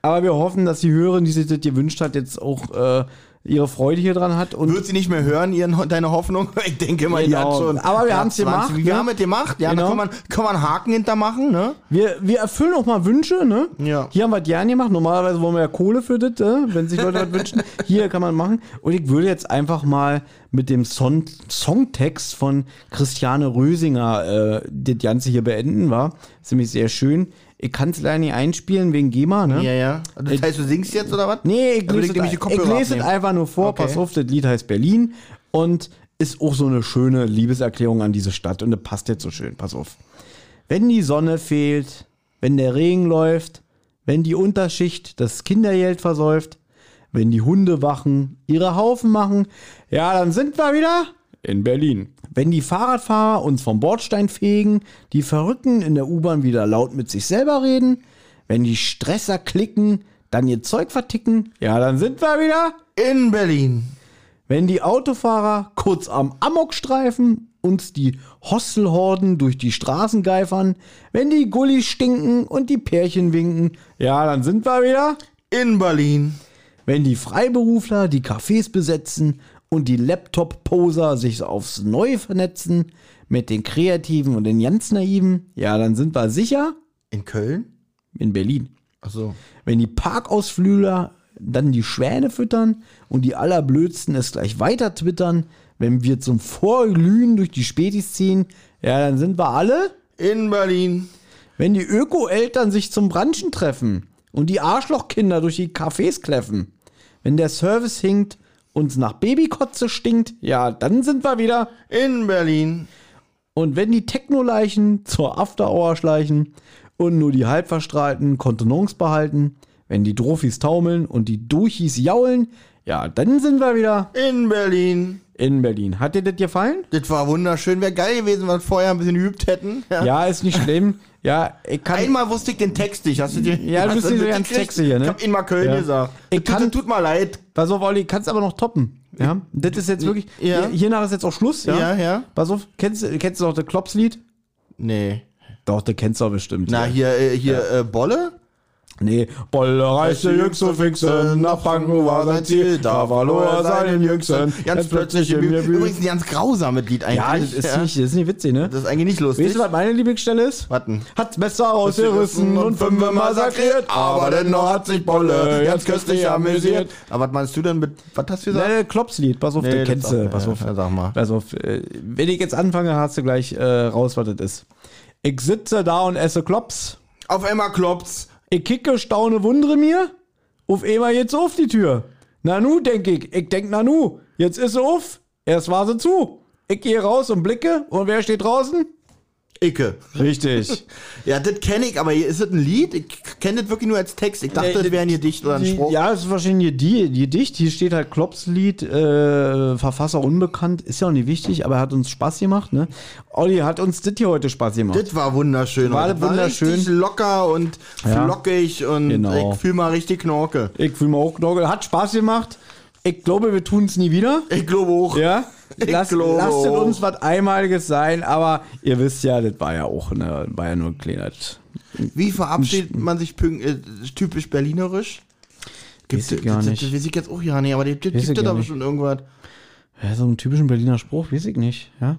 Aber wir hoffen, dass die Hörerin, die sich das gewünscht hat, jetzt auch äh, ihre Freude hier dran hat. Und
Wird sie nicht mehr hören, ihren, deine Hoffnung? [laughs] Ich denke mal, die
Genau.
hat schon.
Aber wir
knapp
haben's gemacht,
20.
ne?
Wir haben es gemacht, ja.
Genau.
Da kann man, kann man einen Haken hintermachen, ne?
wir, wir erfüllen auch mal Wünsche, ne?
Ja.
Hier haben wir gerne gemacht. Normalerweise wollen wir ja Kohle für das, äh, wenn sich Leute was wünschen. Hier kann man machen. Und ich würde jetzt einfach mal mit dem Son Songtext von Christiane Rösinger äh, das Ganze hier beenden, war. Ist nämlich sehr schön. Ich kann es leider nicht einspielen wegen GEMA, ne?
Ja, ja. Das heißt, du singst jetzt oder was?
Nee, ich
Dann will
lese,
ich nämlich die
es,
Kopfhörer
ich lese es
abnehmen.
einfach nur vor.
Okay.
Pass auf, das Lied heißt Berlin und ist auch so eine schöne Liebeserklärung an diese Stadt und das passt jetzt so schön. Pass auf. Wenn die Sonne fehlt, wenn der Regen läuft, wenn die Unterschicht das Kindergeld versäuft, wenn die Hunde wachen, ihre Haufen machen, ja, dann sind wir wieder in Berlin. Wenn die Fahrradfahrer uns vom Bordstein fegen, die Verrückten in der U-Bahn wieder laut mit sich selber reden, wenn die Stresser klicken, dann ihr Zeug verticken, ja, dann sind wir wieder
In Berlin.
wenn die Autofahrer kurz am Amokstreifen uns die Hostelhorden durch die Straßen geifern, wenn die Gullis stinken und die Pärchen winken, ja, dann sind wir wieder.
In Berlin.
Wenn die Freiberufler die Cafés besetzen und die Laptop-Poser sich aufs Neue vernetzen mit den Kreativen und den ganz Naiven, ja, dann sind wir sicher
In Köln?
in Berlin.
Ach so.
Wenn die Parkausflügler dann die Schwäne füttern und die Allerblödsten es gleich weiter twittern, wenn wir zum Vorglühen durch die Spätis ziehen, ja, dann sind wir alle.
In Berlin.
Wenn die Öko-Eltern sich zum Branchen treffen und die Arschlochkinder durch die Cafés kläffen, wenn der Service hinkt und nach Babykotze stinkt, ja, dann sind wir wieder.
In Berlin.
Und wenn die Techno-Leichen zur Afterhour schleichen und nur die halbverstrahlten Kontenance behalten, wenn die Drofis taumeln und die Duchis jaulen, ja, dann sind wir wieder
In Berlin.
in Berlin. Hat dir das gefallen?
Das war wunderschön. Wäre geil gewesen, wenn wir vorher ein bisschen geübt hätten. Ja.
Ja, ist nicht schlimm. Ja, ich kann.
Einmal wusste ich den Text nicht. Hast du dir,
Ja, du
hast
bist nicht so
mitgekriegt?
ganz sexy hier, ne?
Ich hab ihn mal Köln
Ja.
gesagt.
Ich
tut,
kann-
tut mir leid.
Pass auf, Olli, kannst aber noch toppen. Ja, das ist jetzt wirklich.
Ja.
hier- Hiernach ist jetzt auch Schluss. Ja,
Ja, ja.
Pass auf, kennst, du- kennst du noch das Klops-Lied?
Nee.
Doch, das kennst du doch bestimmt.
Na, hier, äh, hier äh, Bolle?
Nee, Bolle reichte jüngst und fixen, nach Franken war sein Ziel, da verlor er seinen Jüngsten.
Ganz plötzlich im Übrigens
Übrigens,
ein ganz grausames Lied eigentlich.
ja, das ist, Nicht, das ist nicht witzig, ne?
das ist eigentlich nicht lustig.
Weißt du, was meine Lieblingsstelle ist?
Warten.
Hat's Messer ausgerissen und fünfmal sakriert, aber dennoch hat sich Bolle ganz köstlich amüsiert.
Aber was meinst du denn mit, was hast du gesagt?
Ne, Klopslied, pass auf,
Nee,
den
das
kennst du,
auch-
pass
ja,
auf.
ja, sag mal.
Pass auf, äh, wenn ich jetzt anfange, hast du gleich äh, raus, was das ist. Ich sitze da und esse Klops.
Auf einmal kloppt's.
Ich kicke, staune, wundere mir. Auf einmal jetzt auf die Tür. Nanu, denk ich. Ich denk Nanu. Jetzt ist sie auf. Erst war sie zu. Ich gehe raus und blicke. Und wer steht draußen?
Icke.
[laughs] Richtig.
Ja, das kenne ich, aber ist das ein Lied? Ich kenne das wirklich nur als Text. Ich dachte,
Nee,
das
das-
wäre ein Gedicht oder ein
Die,
Spruch.
ja, es ist wahrscheinlich die, die Dicht. Hier steht halt Klopps Lied, äh, Verfasser unbekannt. Ist ja auch nicht wichtig, aber hat uns Spaß gemacht, ne? Olli, hat uns das hier heute Spaß gemacht.
Das war wunderschön.
War
heute.
das wunderschön?
richtig locker und
Ja.
flockig und
Genau.
ich fühle mal richtig Knorke.
Ich fühle mich auch knorkel. Hat Spaß gemacht. Ich glaube, wir tun es nie wieder.
Ich glaube auch.
Ja?
Ich
Lasst,
glaube
lasst es
auch.
uns was Einmaliges sein, aber ihr wisst ja, das war ja auch ne, war ja nur ein kleiner.
Wie verabschiedet man sich pünkt- äh, typisch berlinerisch?
Weiß ich gar
das,
nicht.
Das, das weiß ich jetzt auch ja nicht, aber die, die,
Weiß ich
gibt es
gar
da
nicht.
bestimmt irgendwas.
Ja, so einen typischen Berliner Spruch, weiß ich nicht. Ja?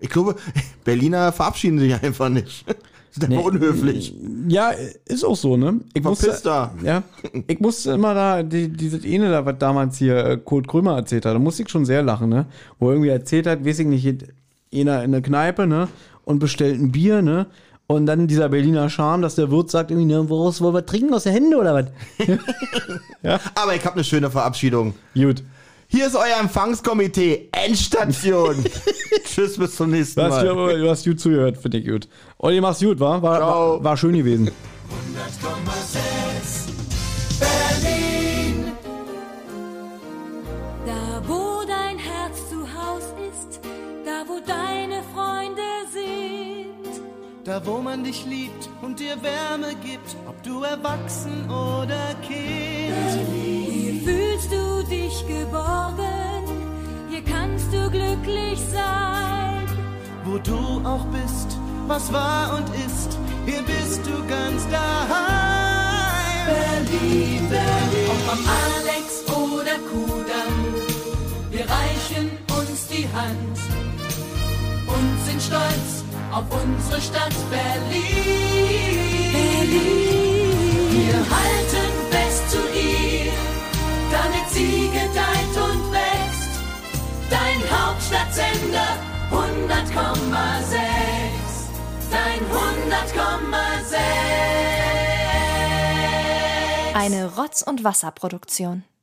Ich glaube, [laughs] Berliner verabschieden sich einfach nicht. [laughs] Sind einfach unhöflich.
ja, ist auch so, ne? Ich musste,
Verpisst da.
Ja, ich musste immer da, die, dieses eine da, was damals hier äh, Kurt Krömer erzählt hat, da musste ich schon sehr lachen, ne? Wo er irgendwie erzählt hat, weiß ich nicht, einer in der Kneipe, ne? Und bestellt ein Bier, ne? Und dann dieser Berliner Charme, dass der Wirt sagt irgendwie, ne, woraus wollen wir trinken? Aus der Hände oder was?
Aber ich habe eine schöne Verabschiedung.
Gut.
Hier ist euer Empfangskomitee.
[laughs]
Endstation. Tschüss, bis zum nächsten
Du hast,
Mal.
du, du hast gut zugehört, finde ich gut. Olli, mach's gut, wa? War, war,
Ciao.
war schön gewesen.
100,6 Berlin.
Da wo dein Herz zu Haus ist, da wo deine Freunde sind,
da wo man dich liebt und dir Wärme gibt, ob du erwachsen oder Kind.
hier fühlst du dich geborgen, hier kannst du glücklich sein.
Wo du auch bist, was war und ist, hier bist du ganz daheim. Berlin, Berlin.
Ob am Alex oder Kudamm, wir reichen uns die Hand und sind stolz auf unsere Stadt Berlin. Wir halten fest zu ihr, damit sie gedeiht und wächst. Dein Hauptstadtsender 100,6. Dein 100,6.
Eine Rotz- und Wasserproduktion.